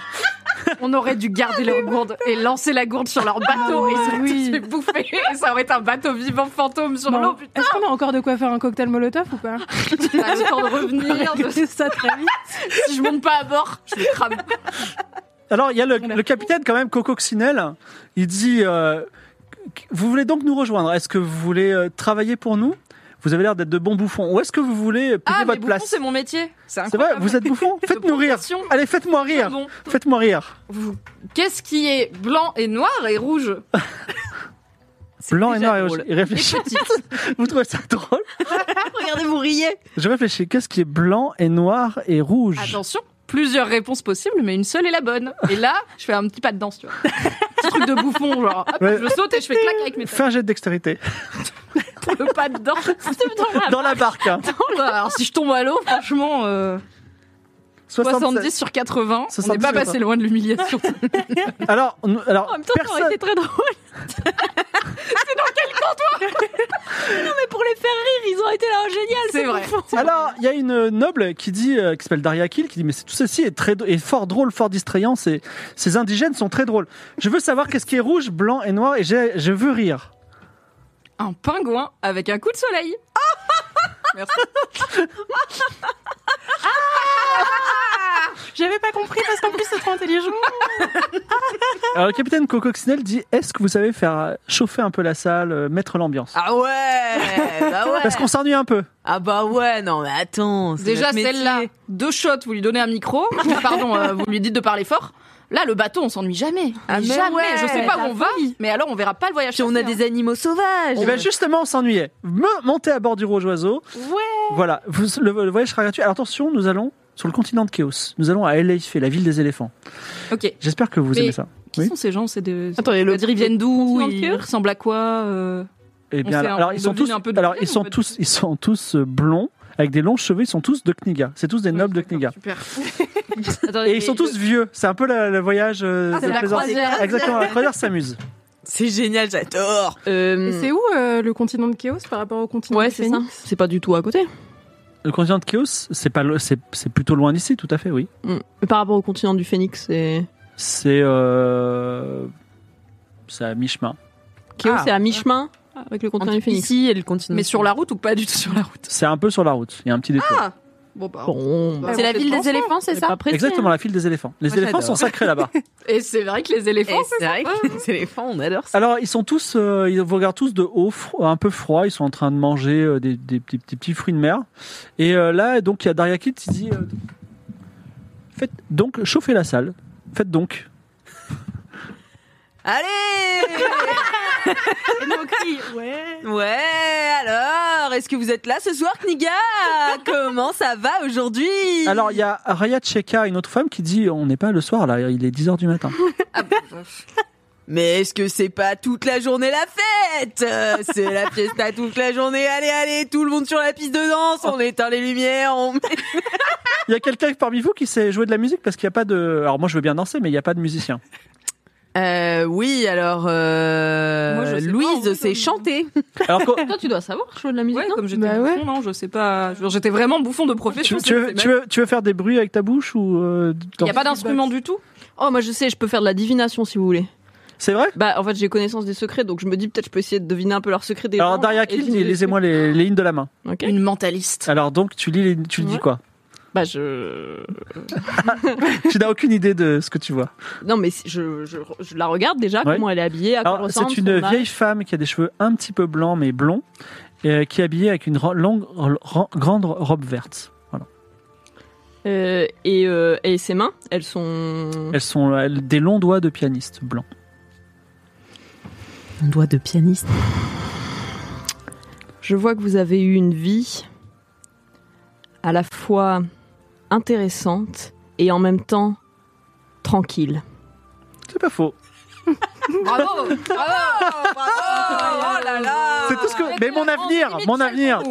Speaker 2: On aurait dû garder leur gourde et lancer la gourde sur leur bateau et ils auraient tous fait bouffer. Et ça aurait été un bateau vivant fantôme sur
Speaker 6: Bon,
Speaker 2: l'eau. Putain,
Speaker 6: Est-ce qu'on a encore de quoi faire un cocktail molotov ou pas
Speaker 2: on a le temps de revenir. de-
Speaker 6: C'est ça très vite.
Speaker 2: Si je monte pas à bord, je le crame.
Speaker 4: Alors il y a le, le capitaine quand même, Coco Coccinelle. Il dit, euh, vous voulez donc nous rejoindre Est-ce que vous voulez euh, travailler pour nous Vous avez l'air d'être de bons bouffons. Ou est-ce que vous voulez euh, payer
Speaker 2: Ah, mais
Speaker 4: votre
Speaker 2: bouffon,
Speaker 4: place
Speaker 2: c'est mon métier. C'est
Speaker 4: C'est vrai,
Speaker 2: incroyable.
Speaker 4: vous êtes bouffons Faites-nous rire.
Speaker 2: profession.
Speaker 4: Allez, faites-moi rire.
Speaker 2: Bon,
Speaker 4: Faites-moi rire.
Speaker 2: vous- Qu'est-ce qui est blanc et noir et rouge
Speaker 4: Blanc et
Speaker 5: déjà
Speaker 4: noir et
Speaker 5: drôle.
Speaker 4: rouge. Et réfléchis. Vous trouvez ça drôle
Speaker 5: Regardez, vous riez
Speaker 4: Je réfléchis. Qu'est-ce qui est blanc et noir et rouge
Speaker 2: Attention, plusieurs réponses possibles, mais une seule est la bonne. Et là, je fais un petit pas de danse, tu vois. Petit truc de bouffon, genre. hop,
Speaker 4: Ouais.
Speaker 2: Je saute et je fais clac avec mes
Speaker 4: Fais un jet de dextérité.
Speaker 5: Ah,
Speaker 2: pour le pas de danse.
Speaker 5: bah,
Speaker 4: Dans la barque. hein.
Speaker 2: Alors, si je tombe à l'eau, franchement. euh, 70
Speaker 4: 77.
Speaker 2: sur 80. on
Speaker 4: 70,
Speaker 2: n'est pas
Speaker 4: ouais.
Speaker 2: passé loin de l'humiliation.
Speaker 4: Alors, nous- alors
Speaker 5: En même temps, ça aurait
Speaker 4: personne.
Speaker 5: été très drôle. c'est dans quel comptoir Non, mais pour les faire rire, ils ont été là, oh, génial.
Speaker 2: C'est vrai.
Speaker 4: Alors, il y a une noble qui dit, euh, qui s'appelle Daria Kill, qui dit, mais tout ceci est très, est fort drôle, fort distrayant. Ces, ces indigènes sont très drôles. Je veux savoir qu'est-ce qui est rouge, blanc et noir, et j'ai- je veux rire.
Speaker 2: Un pingouin avec un coup de soleil.
Speaker 6: J'avais pas compris parce qu'en plus c'est trop intelligent.
Speaker 4: Alors, le capitaine Cococcinelle dit, est-ce que vous savez faire chauffer un peu la salle, euh, mettre l'ambiance
Speaker 3: Ah ouais Bah ouais
Speaker 4: Parce qu'on s'ennuie un peu.
Speaker 3: Ah bah ouais, non mais attends c'est
Speaker 2: Déjà
Speaker 3: notre métier.
Speaker 2: celle-là, deux shots, vous lui donnez un micro. Pardon, euh, vous lui dites de parler fort. Là, le bateau, on s'ennuie jamais.
Speaker 3: Ah, mais
Speaker 2: jamais.
Speaker 3: ouais,
Speaker 2: je sais pas où
Speaker 3: la
Speaker 2: on va, mais alors on verra pas le voyage.
Speaker 3: Puis on a
Speaker 2: passer,
Speaker 3: des animaux sauvages
Speaker 4: Et
Speaker 2: Oh.
Speaker 4: bien Eh ben, justement, on s'ennuyait. Me- Montez à bord du Rouge Oiseau. Voilà, Vous- le, le voyage sera gratuit. Alors attention, nous allons sur le continent de Chaos. Nous allons à Eleif, la ville des éléphants.
Speaker 2: hein. Ok.
Speaker 4: J'espère que vous
Speaker 2: Mais-
Speaker 4: aimez ça.
Speaker 2: Qui
Speaker 4: Oui.
Speaker 2: sont ces gens C'est des.
Speaker 5: Attends, et
Speaker 2: Je veux dire, ils viennent d'où
Speaker 5: continent de
Speaker 2: Ils
Speaker 5: cœur
Speaker 2: ressemblent à quoi euh,
Speaker 4: Eh bien,
Speaker 2: sait un-
Speaker 4: alors
Speaker 2: on
Speaker 4: ils sont
Speaker 2: devine
Speaker 4: tous,
Speaker 2: un peu d'où
Speaker 4: alors
Speaker 2: il vient,
Speaker 4: ils sont
Speaker 2: ou pas du
Speaker 4: tous, ils sont tous euh, blonds avec des longs cheveux. Ils sont tous de Kniga. C'est tous des nobles de Kniga.
Speaker 2: Super.
Speaker 4: Et ils sont tous vieux. C'est un peu la- le voyage euh,
Speaker 2: Ah, c'est
Speaker 4: de
Speaker 2: la
Speaker 4: plaisance.
Speaker 2: croisière.
Speaker 4: Exactement. La croisière s'amuse.
Speaker 3: C'est génial, j'adore.
Speaker 6: Et c'est où euh, le continent de Chaos par rapport au continent
Speaker 5: Hmm. Ouais,
Speaker 6: de
Speaker 5: c'est ça.
Speaker 6: Phoenix
Speaker 5: C'est pas du tout à côté.
Speaker 4: Le continent de Chaos, c'est pas, lo- c'est c'est plutôt loin d'ici, tout à fait, oui.
Speaker 5: Mm. Mais Par rapport au continent du phénix, c'est.
Speaker 4: C'est, euh, c'est à mi-chemin.
Speaker 5: Kéo,
Speaker 3: Ah.
Speaker 5: c'est à mi-chemin avec le continent du phénix.
Speaker 3: Ici, elle continue.
Speaker 2: Mais sur la route ou pas du tout sur la route
Speaker 4: C'est un peu sur la route. Il y a un petit détour.
Speaker 2: Ah Bon, bah.
Speaker 5: Bon.
Speaker 2: bah,
Speaker 6: C'est la
Speaker 2: on fait
Speaker 6: ville des
Speaker 2: pas ça.
Speaker 6: éléphants,
Speaker 5: c'est pas pressé,
Speaker 4: Exactement,
Speaker 5: hein.
Speaker 4: la file des éléphants. Les
Speaker 3: Moi,
Speaker 4: éléphants sont
Speaker 3: j'adore.
Speaker 4: sacrés là-bas.
Speaker 2: Et c'est vrai que les
Speaker 3: Et
Speaker 2: éléphants,
Speaker 3: c'est vrai que les éléphants, on adore ça.
Speaker 4: Alors, ils sont tous, euh, ils vous regardent tous de haut, fro- euh, un peu froid. Ils sont en train de manger euh, des, des petits, petits- petits fruits de mer. Et euh, là, donc, il y a Daria Kit qui dit euh, Faites donc, chauffez la salle. Faites donc.
Speaker 3: Allez
Speaker 6: Ouais.
Speaker 3: Ouais, alors, est-ce que vous êtes là ce soir, Kniga Comment ça va aujourd'hui
Speaker 4: Alors, il y a Raya Cheka, une autre femme, qui dit On n'est pas le soir, là, il est 10h du matin.
Speaker 3: Mais est-ce que c'est pas toute la journée la fête Euh, C'est la fiesta toute la journée. Allez, allez, tout le monde sur la piste de danse. On éteint les lumières. On...
Speaker 4: Il y a quelqu'un parmi vous qui sait jouer de la musique parce qu'il n'y a pas de. Alors, moi, je veux bien danser, mais il n'y a pas de musicien.
Speaker 3: Euh, oui, alors euh,
Speaker 2: Moi, je sais
Speaker 3: Louise
Speaker 2: pas, oui,
Speaker 3: sait
Speaker 2: je-
Speaker 3: chanter.
Speaker 4: Alors, quoi-
Speaker 5: Toi, tu dois savoir, jouer de la musique.
Speaker 2: Ouais,
Speaker 5: non
Speaker 2: comme j'étais
Speaker 6: Bah ouais.
Speaker 2: bouffon, non, je sais pas. Je- J'étais vraiment bouffon de
Speaker 4: tu,
Speaker 2: profession.
Speaker 4: tu veux, tu veux- tu veux faire des bruits avec ta bouche ou. euh,
Speaker 2: Il
Speaker 4: dans-
Speaker 2: n'y a pas d'instrument du tout
Speaker 5: Oh, moi je sais, je peux faire de la divination si vous voulez.
Speaker 4: C'est vrai
Speaker 5: Bah, en fait, j'ai connaissance des secrets, donc je me dis peut-être je peux essayer de deviner un peu leurs secrets des.
Speaker 4: Alors,
Speaker 5: gens.
Speaker 4: Daria
Speaker 5: Et
Speaker 4: Kit,
Speaker 5: je-
Speaker 4: dit Lisez-moi les, les lignes de la main.
Speaker 5: Ok.
Speaker 2: Une mentaliste.
Speaker 4: Alors, donc, tu lis, les- tu dis
Speaker 5: Ouais.
Speaker 4: quoi
Speaker 5: Bah, je.
Speaker 4: Tu n'as aucune idée de ce que tu vois.
Speaker 5: Non, mais si- je, je, je la regarde déjà,
Speaker 4: Ouais.
Speaker 5: comment elle est habillée, à quoi elle
Speaker 4: Alors,
Speaker 5: ressemble.
Speaker 4: c'est une
Speaker 5: son âge.
Speaker 4: vieille femme qui a des cheveux un petit peu blancs mais blonds, euh, qui est habillée avec une ro- longue, ro- grande robe verte. Voilà.
Speaker 5: Euh, et, euh, et ses mains, elles sont.
Speaker 4: Elles sont euh, des longs doigts de pianiste blanc.
Speaker 3: Un doigt de pianiste.
Speaker 5: Je vois que vous avez eu une vie à la fois intéressante et en même temps tranquille.
Speaker 4: C'est pas faux.
Speaker 2: Bravo Bravo Oh là là
Speaker 4: C'est tout ce que- Mais mon avenir, mon avenir.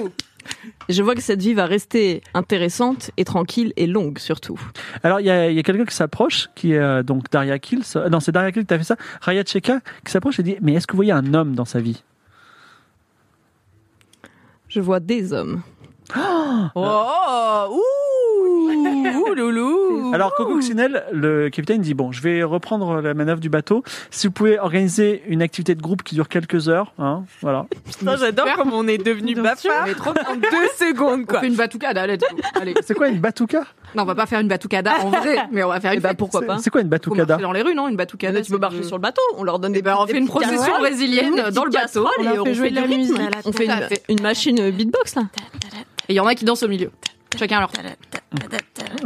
Speaker 5: Je vois que cette vie va rester intéressante et tranquille et longue surtout.
Speaker 4: Alors, il y a, il y a quelqu'un qui s'approche, qui est euh, donc Daria Kill. ça- euh, Non, c'est Daria Kill qui t'a fait ça. Raya Cheka qui s'approche et dit Mais est-ce que vous voyez un homme dans sa vie
Speaker 5: Je vois des hommes.
Speaker 3: Oh, ouh, ouh, loulou.
Speaker 4: Alors, Coco Coccinelle, le capitaine dit Bon, je vais reprendre la manœuvre du bateau. Si vous pouvez organiser une activité de groupe qui dure quelques heures, hein, voilà.
Speaker 3: Putain, j'adore comme on est devenu bafard en deux secondes,
Speaker 2: On
Speaker 3: quoi.
Speaker 2: fait une batucada, let's go. Allez.
Speaker 4: C'est quoi une batuka
Speaker 2: Non, on va pas faire une batucada en vrai, mais on va faire une.
Speaker 5: bah,
Speaker 2: fête.
Speaker 5: pourquoi
Speaker 4: C'est-
Speaker 5: pas
Speaker 4: C'est quoi une
Speaker 2: Faut
Speaker 4: batucada
Speaker 2: marcher dans les rues, non Une batucada.
Speaker 5: Tu peux marcher sur le bateau, on leur donne
Speaker 2: Eh
Speaker 5: des
Speaker 2: ben, on
Speaker 5: des
Speaker 2: fait une
Speaker 5: petites
Speaker 2: procession
Speaker 5: casseroles, des
Speaker 2: brésilienne
Speaker 5: petites
Speaker 2: dans le bateau.
Speaker 5: casseroles et on
Speaker 6: fait jouer de la
Speaker 5: du rythme.
Speaker 6: musique.
Speaker 5: On fait
Speaker 2: Tout à
Speaker 5: une,
Speaker 2: fait.
Speaker 5: une machine euh, beatbox là.
Speaker 2: Et il y en a qui dansent au milieu. Chacun à leur.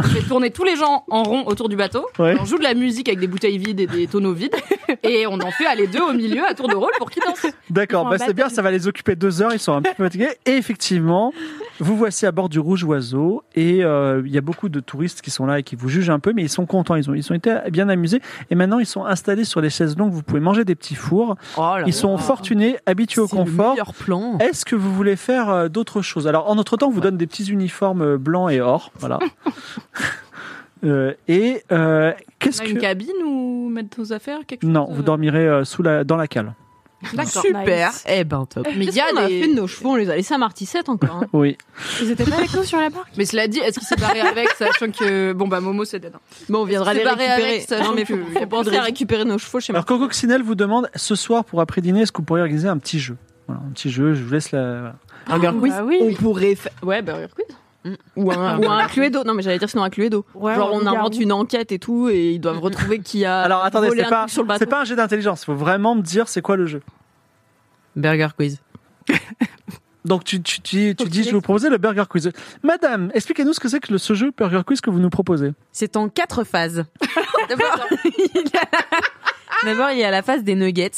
Speaker 2: Je vais tourner tous les gens en rond autour du bateau.
Speaker 4: Ouais.
Speaker 2: On joue de la musique avec des bouteilles vides et des tonneaux vides. Et on en fait aller deux au milieu à tour de rôle pour qu'ils dansent.
Speaker 4: D'accord,
Speaker 6: Ils font
Speaker 4: bah
Speaker 6: un
Speaker 4: c'est bien,
Speaker 6: battle.
Speaker 4: ça va les occuper deux heures, ils sont un petit peu fatigués. Et effectivement, vous voici à bord du Rouge Oiseau et euh, il y a beaucoup de touristes qui sont là et qui vous jugent un peu, mais ils sont contents, ils ont, ils ont été bien amusés. Et maintenant, ils sont installés sur les chaises longues, vous pouvez manger des petits fours.
Speaker 3: Oh là
Speaker 4: Ils sont fortunés, habitués au confort.
Speaker 3: meilleur plan.
Speaker 4: Est-ce que vous voulez faire euh, d'autres choses Alors, en notre temps, on vous donne des petits uniformes euh, blancs et or, voilà. Euh, et euh, qu'est-ce
Speaker 2: On a une
Speaker 4: que...
Speaker 2: cabine ou mettre nos affaires quelque
Speaker 4: Non,
Speaker 2: chose
Speaker 4: vous dormirez euh, sous la, dans la cale.
Speaker 2: D'accord.
Speaker 3: Super.
Speaker 6: Nice.
Speaker 3: Eh ben, top.
Speaker 2: Mais il y a
Speaker 5: On a
Speaker 2: des-
Speaker 5: fait de nos chevaux, on les a laissés à Martissette encore. hein.
Speaker 4: Oui.
Speaker 6: Ils étaient pas avec nous sur la barque
Speaker 2: Mais cela dit, est-ce qu'il s'est barré avec, sachant que bon bah Momo c'est dead.
Speaker 5: Bon, on viendra
Speaker 2: C'est
Speaker 5: les
Speaker 2: barré
Speaker 5: récupérer.
Speaker 2: avec, sachant
Speaker 5: non, mais
Speaker 2: que-
Speaker 5: faut,
Speaker 2: y a pas
Speaker 5: faut
Speaker 2: de
Speaker 5: penser à
Speaker 2: raison.
Speaker 5: récupérer nos chevaux chez
Speaker 4: Alors,
Speaker 5: moi.
Speaker 4: Coco Coccinelle vous demande ce soir pour après-dîner, est-ce que vous pourriez organiser un petit jeu Voilà, un petit jeu, je vous laisse la.
Speaker 5: Euh,
Speaker 4: voilà.
Speaker 3: Burger quiz.
Speaker 5: Ah
Speaker 6: Bah oui.
Speaker 5: pourrait faire. Ouais, Burger Quiz.
Speaker 3: Mm.
Speaker 5: Ou un, ou un Cluedo. Non, mais j'allais dire sinon un Cluedo.
Speaker 6: Ouais,
Speaker 5: Genre, on
Speaker 6: regarde.
Speaker 5: invente une enquête et tout, et ils doivent retrouver qui a.
Speaker 4: Alors, attendez,
Speaker 5: volé
Speaker 4: c'est
Speaker 5: un
Speaker 4: pas,
Speaker 5: truc sur le bateau.
Speaker 4: c'est pas un jeu d'intelligence, il faut vraiment me dire c'est quoi le jeu.
Speaker 3: Burger quiz.
Speaker 4: Donc, tu, tu, tu, tu dis, je vais vous proposer le Burger Quiz. Madame, expliquez-nous ce que c'est que le- ce jeu Burger Quiz que vous nous proposez.
Speaker 3: C'est en quatre phases. D'abord, il y a- D'abord, il y a la phase des nuggets,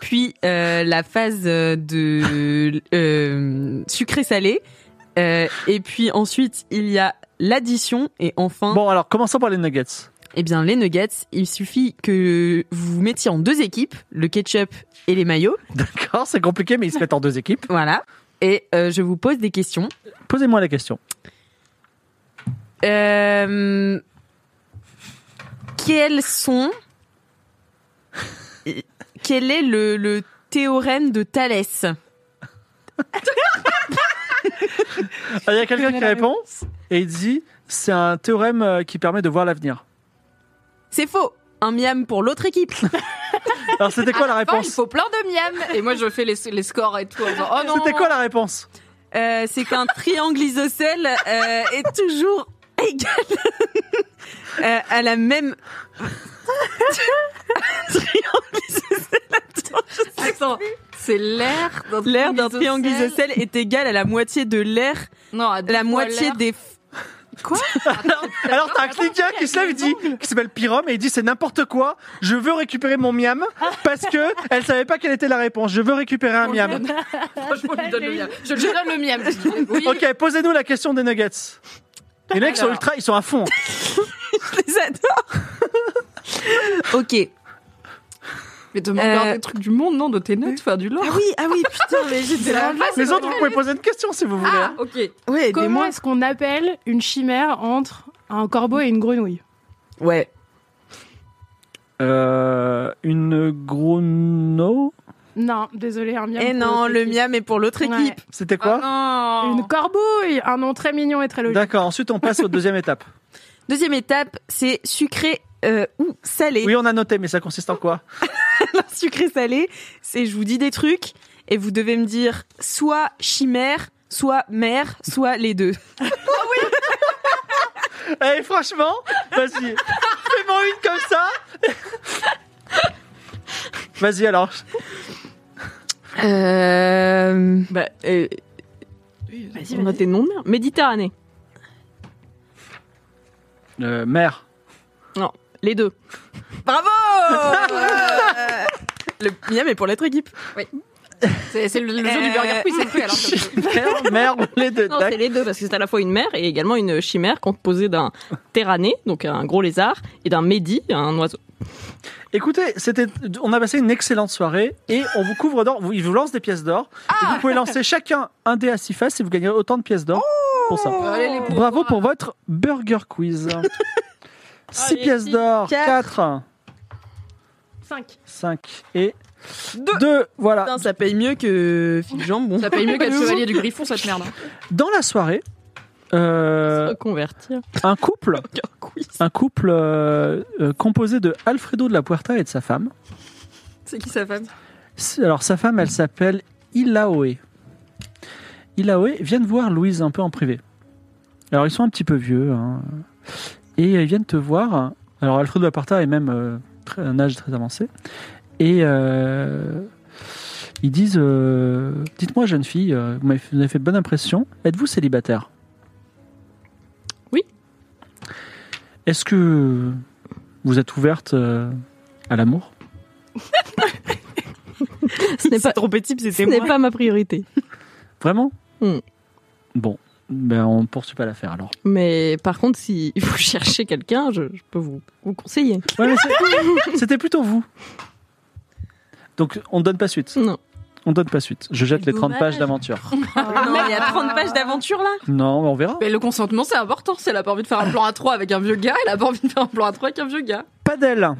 Speaker 3: puis euh, la phase euh, de euh, sucré-salé, euh, et puis ensuite il y a l'addition, et enfin,
Speaker 5: Hein
Speaker 4: Bon, alors, commençons par les nuggets.
Speaker 3: Eh bien, les nuggets, il suffit que vous vous mettiez en deux équipes, le ketchup et les maillots.
Speaker 4: D'accord, c'est compliqué, mais ils se mettent en deux équipes.
Speaker 3: Voilà. Et euh, je vous pose des questions.
Speaker 4: Posez-moi la question.
Speaker 3: Euh, quels sont. Quel est le, le théorème de Thalès
Speaker 4: Ah, Il y a quelqu'un qui répond et il dit c'est un théorème euh, qui permet de voir l'avenir.
Speaker 3: C'est faux Un miam pour l'autre équipe
Speaker 4: Alors, c'était quoi la
Speaker 2: Ah, Enfin, il
Speaker 4: réponse
Speaker 2: faut plein de miam. Et moi, je fais les, les scores et tout. en disant, oh non.
Speaker 4: C'était quoi la réponse
Speaker 3: Euh, C'est qu'un triangle isocèle euh, est toujours égal euh, à la même. triangle isocèle
Speaker 2: Attends, c'est l'air d'un
Speaker 3: L'air d'un triangle
Speaker 2: isocèle.
Speaker 3: isocèle est égal à la moitié de l'air,
Speaker 2: Non, à deux
Speaker 3: la
Speaker 2: fois
Speaker 3: moitié
Speaker 2: l'air.
Speaker 3: des. Quoi
Speaker 4: Alors, t'as un cliqueur qui se lève, il dit, qui s'appelle Pyrom, et il dit c'est n'importe quoi, je veux récupérer mon miam parce que elle savait pas quelle était la réponse. Je veux récupérer un miam.
Speaker 2: Franchement, je lui donne le miam. Je lui donne le miam. je dis. Oui.
Speaker 4: Ok, posez-nous la question des nuggets. Les mecs sont
Speaker 2: Alors.
Speaker 4: ultra, ils sont à fond.
Speaker 3: les adore. ok.
Speaker 2: Mais demande leur
Speaker 3: Euh,
Speaker 2: des trucs du monde, non, de tes notes, faire du lore.
Speaker 3: Ah oui, ah oui, putain, mais j'étais là.
Speaker 4: Les autres, vous pouvez poser une question si vous voulez. hein.
Speaker 2: Ah, ok.
Speaker 3: Ouais,
Speaker 6: Comment
Speaker 3: aidez-moi.
Speaker 6: est-ce qu'on appelle une chimère entre un corbeau et une grenouille
Speaker 3: Ouais.
Speaker 4: Euh, une grono
Speaker 6: Non, désolé, un miam.
Speaker 3: Et
Speaker 6: pour
Speaker 3: Eh non,
Speaker 6: l'autre
Speaker 3: le
Speaker 6: équipe.
Speaker 3: miam est pour l'autre
Speaker 6: Ouais.
Speaker 3: équipe. Oh.
Speaker 4: C'était quoi Hein
Speaker 2: Ah, non.
Speaker 6: Une corbouille, un nom très mignon et très logique.
Speaker 4: D'accord, ensuite on passe aux deuxième étape.
Speaker 3: Deuxième étape, c'est sucré euh, ou salé.
Speaker 4: Oui, on a noté, mais ça consiste en quoi
Speaker 3: Alors, sucré salé, c'est je vous dis des trucs et vous devez me dire soit chimère, soit mère, soit les deux.
Speaker 4: Eh, franchement, vas-y, fais-moi une comme ça Vas-y alors.
Speaker 3: Euh...
Speaker 5: Bah, euh, on a tes noms bien. Méditerranée.
Speaker 4: Euh, mère.
Speaker 5: Les deux.
Speaker 3: Bravo Euh, Le miam est pour l'autre équipe.
Speaker 2: C'est c'est le, le jeu du burger quiz, c'est le fait, alors. que-
Speaker 4: Mère, mère, les deux.
Speaker 5: Non,
Speaker 4: D'accord.
Speaker 5: c'est les deux parce que c'est à la fois une mère et également une chimère composée d'un terrané, donc un gros lézard, et d'un médi, un oiseau.
Speaker 4: Écoutez, c'était, on a passé une excellente soirée et on vous couvre d'or. Vous- Ils vous lancent des pièces d'or et vous pouvez lancer chacun un dé à six faces et vous gagnez autant de pièces d'or pour ça.
Speaker 2: Allez, les pauvres.
Speaker 4: Bravo pour votre burger quiz. 6
Speaker 5: Allez,
Speaker 4: pièces
Speaker 5: six,
Speaker 4: d'or,
Speaker 3: quatre.
Speaker 4: 4,
Speaker 6: 5.
Speaker 4: 5 et 2. Voilà.
Speaker 3: Putain, ça paye mieux que Philippe Jambon.
Speaker 2: Ça paye mieux qu'être chevalier du griffon, cette merde. hein.
Speaker 4: Dans la soirée, euh,
Speaker 5: Reconvertir.
Speaker 4: un couple,
Speaker 5: Quiz.
Speaker 4: un couple euh, euh, composé de Alfredo de la Puerta et de sa femme.
Speaker 2: C'est qui sa femme
Speaker 4: C'est- Alors sa femme, elle s'appelle Ilaoe. Ilaoe viennent voir Louise un peu en privé. Alors ils sont un petit peu vieux. hein. Et euh, ils viennent te voir. Alors Alfredo Aparta est même euh, très- un âge très avancé. Et euh, ils disent, euh, dites-moi jeune fille, euh, vous m'avez- vous avez fait bonne impression, êtes-vous célibataire
Speaker 5: Oui.
Speaker 4: Est-ce que vous êtes ouverte euh, à l'amour
Speaker 5: Ce n'est pas,
Speaker 3: trop petit, c'était
Speaker 5: ce n'est pas ma priorité.
Speaker 4: Vraiment
Speaker 5: Hmm.
Speaker 4: Bon, ben on poursuit pas l'affaire alors.
Speaker 5: Mais par contre, si vous cherchez quelqu'un, je, je peux vous, vous conseiller.
Speaker 4: Ouais, mais c'est- c'était plutôt vous. Donc on donne pas suite.
Speaker 5: Non.
Speaker 4: On donne pas suite. Je jette les 30
Speaker 3: Dommage.
Speaker 4: pages d'aventure.
Speaker 3: Non, il y a 30 pages d'aventure là.
Speaker 4: Non, mais on verra.
Speaker 2: Mais le consentement, c'est important. Si elle a pas envie de faire un plan à 3 avec un vieux gars, elle a pas envie de faire un plan à 3 avec un vieux gars.
Speaker 4: Padel.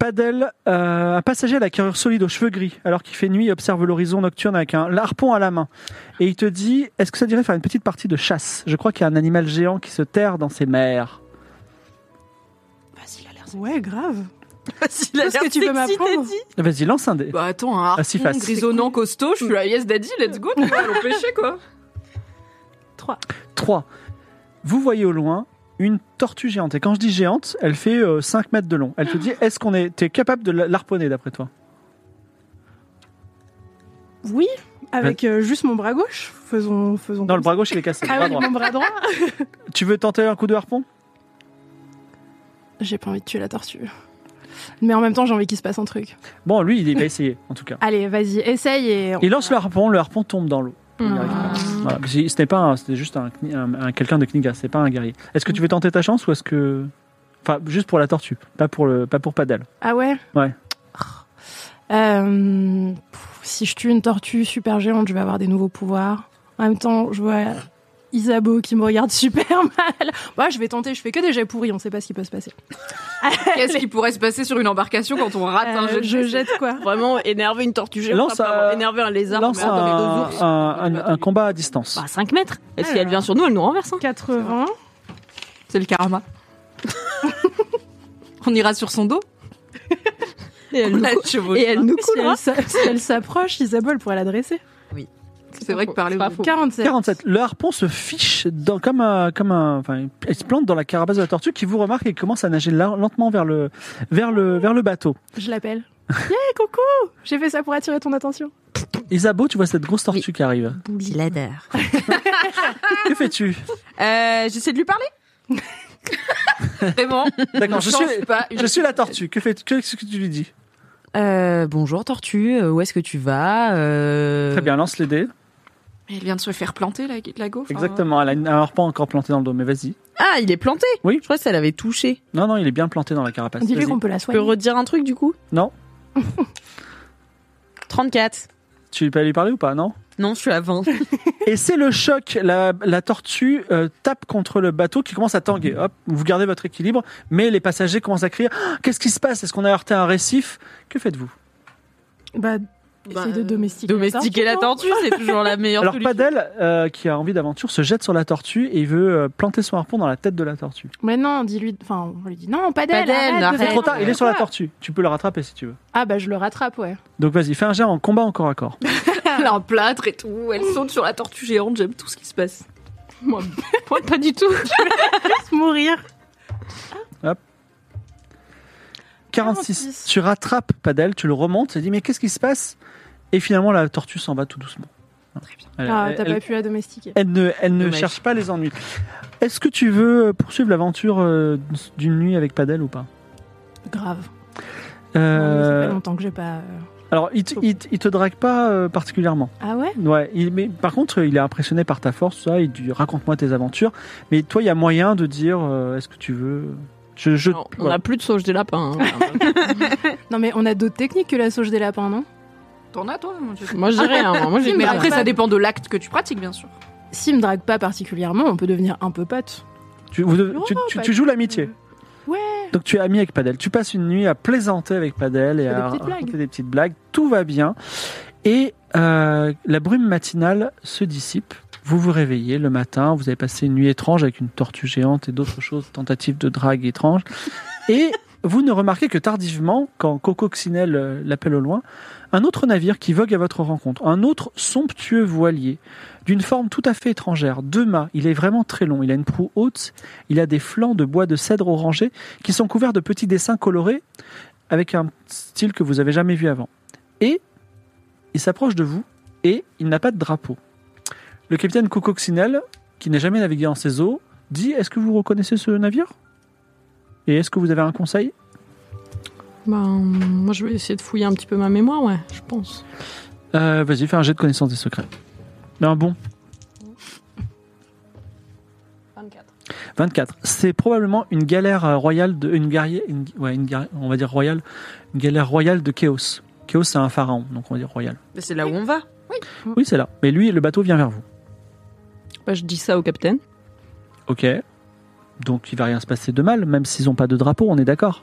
Speaker 4: Padel, euh, un passager à la carrure solide aux cheveux gris, alors qu'il fait nuit, observe l'horizon nocturne avec un harpon à la main. Et il te dit Est-ce que ça dirait faire une petite partie de chasse Je crois qu'il y a un animal géant qui se terre dans ses mers.
Speaker 6: Ouais, grave.
Speaker 3: Vas-y, la
Speaker 6: Qu'est-ce que tu veux m'apprendre
Speaker 4: Vas-y, lance un dé.
Speaker 2: Bah attends, un
Speaker 4: Ah, si
Speaker 2: harpon
Speaker 4: face.
Speaker 2: grisonnant costaud, je suis la yes daddy, let's go, tu vois, allons pêcher quoi.
Speaker 4: 3. Vous voyez au loin une tortue géante. Et quand je dis géante, elle fait 5 mètres de long. Elle te dit est-ce qu'on est, t'es capable de la- l'arponner d'après toi
Speaker 6: Oui, avec euh, juste mon bras gauche. Faisons. faisons
Speaker 4: Non, le
Speaker 6: comme
Speaker 4: bras gauche il est cassé.
Speaker 6: ça.
Speaker 4: le bras
Speaker 6: Ah oui,
Speaker 4: droit.
Speaker 6: mon bras droit.
Speaker 4: Tu veux tenter un coup de harpon
Speaker 6: J'ai pas envie de tuer la tortue. Mais en même temps, j'ai envie qu'il se passe un truc.
Speaker 4: Bon, lui il va essayer en tout cas.
Speaker 6: Allez, vas-y, essaye et.
Speaker 4: Il lance le harpon, le harpon tombe dans l'eau. Il n'y arrive pas.
Speaker 2: Hmm.
Speaker 4: Voilà. C'est- C'était pas, un- c'était juste un, kni- un- un- quelqu'un de Kniga, c'est pas un guerrier. Est-ce que tu veux tenter ta chance ou est-ce que Enfin, juste pour la tortue, pas pour le, pas pour Padel.
Speaker 6: Ah ouais Oh.
Speaker 4: Ouais.
Speaker 6: Euh, pff, si je tue une tortue super géante, je vais avoir des nouveaux pouvoirs. En même temps, je vois Isabeau qui me regarde super mal. Bah, je vais tenter, je fais que des jets pourris, on sait pas ce qui peut se passer.
Speaker 2: Qu'est-ce qui pourrait se passer sur une embarcation quand on rate un
Speaker 6: Euh,
Speaker 2: jeu de
Speaker 6: je jette quoi
Speaker 5: Vraiment énerver une tortue géante, hein,
Speaker 4: Lance
Speaker 5: pas vraiment
Speaker 4: un-
Speaker 5: énerver un lézard,
Speaker 4: Lance
Speaker 5: mais attends, mais d'autres
Speaker 4: un,
Speaker 5: ours.
Speaker 4: un- un- un combat à distance.
Speaker 5: Bah, 5 mètres. Et si
Speaker 4: Ah.
Speaker 6: Alors.
Speaker 5: elle vient sur nous, elle nous renverse. hein.
Speaker 6: 80.
Speaker 2: C'est le karma. on ira sur son dos.
Speaker 5: Et elle nous,
Speaker 2: La
Speaker 5: cou-
Speaker 2: chevauche.
Speaker 5: et elle nous
Speaker 6: Si
Speaker 5: coulera.
Speaker 6: elle s'a- si elle s'approche, Isabeau, elle pourrait l'adresser.
Speaker 2: C'est vrai que parler
Speaker 5: pas
Speaker 2: au
Speaker 5: faux.
Speaker 6: 47.
Speaker 4: 47. Le harpon se fiche dans, comme un, comme un, enfin, il se plante dans la carapace de la tortue qui vous remarque et commence à nager la- lentement vers le, vers le, vers le bateau.
Speaker 6: Je l'appelle. Yeah, coucou J'ai fait ça pour attirer ton attention.
Speaker 4: Isabeau, tu vois cette grosse tortue qui arrive.
Speaker 3: Boulilader.
Speaker 4: Que fais-tu
Speaker 3: Euh, J'essaie de lui parler.
Speaker 2: Vraiment,
Speaker 4: D'accord, je suis,
Speaker 2: pas.
Speaker 4: je suis la tortue. Que fais-tu Qu'est-ce que tu lui dis
Speaker 3: Euh, bonjour tortue, euh, où est-ce que tu vas euh...
Speaker 4: Très bien, lance les dés.
Speaker 2: Elle vient de se faire planter, la, la hein. gaufre.
Speaker 4: Exactement. Elle a une- un harpon encore planté dans le dos, mais vas-y.
Speaker 3: Ah, il est planté.
Speaker 4: Oui.
Speaker 3: Je crois que ça l'avait touché.
Speaker 4: Non, non, il est bien planté dans la carapace.
Speaker 6: Dis-lui
Speaker 4: Vas-y.
Speaker 6: qu'on peut la
Speaker 3: Tu peux
Speaker 6: soigner.
Speaker 3: redire un truc du coup
Speaker 4: Non.
Speaker 3: 34.
Speaker 4: Tu peux lui parler ou pas Non.
Speaker 3: Non, je suis à 20.
Speaker 4: Et c'est le choc. La, la tortue euh, tape contre le bateau qui commence à tanguer. Hop, vous gardez votre équilibre, mais les passagers commencent à crier Ah, Qu'est-ce qui se passe Est-ce qu'on a heurté un récif Que faites-vous
Speaker 6: Bah, essayer
Speaker 5: euh,
Speaker 6: de domestiquer,
Speaker 3: Domestiquer la tortue, c'est toujours la meilleure
Speaker 4: Alors,
Speaker 3: solution.
Speaker 4: Padel, euh, qui a envie d'aventure, se jette sur la tortue et il veut euh, planter son harpon dans la tête de la tortue.
Speaker 6: Mais non, dis-lui. Enfin, on lui dit non, pas
Speaker 3: Pas
Speaker 6: d'elle.
Speaker 3: d'elle,
Speaker 6: arrête de
Speaker 3: arrête.
Speaker 6: faire
Speaker 4: C'est trop tard, il est sur la
Speaker 6: quoi.
Speaker 4: tortue. Tu peux le rattraper si tu veux.
Speaker 6: Ah bah je le rattrape, ouais.
Speaker 4: Donc, vas-y, fais un jet en combat encore à corps.
Speaker 2: Elle a un plâtre et tout. Elle saute sur la tortue géante. J'aime tout ce qui se passe.
Speaker 5: Moi, pas du tout.
Speaker 6: Mourir.
Speaker 4: 46.
Speaker 6: 46.
Speaker 4: Tu rattrapes Padel, tu le remontes, tu dis mais qu'est-ce qui se passe Et finalement la tortue s'en va tout doucement. Elle,
Speaker 6: Ah,
Speaker 4: Euh, elle-
Speaker 6: t'as
Speaker 4: elle-
Speaker 6: pas pu la domestiquer.
Speaker 4: elle ne, elle ne
Speaker 3: Dommage.
Speaker 4: cherche pas les ennuis. Est-ce que tu veux poursuivre l'aventure euh, d'une nuit avec Padel ou pas
Speaker 6: Grave. Non, mais
Speaker 4: Euh,
Speaker 6: Ça fait longtemps que j'ai pas. euh,
Speaker 4: Alors il te, il te- il te drague pas euh, particulièrement.
Speaker 6: Ah ouais
Speaker 4: Ouais, il- mais par contre il est impressionné par ta force, ça. Il dit raconte-moi tes aventures. Mais toi il y a moyen de dire euh, est-ce que tu veux je, je-
Speaker 5: Alors, on
Speaker 4: voilà.
Speaker 5: a plus de sauge des lapins. hein.
Speaker 6: Non mais on a d'autres techniques que la sauge des lapins, non
Speaker 2: T'en as, toi moi, je-
Speaker 5: moi, je dirais. Hein, moi, j'ai
Speaker 2: Mais
Speaker 6: Mais
Speaker 2: après,
Speaker 6: pas-
Speaker 2: ça dépend de l'acte que tu pratiques, bien sûr.
Speaker 6: S'il me drague pas particulièrement, on peut devenir un peu pote.
Speaker 4: Tu, vous devez-
Speaker 6: Non,
Speaker 4: tu-
Speaker 6: non,
Speaker 4: tu-
Speaker 6: pas
Speaker 4: tu
Speaker 6: du
Speaker 4: joues
Speaker 6: tout.
Speaker 4: l'amitié.
Speaker 6: Ouais.
Speaker 4: Donc tu es ami avec Padel. Tu passes une nuit à plaisanter avec Padel et
Speaker 6: fais des
Speaker 4: à
Speaker 6: petites blagues.
Speaker 4: raconter des petites blagues. Tout va bien. Et euh, la brume matinale se dissipe. Vous vous réveillez le matin. Vous avez passé une nuit étrange avec une tortue géante et d'autres choses, tentatives de drague étranges. Et vous ne remarquez que tardivement, quand Coco Coccinelle euh, l'appelle au loin, un autre navire qui vogue à votre rencontre. Un autre somptueux voilier d'une forme tout à fait étrangère. Deux mâts. Il est vraiment très long. Il a une proue haute. Il a des flancs de bois de cèdre orangé qui sont couverts de petits dessins colorés avec un style que vous avez jamais vu avant. Et il s'approche de vous et il n'a pas de drapeau. Le capitaine Cococcinelle, qui n'a jamais navigué en ces eaux, dit Est-ce que vous reconnaissez ce navire Et est-ce que vous avez un conseil
Speaker 5: Ben, moi, je vais essayer de fouiller un petit peu ma mémoire, ouais, je pense.
Speaker 4: Euh, Vas-y, fais un jet de connaissance des secrets. Mais un bon.
Speaker 5: 24.
Speaker 4: 24. C'est probablement une galère euh, royale de une guerrier, une- ouais, une guerrier- on va dire royale, une galère royale de Chaos. Chaos, c'est un pharaon, donc on va dire royal.
Speaker 3: Mais C'est là où on va.
Speaker 4: Oui, c'est là. Mais lui, le bateau vient vers vous.
Speaker 5: Bah, je dis ça au capitaine.
Speaker 4: Ok. Donc il va rien se passer de mal, même s'ils n'ont pas de drapeau, on est d'accord.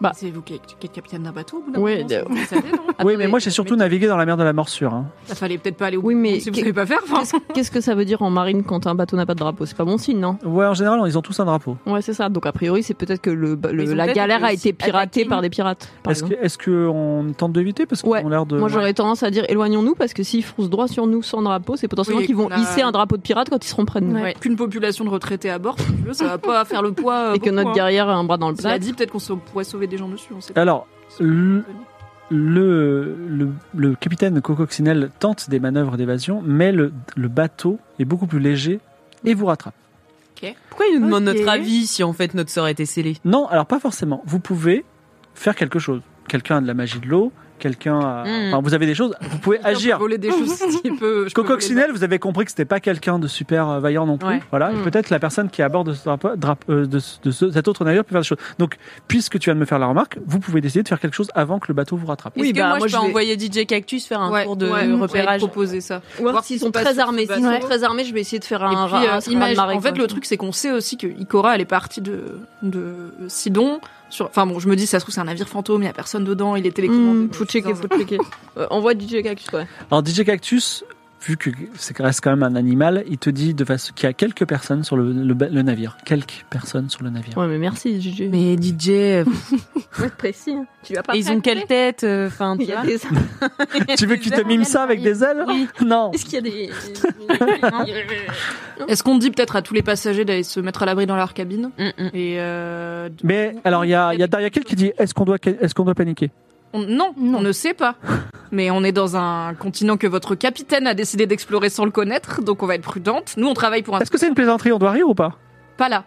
Speaker 5: Bah.
Speaker 2: C'est vous qui êtes, qui êtes capitaine d'un bateau, au bout d'un
Speaker 5: Ouais, bah,
Speaker 2: moment,
Speaker 5: de-
Speaker 2: ça, vous le savez,
Speaker 5: Ah
Speaker 2: non
Speaker 4: oui, mais moi j'ai surtout navigué dans la mer de la morsure. hein.
Speaker 2: Ça fallait peut-être pas aller au bout.
Speaker 5: Oui, mais
Speaker 2: Si vous
Speaker 5: qu'est-
Speaker 2: savez pas faire, enfin.
Speaker 5: Qu'est-ce qu'est-ce que ça veut dire en marine quand un bateau n'a pas de drapeau C'est pas bon signe, non
Speaker 4: Ouais, en général, ils ont tous un drapeau.
Speaker 5: Ouais, c'est ça. Donc, a priori, c'est peut-être que le, le-
Speaker 3: ils ont
Speaker 5: la
Speaker 3: peut-être
Speaker 5: galère a
Speaker 3: aussi
Speaker 5: été piratée
Speaker 3: attaqué.
Speaker 5: par des pirates. par
Speaker 4: Est-ce que,
Speaker 5: exemple.
Speaker 4: est-ce que on tente d'éviter parce qu'ils
Speaker 5: Ouais.
Speaker 4: ont l'air de.
Speaker 5: Moi, j'aurais tendance à dire éloignons-nous parce que s'ils foncent droit sur nous sans drapeau, c'est potentiellement
Speaker 2: Oui,
Speaker 5: qu'ils vont
Speaker 2: qu'on a-
Speaker 5: hisser un drapeau de pirate quand ils seront près de nous.
Speaker 6: Ouais.
Speaker 2: Qu'une population de retraités à bord, si tu veux, ça va pas faire le poids. euh,
Speaker 5: Et que
Speaker 2: beaucoup,
Speaker 5: notre
Speaker 2: hein.
Speaker 5: guerrière a un bras dans le
Speaker 2: Cela
Speaker 5: plat.
Speaker 2: dit, peut-être qu'on se- pourrait sauver des gens dessus, on
Speaker 5: Euh,
Speaker 2: sait pas.
Speaker 4: Alors, le, le, le, le capitaine Cococcinelle tente des manœuvres d'évasion, mais le, le bateau est beaucoup plus léger et vous rattrape.
Speaker 3: Pourquoi il nous demande
Speaker 6: Ok.
Speaker 3: notre avis si en fait notre sort était scellé
Speaker 4: Non, alors pas forcément. Vous pouvez faire quelque chose. Quelqu'un a de la magie de l'eau, quelqu'un. à-
Speaker 3: Mm.
Speaker 4: Enfin, vous avez des choses, vous pouvez agir.
Speaker 2: Voler des choses un petit peu. je peux voler
Speaker 4: Cococcinelle, vous avez compris que c'était pas quelqu'un de super euh, vaillant non plus.
Speaker 3: Ouais.
Speaker 4: Voilà, Et
Speaker 5: Mm.
Speaker 4: peut-être la personne qui est à bord de, ce drapeau- drape- euh, de ce- de ce- cet autre navire peut faire des choses. Donc, puisque tu viens de me faire la remarque, vous pouvez décider de faire quelque chose avant que le bateau vous rattrape.
Speaker 3: Est-ce
Speaker 5: Oui,
Speaker 3: que
Speaker 5: bah,
Speaker 3: moi,
Speaker 5: moi,
Speaker 3: je
Speaker 5: je
Speaker 3: peux
Speaker 5: vais-
Speaker 3: envoyer DJ Cactus faire un
Speaker 2: Ouais,
Speaker 3: cours de
Speaker 2: ouais, on pourrait
Speaker 3: repérage
Speaker 2: proposer ça.
Speaker 5: Voir
Speaker 2: Voir
Speaker 5: s'ils
Speaker 2: s'ils
Speaker 5: sont
Speaker 2: sont pas
Speaker 5: très
Speaker 2: sur-
Speaker 5: armés.
Speaker 2: bah,
Speaker 5: S'ils sont
Speaker 6: ouais.
Speaker 5: très armés, je vais essayer de faire un,
Speaker 2: et puis, euh,
Speaker 5: un- un serpent de
Speaker 2: imagine-
Speaker 5: marée,
Speaker 2: en fait,
Speaker 5: quoi.
Speaker 2: le truc, c'est qu'on sait aussi que Ikora, elle est partie de, de Sidon. Sur, enfin bon, je me dis, ça se trouve, c'est un navire fantôme, il n'y a personne dedans, il est télécommandé.
Speaker 5: Mmh, faut checker, faut checker. Euh, envoie DJ Cactus, ouais.
Speaker 4: Alors DJ Cactus, vu que c'est reste quand même un animal, il te dit de façon qu'il y a quelques personnes sur le, le ba- le navire. Quelques personnes sur le navire.
Speaker 5: Ouais, mais merci, DJ.
Speaker 3: Mais DJ, euh, pff,
Speaker 5: Faut être précis. hein. Tu vas pas
Speaker 3: ils ont quelle tête euh, Enfin, tu
Speaker 5: Il y a
Speaker 3: vois.
Speaker 5: des
Speaker 4: Tu veux qu'il te mime ça avec des ailes Non.
Speaker 5: Est-ce qu'il y a des.
Speaker 2: Est-ce qu'on dit peut-être à tous les passagers d'aller se mettre à l'abri dans leur cabine
Speaker 3: Mm, mm.
Speaker 2: Et euh,
Speaker 4: Mais alors il y a, il y a Daria Kell qui dit est-ce qu'on doit est-ce qu'on doit paniquer
Speaker 2: on- non,
Speaker 6: Non.
Speaker 2: on ne sait pas. Mais on est dans un continent que votre capitaine a décidé d'explorer sans le connaître, donc on va être prudente. Nous, on travaille pour un
Speaker 4: Est-ce que c'est une plaisanterie On doit rire ou pas
Speaker 2: pas là.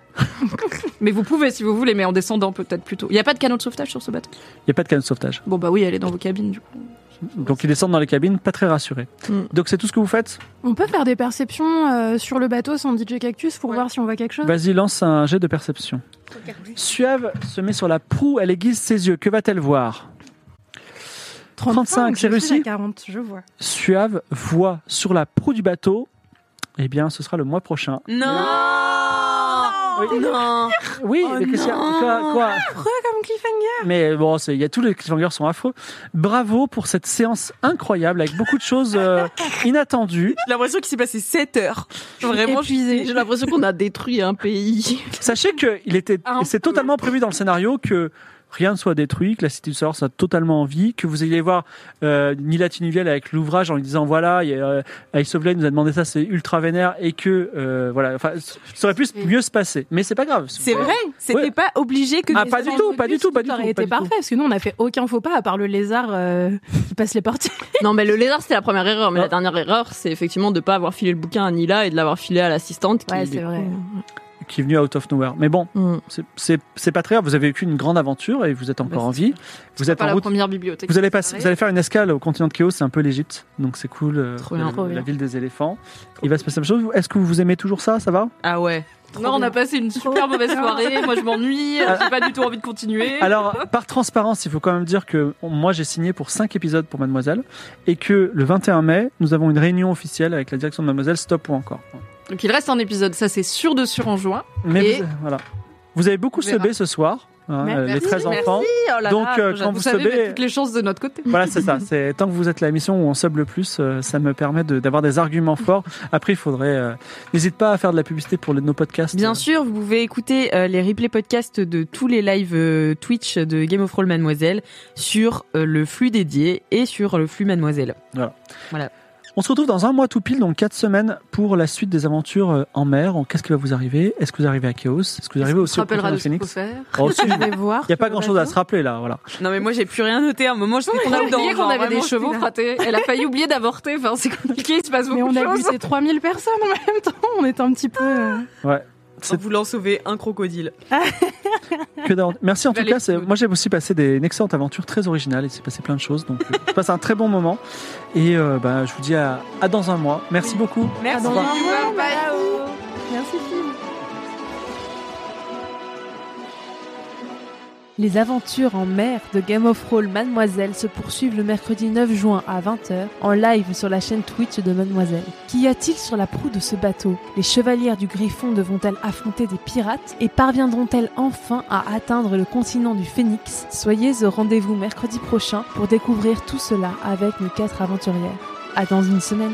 Speaker 2: mais vous pouvez si vous voulez, mais en descendant peut-être plutôt. Il n'y a pas de canot de sauvetage sur ce bateau.
Speaker 4: Il n'y a pas de canot de sauvetage.
Speaker 2: Bon bah oui, elle est dans vos cabines du coup.
Speaker 4: Donc ils descendent dans les cabines, pas très rassurés.
Speaker 5: Mm.
Speaker 4: Donc c'est tout ce que vous faites
Speaker 6: On peut faire des perceptions euh, sur le bateau sans DJ Cactus pour
Speaker 2: Ouais.
Speaker 6: voir si on voit quelque chose.
Speaker 4: Vas-y, lance un jet de perception. Suave se met sur la proue, elle aiguise ses yeux. Que va-t-elle voir 35, c'est
Speaker 6: je suis à
Speaker 4: réussi
Speaker 6: 40, je vois.
Speaker 4: Suave voit sur la proue du bateau. Eh bien, ce sera le mois prochain.
Speaker 3: Non
Speaker 4: Oui.
Speaker 3: Non
Speaker 4: Oui,
Speaker 3: Oh
Speaker 4: mais qu'est-ce qu'il y a
Speaker 3: non. Ah,
Speaker 4: Quoi, quoi
Speaker 6: Comme cliffhanger
Speaker 4: Mais bon, c'est- il y a tous les cliffhangers sont affreux. Bravo pour cette séance incroyable avec beaucoup de choses euh, inattendues.
Speaker 3: J'ai l'impression qu'il s'est passé 7 heures. Vraiment, je
Speaker 6: épuisée.
Speaker 5: J'ai l'impression qu'on a détruit un pays.
Speaker 4: Sachez que il était,
Speaker 3: Ah,
Speaker 2: Un
Speaker 4: c'est totalement prévu dans le scénario que rien ne soit détruit, que la cité du savoir soit totalement en vie, que vous ayez voir euh, Mila Tinuviel avec l'ouvrage en lui disant voilà, il y a, euh, Ice of Lane nous a demandé ça, c'est ultra vénère et que euh, voilà, enfin, ça aurait pu s- mieux se passer. Mais c'est pas grave.
Speaker 3: C'est vrai, c'était
Speaker 4: Ouais.
Speaker 3: pas obligé que
Speaker 4: Ah,
Speaker 3: des
Speaker 4: pas du
Speaker 3: gens-
Speaker 4: tout, pas du tout, pas du tout.
Speaker 6: aurait
Speaker 4: pas
Speaker 6: été
Speaker 4: du tout.
Speaker 6: parfait, parce que nous, on n'a fait aucun faux pas, à part le lézard euh, qui passe les portières.
Speaker 5: Non, mais le lézard, c'était la première erreur. Mais
Speaker 4: Ah.
Speaker 5: la dernière erreur, c'est effectivement de pas avoir filé le bouquin à Nila et de l'avoir filé à l'assistante. qui-
Speaker 6: Ouais, c'est vrai.
Speaker 4: Qui est venu out of nowhere. Mais bon,
Speaker 5: Mm.
Speaker 4: c'est- c'est c'est pas très grave. Vous avez vécu une grande aventure et vous êtes encore
Speaker 5: Bah,
Speaker 4: en
Speaker 5: c'est
Speaker 4: vie. Vous êtes
Speaker 2: Pas
Speaker 4: en
Speaker 2: la
Speaker 4: route
Speaker 2: première bibliothèque.
Speaker 4: Vous allez, passer, vous allez faire une escale au continent de Chaos, c'est un peu l'Égypte, donc c'est cool. euh,
Speaker 5: Trop
Speaker 4: la,
Speaker 5: bien,
Speaker 6: trop
Speaker 4: la
Speaker 6: bien.
Speaker 4: ville des éléphants. Il va se passer la même chose. Est-ce que vous aimez toujours ça Ça va
Speaker 3: Ah ouais.
Speaker 2: Non, on a passé une super mauvaise soirée. Moi, je m'ennuie. J'ai pas du tout envie de continuer.
Speaker 4: Alors, par transparence, il faut quand même dire que moi j'ai signé pour 5 épisodes pour Mademoiselle et que le 21 mai, nous avons une réunion officielle avec la direction de Mademoiselle, stop ou encore.
Speaker 2: Donc, il reste un épisode. Ça, c'est sûr de sûr en juin.
Speaker 4: Mais
Speaker 2: Et-
Speaker 4: vous, voilà. Vous avez beaucoup
Speaker 2: On verra.
Speaker 4: sebé ce soir, hein,
Speaker 6: Merci,
Speaker 4: euh, les 13
Speaker 2: merci.
Speaker 4: enfants. Donc, euh, quand
Speaker 2: Vous,
Speaker 4: vous
Speaker 2: savez,
Speaker 4: savez-
Speaker 2: mettre toutes les chances de notre côté.
Speaker 4: Voilà, c'est ça. C'est tant que vous êtes la mission où on sub le plus, euh, ça me permet de- d'avoir des arguments forts. Après, il faudrait. euh, N'hésite pas à faire de la publicité pour les- nos podcasts.
Speaker 3: Bien sûr, vous pouvez écouter euh, les replays podcasts de tous les lives euh, Twitch de Game of Roll Mademoiselle sur euh, le flux dédié et sur le flux Mademoiselle.
Speaker 4: Euh, On se retrouve dans un mois tout pile, donc quatre semaines, pour la suite des aventures euh, en mer. En- Qu'est-ce qui va vous arriver Est-ce que vous arrivez à Chaos Est-ce que vous arrivez
Speaker 2: On
Speaker 4: aussi
Speaker 2: se
Speaker 4: au continent
Speaker 2: rappellera
Speaker 4: de
Speaker 2: de ce qu'il faut
Speaker 4: Phoenix
Speaker 2: faire.
Speaker 4: Oh, si,
Speaker 6: Je
Speaker 4: Il
Speaker 6: vais voir.
Speaker 4: n'y a pas grand-chose à se rappeler là, voilà.
Speaker 3: Non mais moi j'ai plus rien noté à un moment, je suis trop dedans.
Speaker 2: oublié qu'on
Speaker 3: genre,
Speaker 2: avait
Speaker 3: vraiment,
Speaker 2: des chevaux
Speaker 3: j'étais là.
Speaker 2: frottés. Elle a failli oublier d'avorter. Enfin, c'est compliqué. Il se passe
Speaker 6: Mais
Speaker 2: beaucoup
Speaker 6: on
Speaker 2: de
Speaker 6: a
Speaker 2: choses.
Speaker 6: buté 3000 personnes en même temps, on est un petit peu... euh,
Speaker 3: En voulant sauver un crocodile.
Speaker 4: Que dalle. Merci en tout
Speaker 2: Allez,
Speaker 4: cas. c'est-
Speaker 2: Claude.
Speaker 4: Moi, j'ai aussi passé des, une excellente aventure très originale. Il s'est passé plein de choses, donc euh, je passe un très bon moment. Et euh, bah, je vous dis à, à dans un mois. Merci beaucoup.
Speaker 3: Merci.
Speaker 4: Au revoir.
Speaker 6: Merci, Phil.
Speaker 1: Les aventures en mer de Game of Roll Mademoiselle se poursuivent le mercredi 9 juin à 20h en live sur la chaîne Twitch de Mademoiselle. Qu'y a-t-il sur la proue de ce bateau Les chevalières du Griffon devront-elles affronter des pirates et parviendront-elles enfin à atteindre le continent du Phénix Soyez au rendez-vous mercredi prochain pour découvrir tout cela avec nos quatre aventurières. À dans une semaine.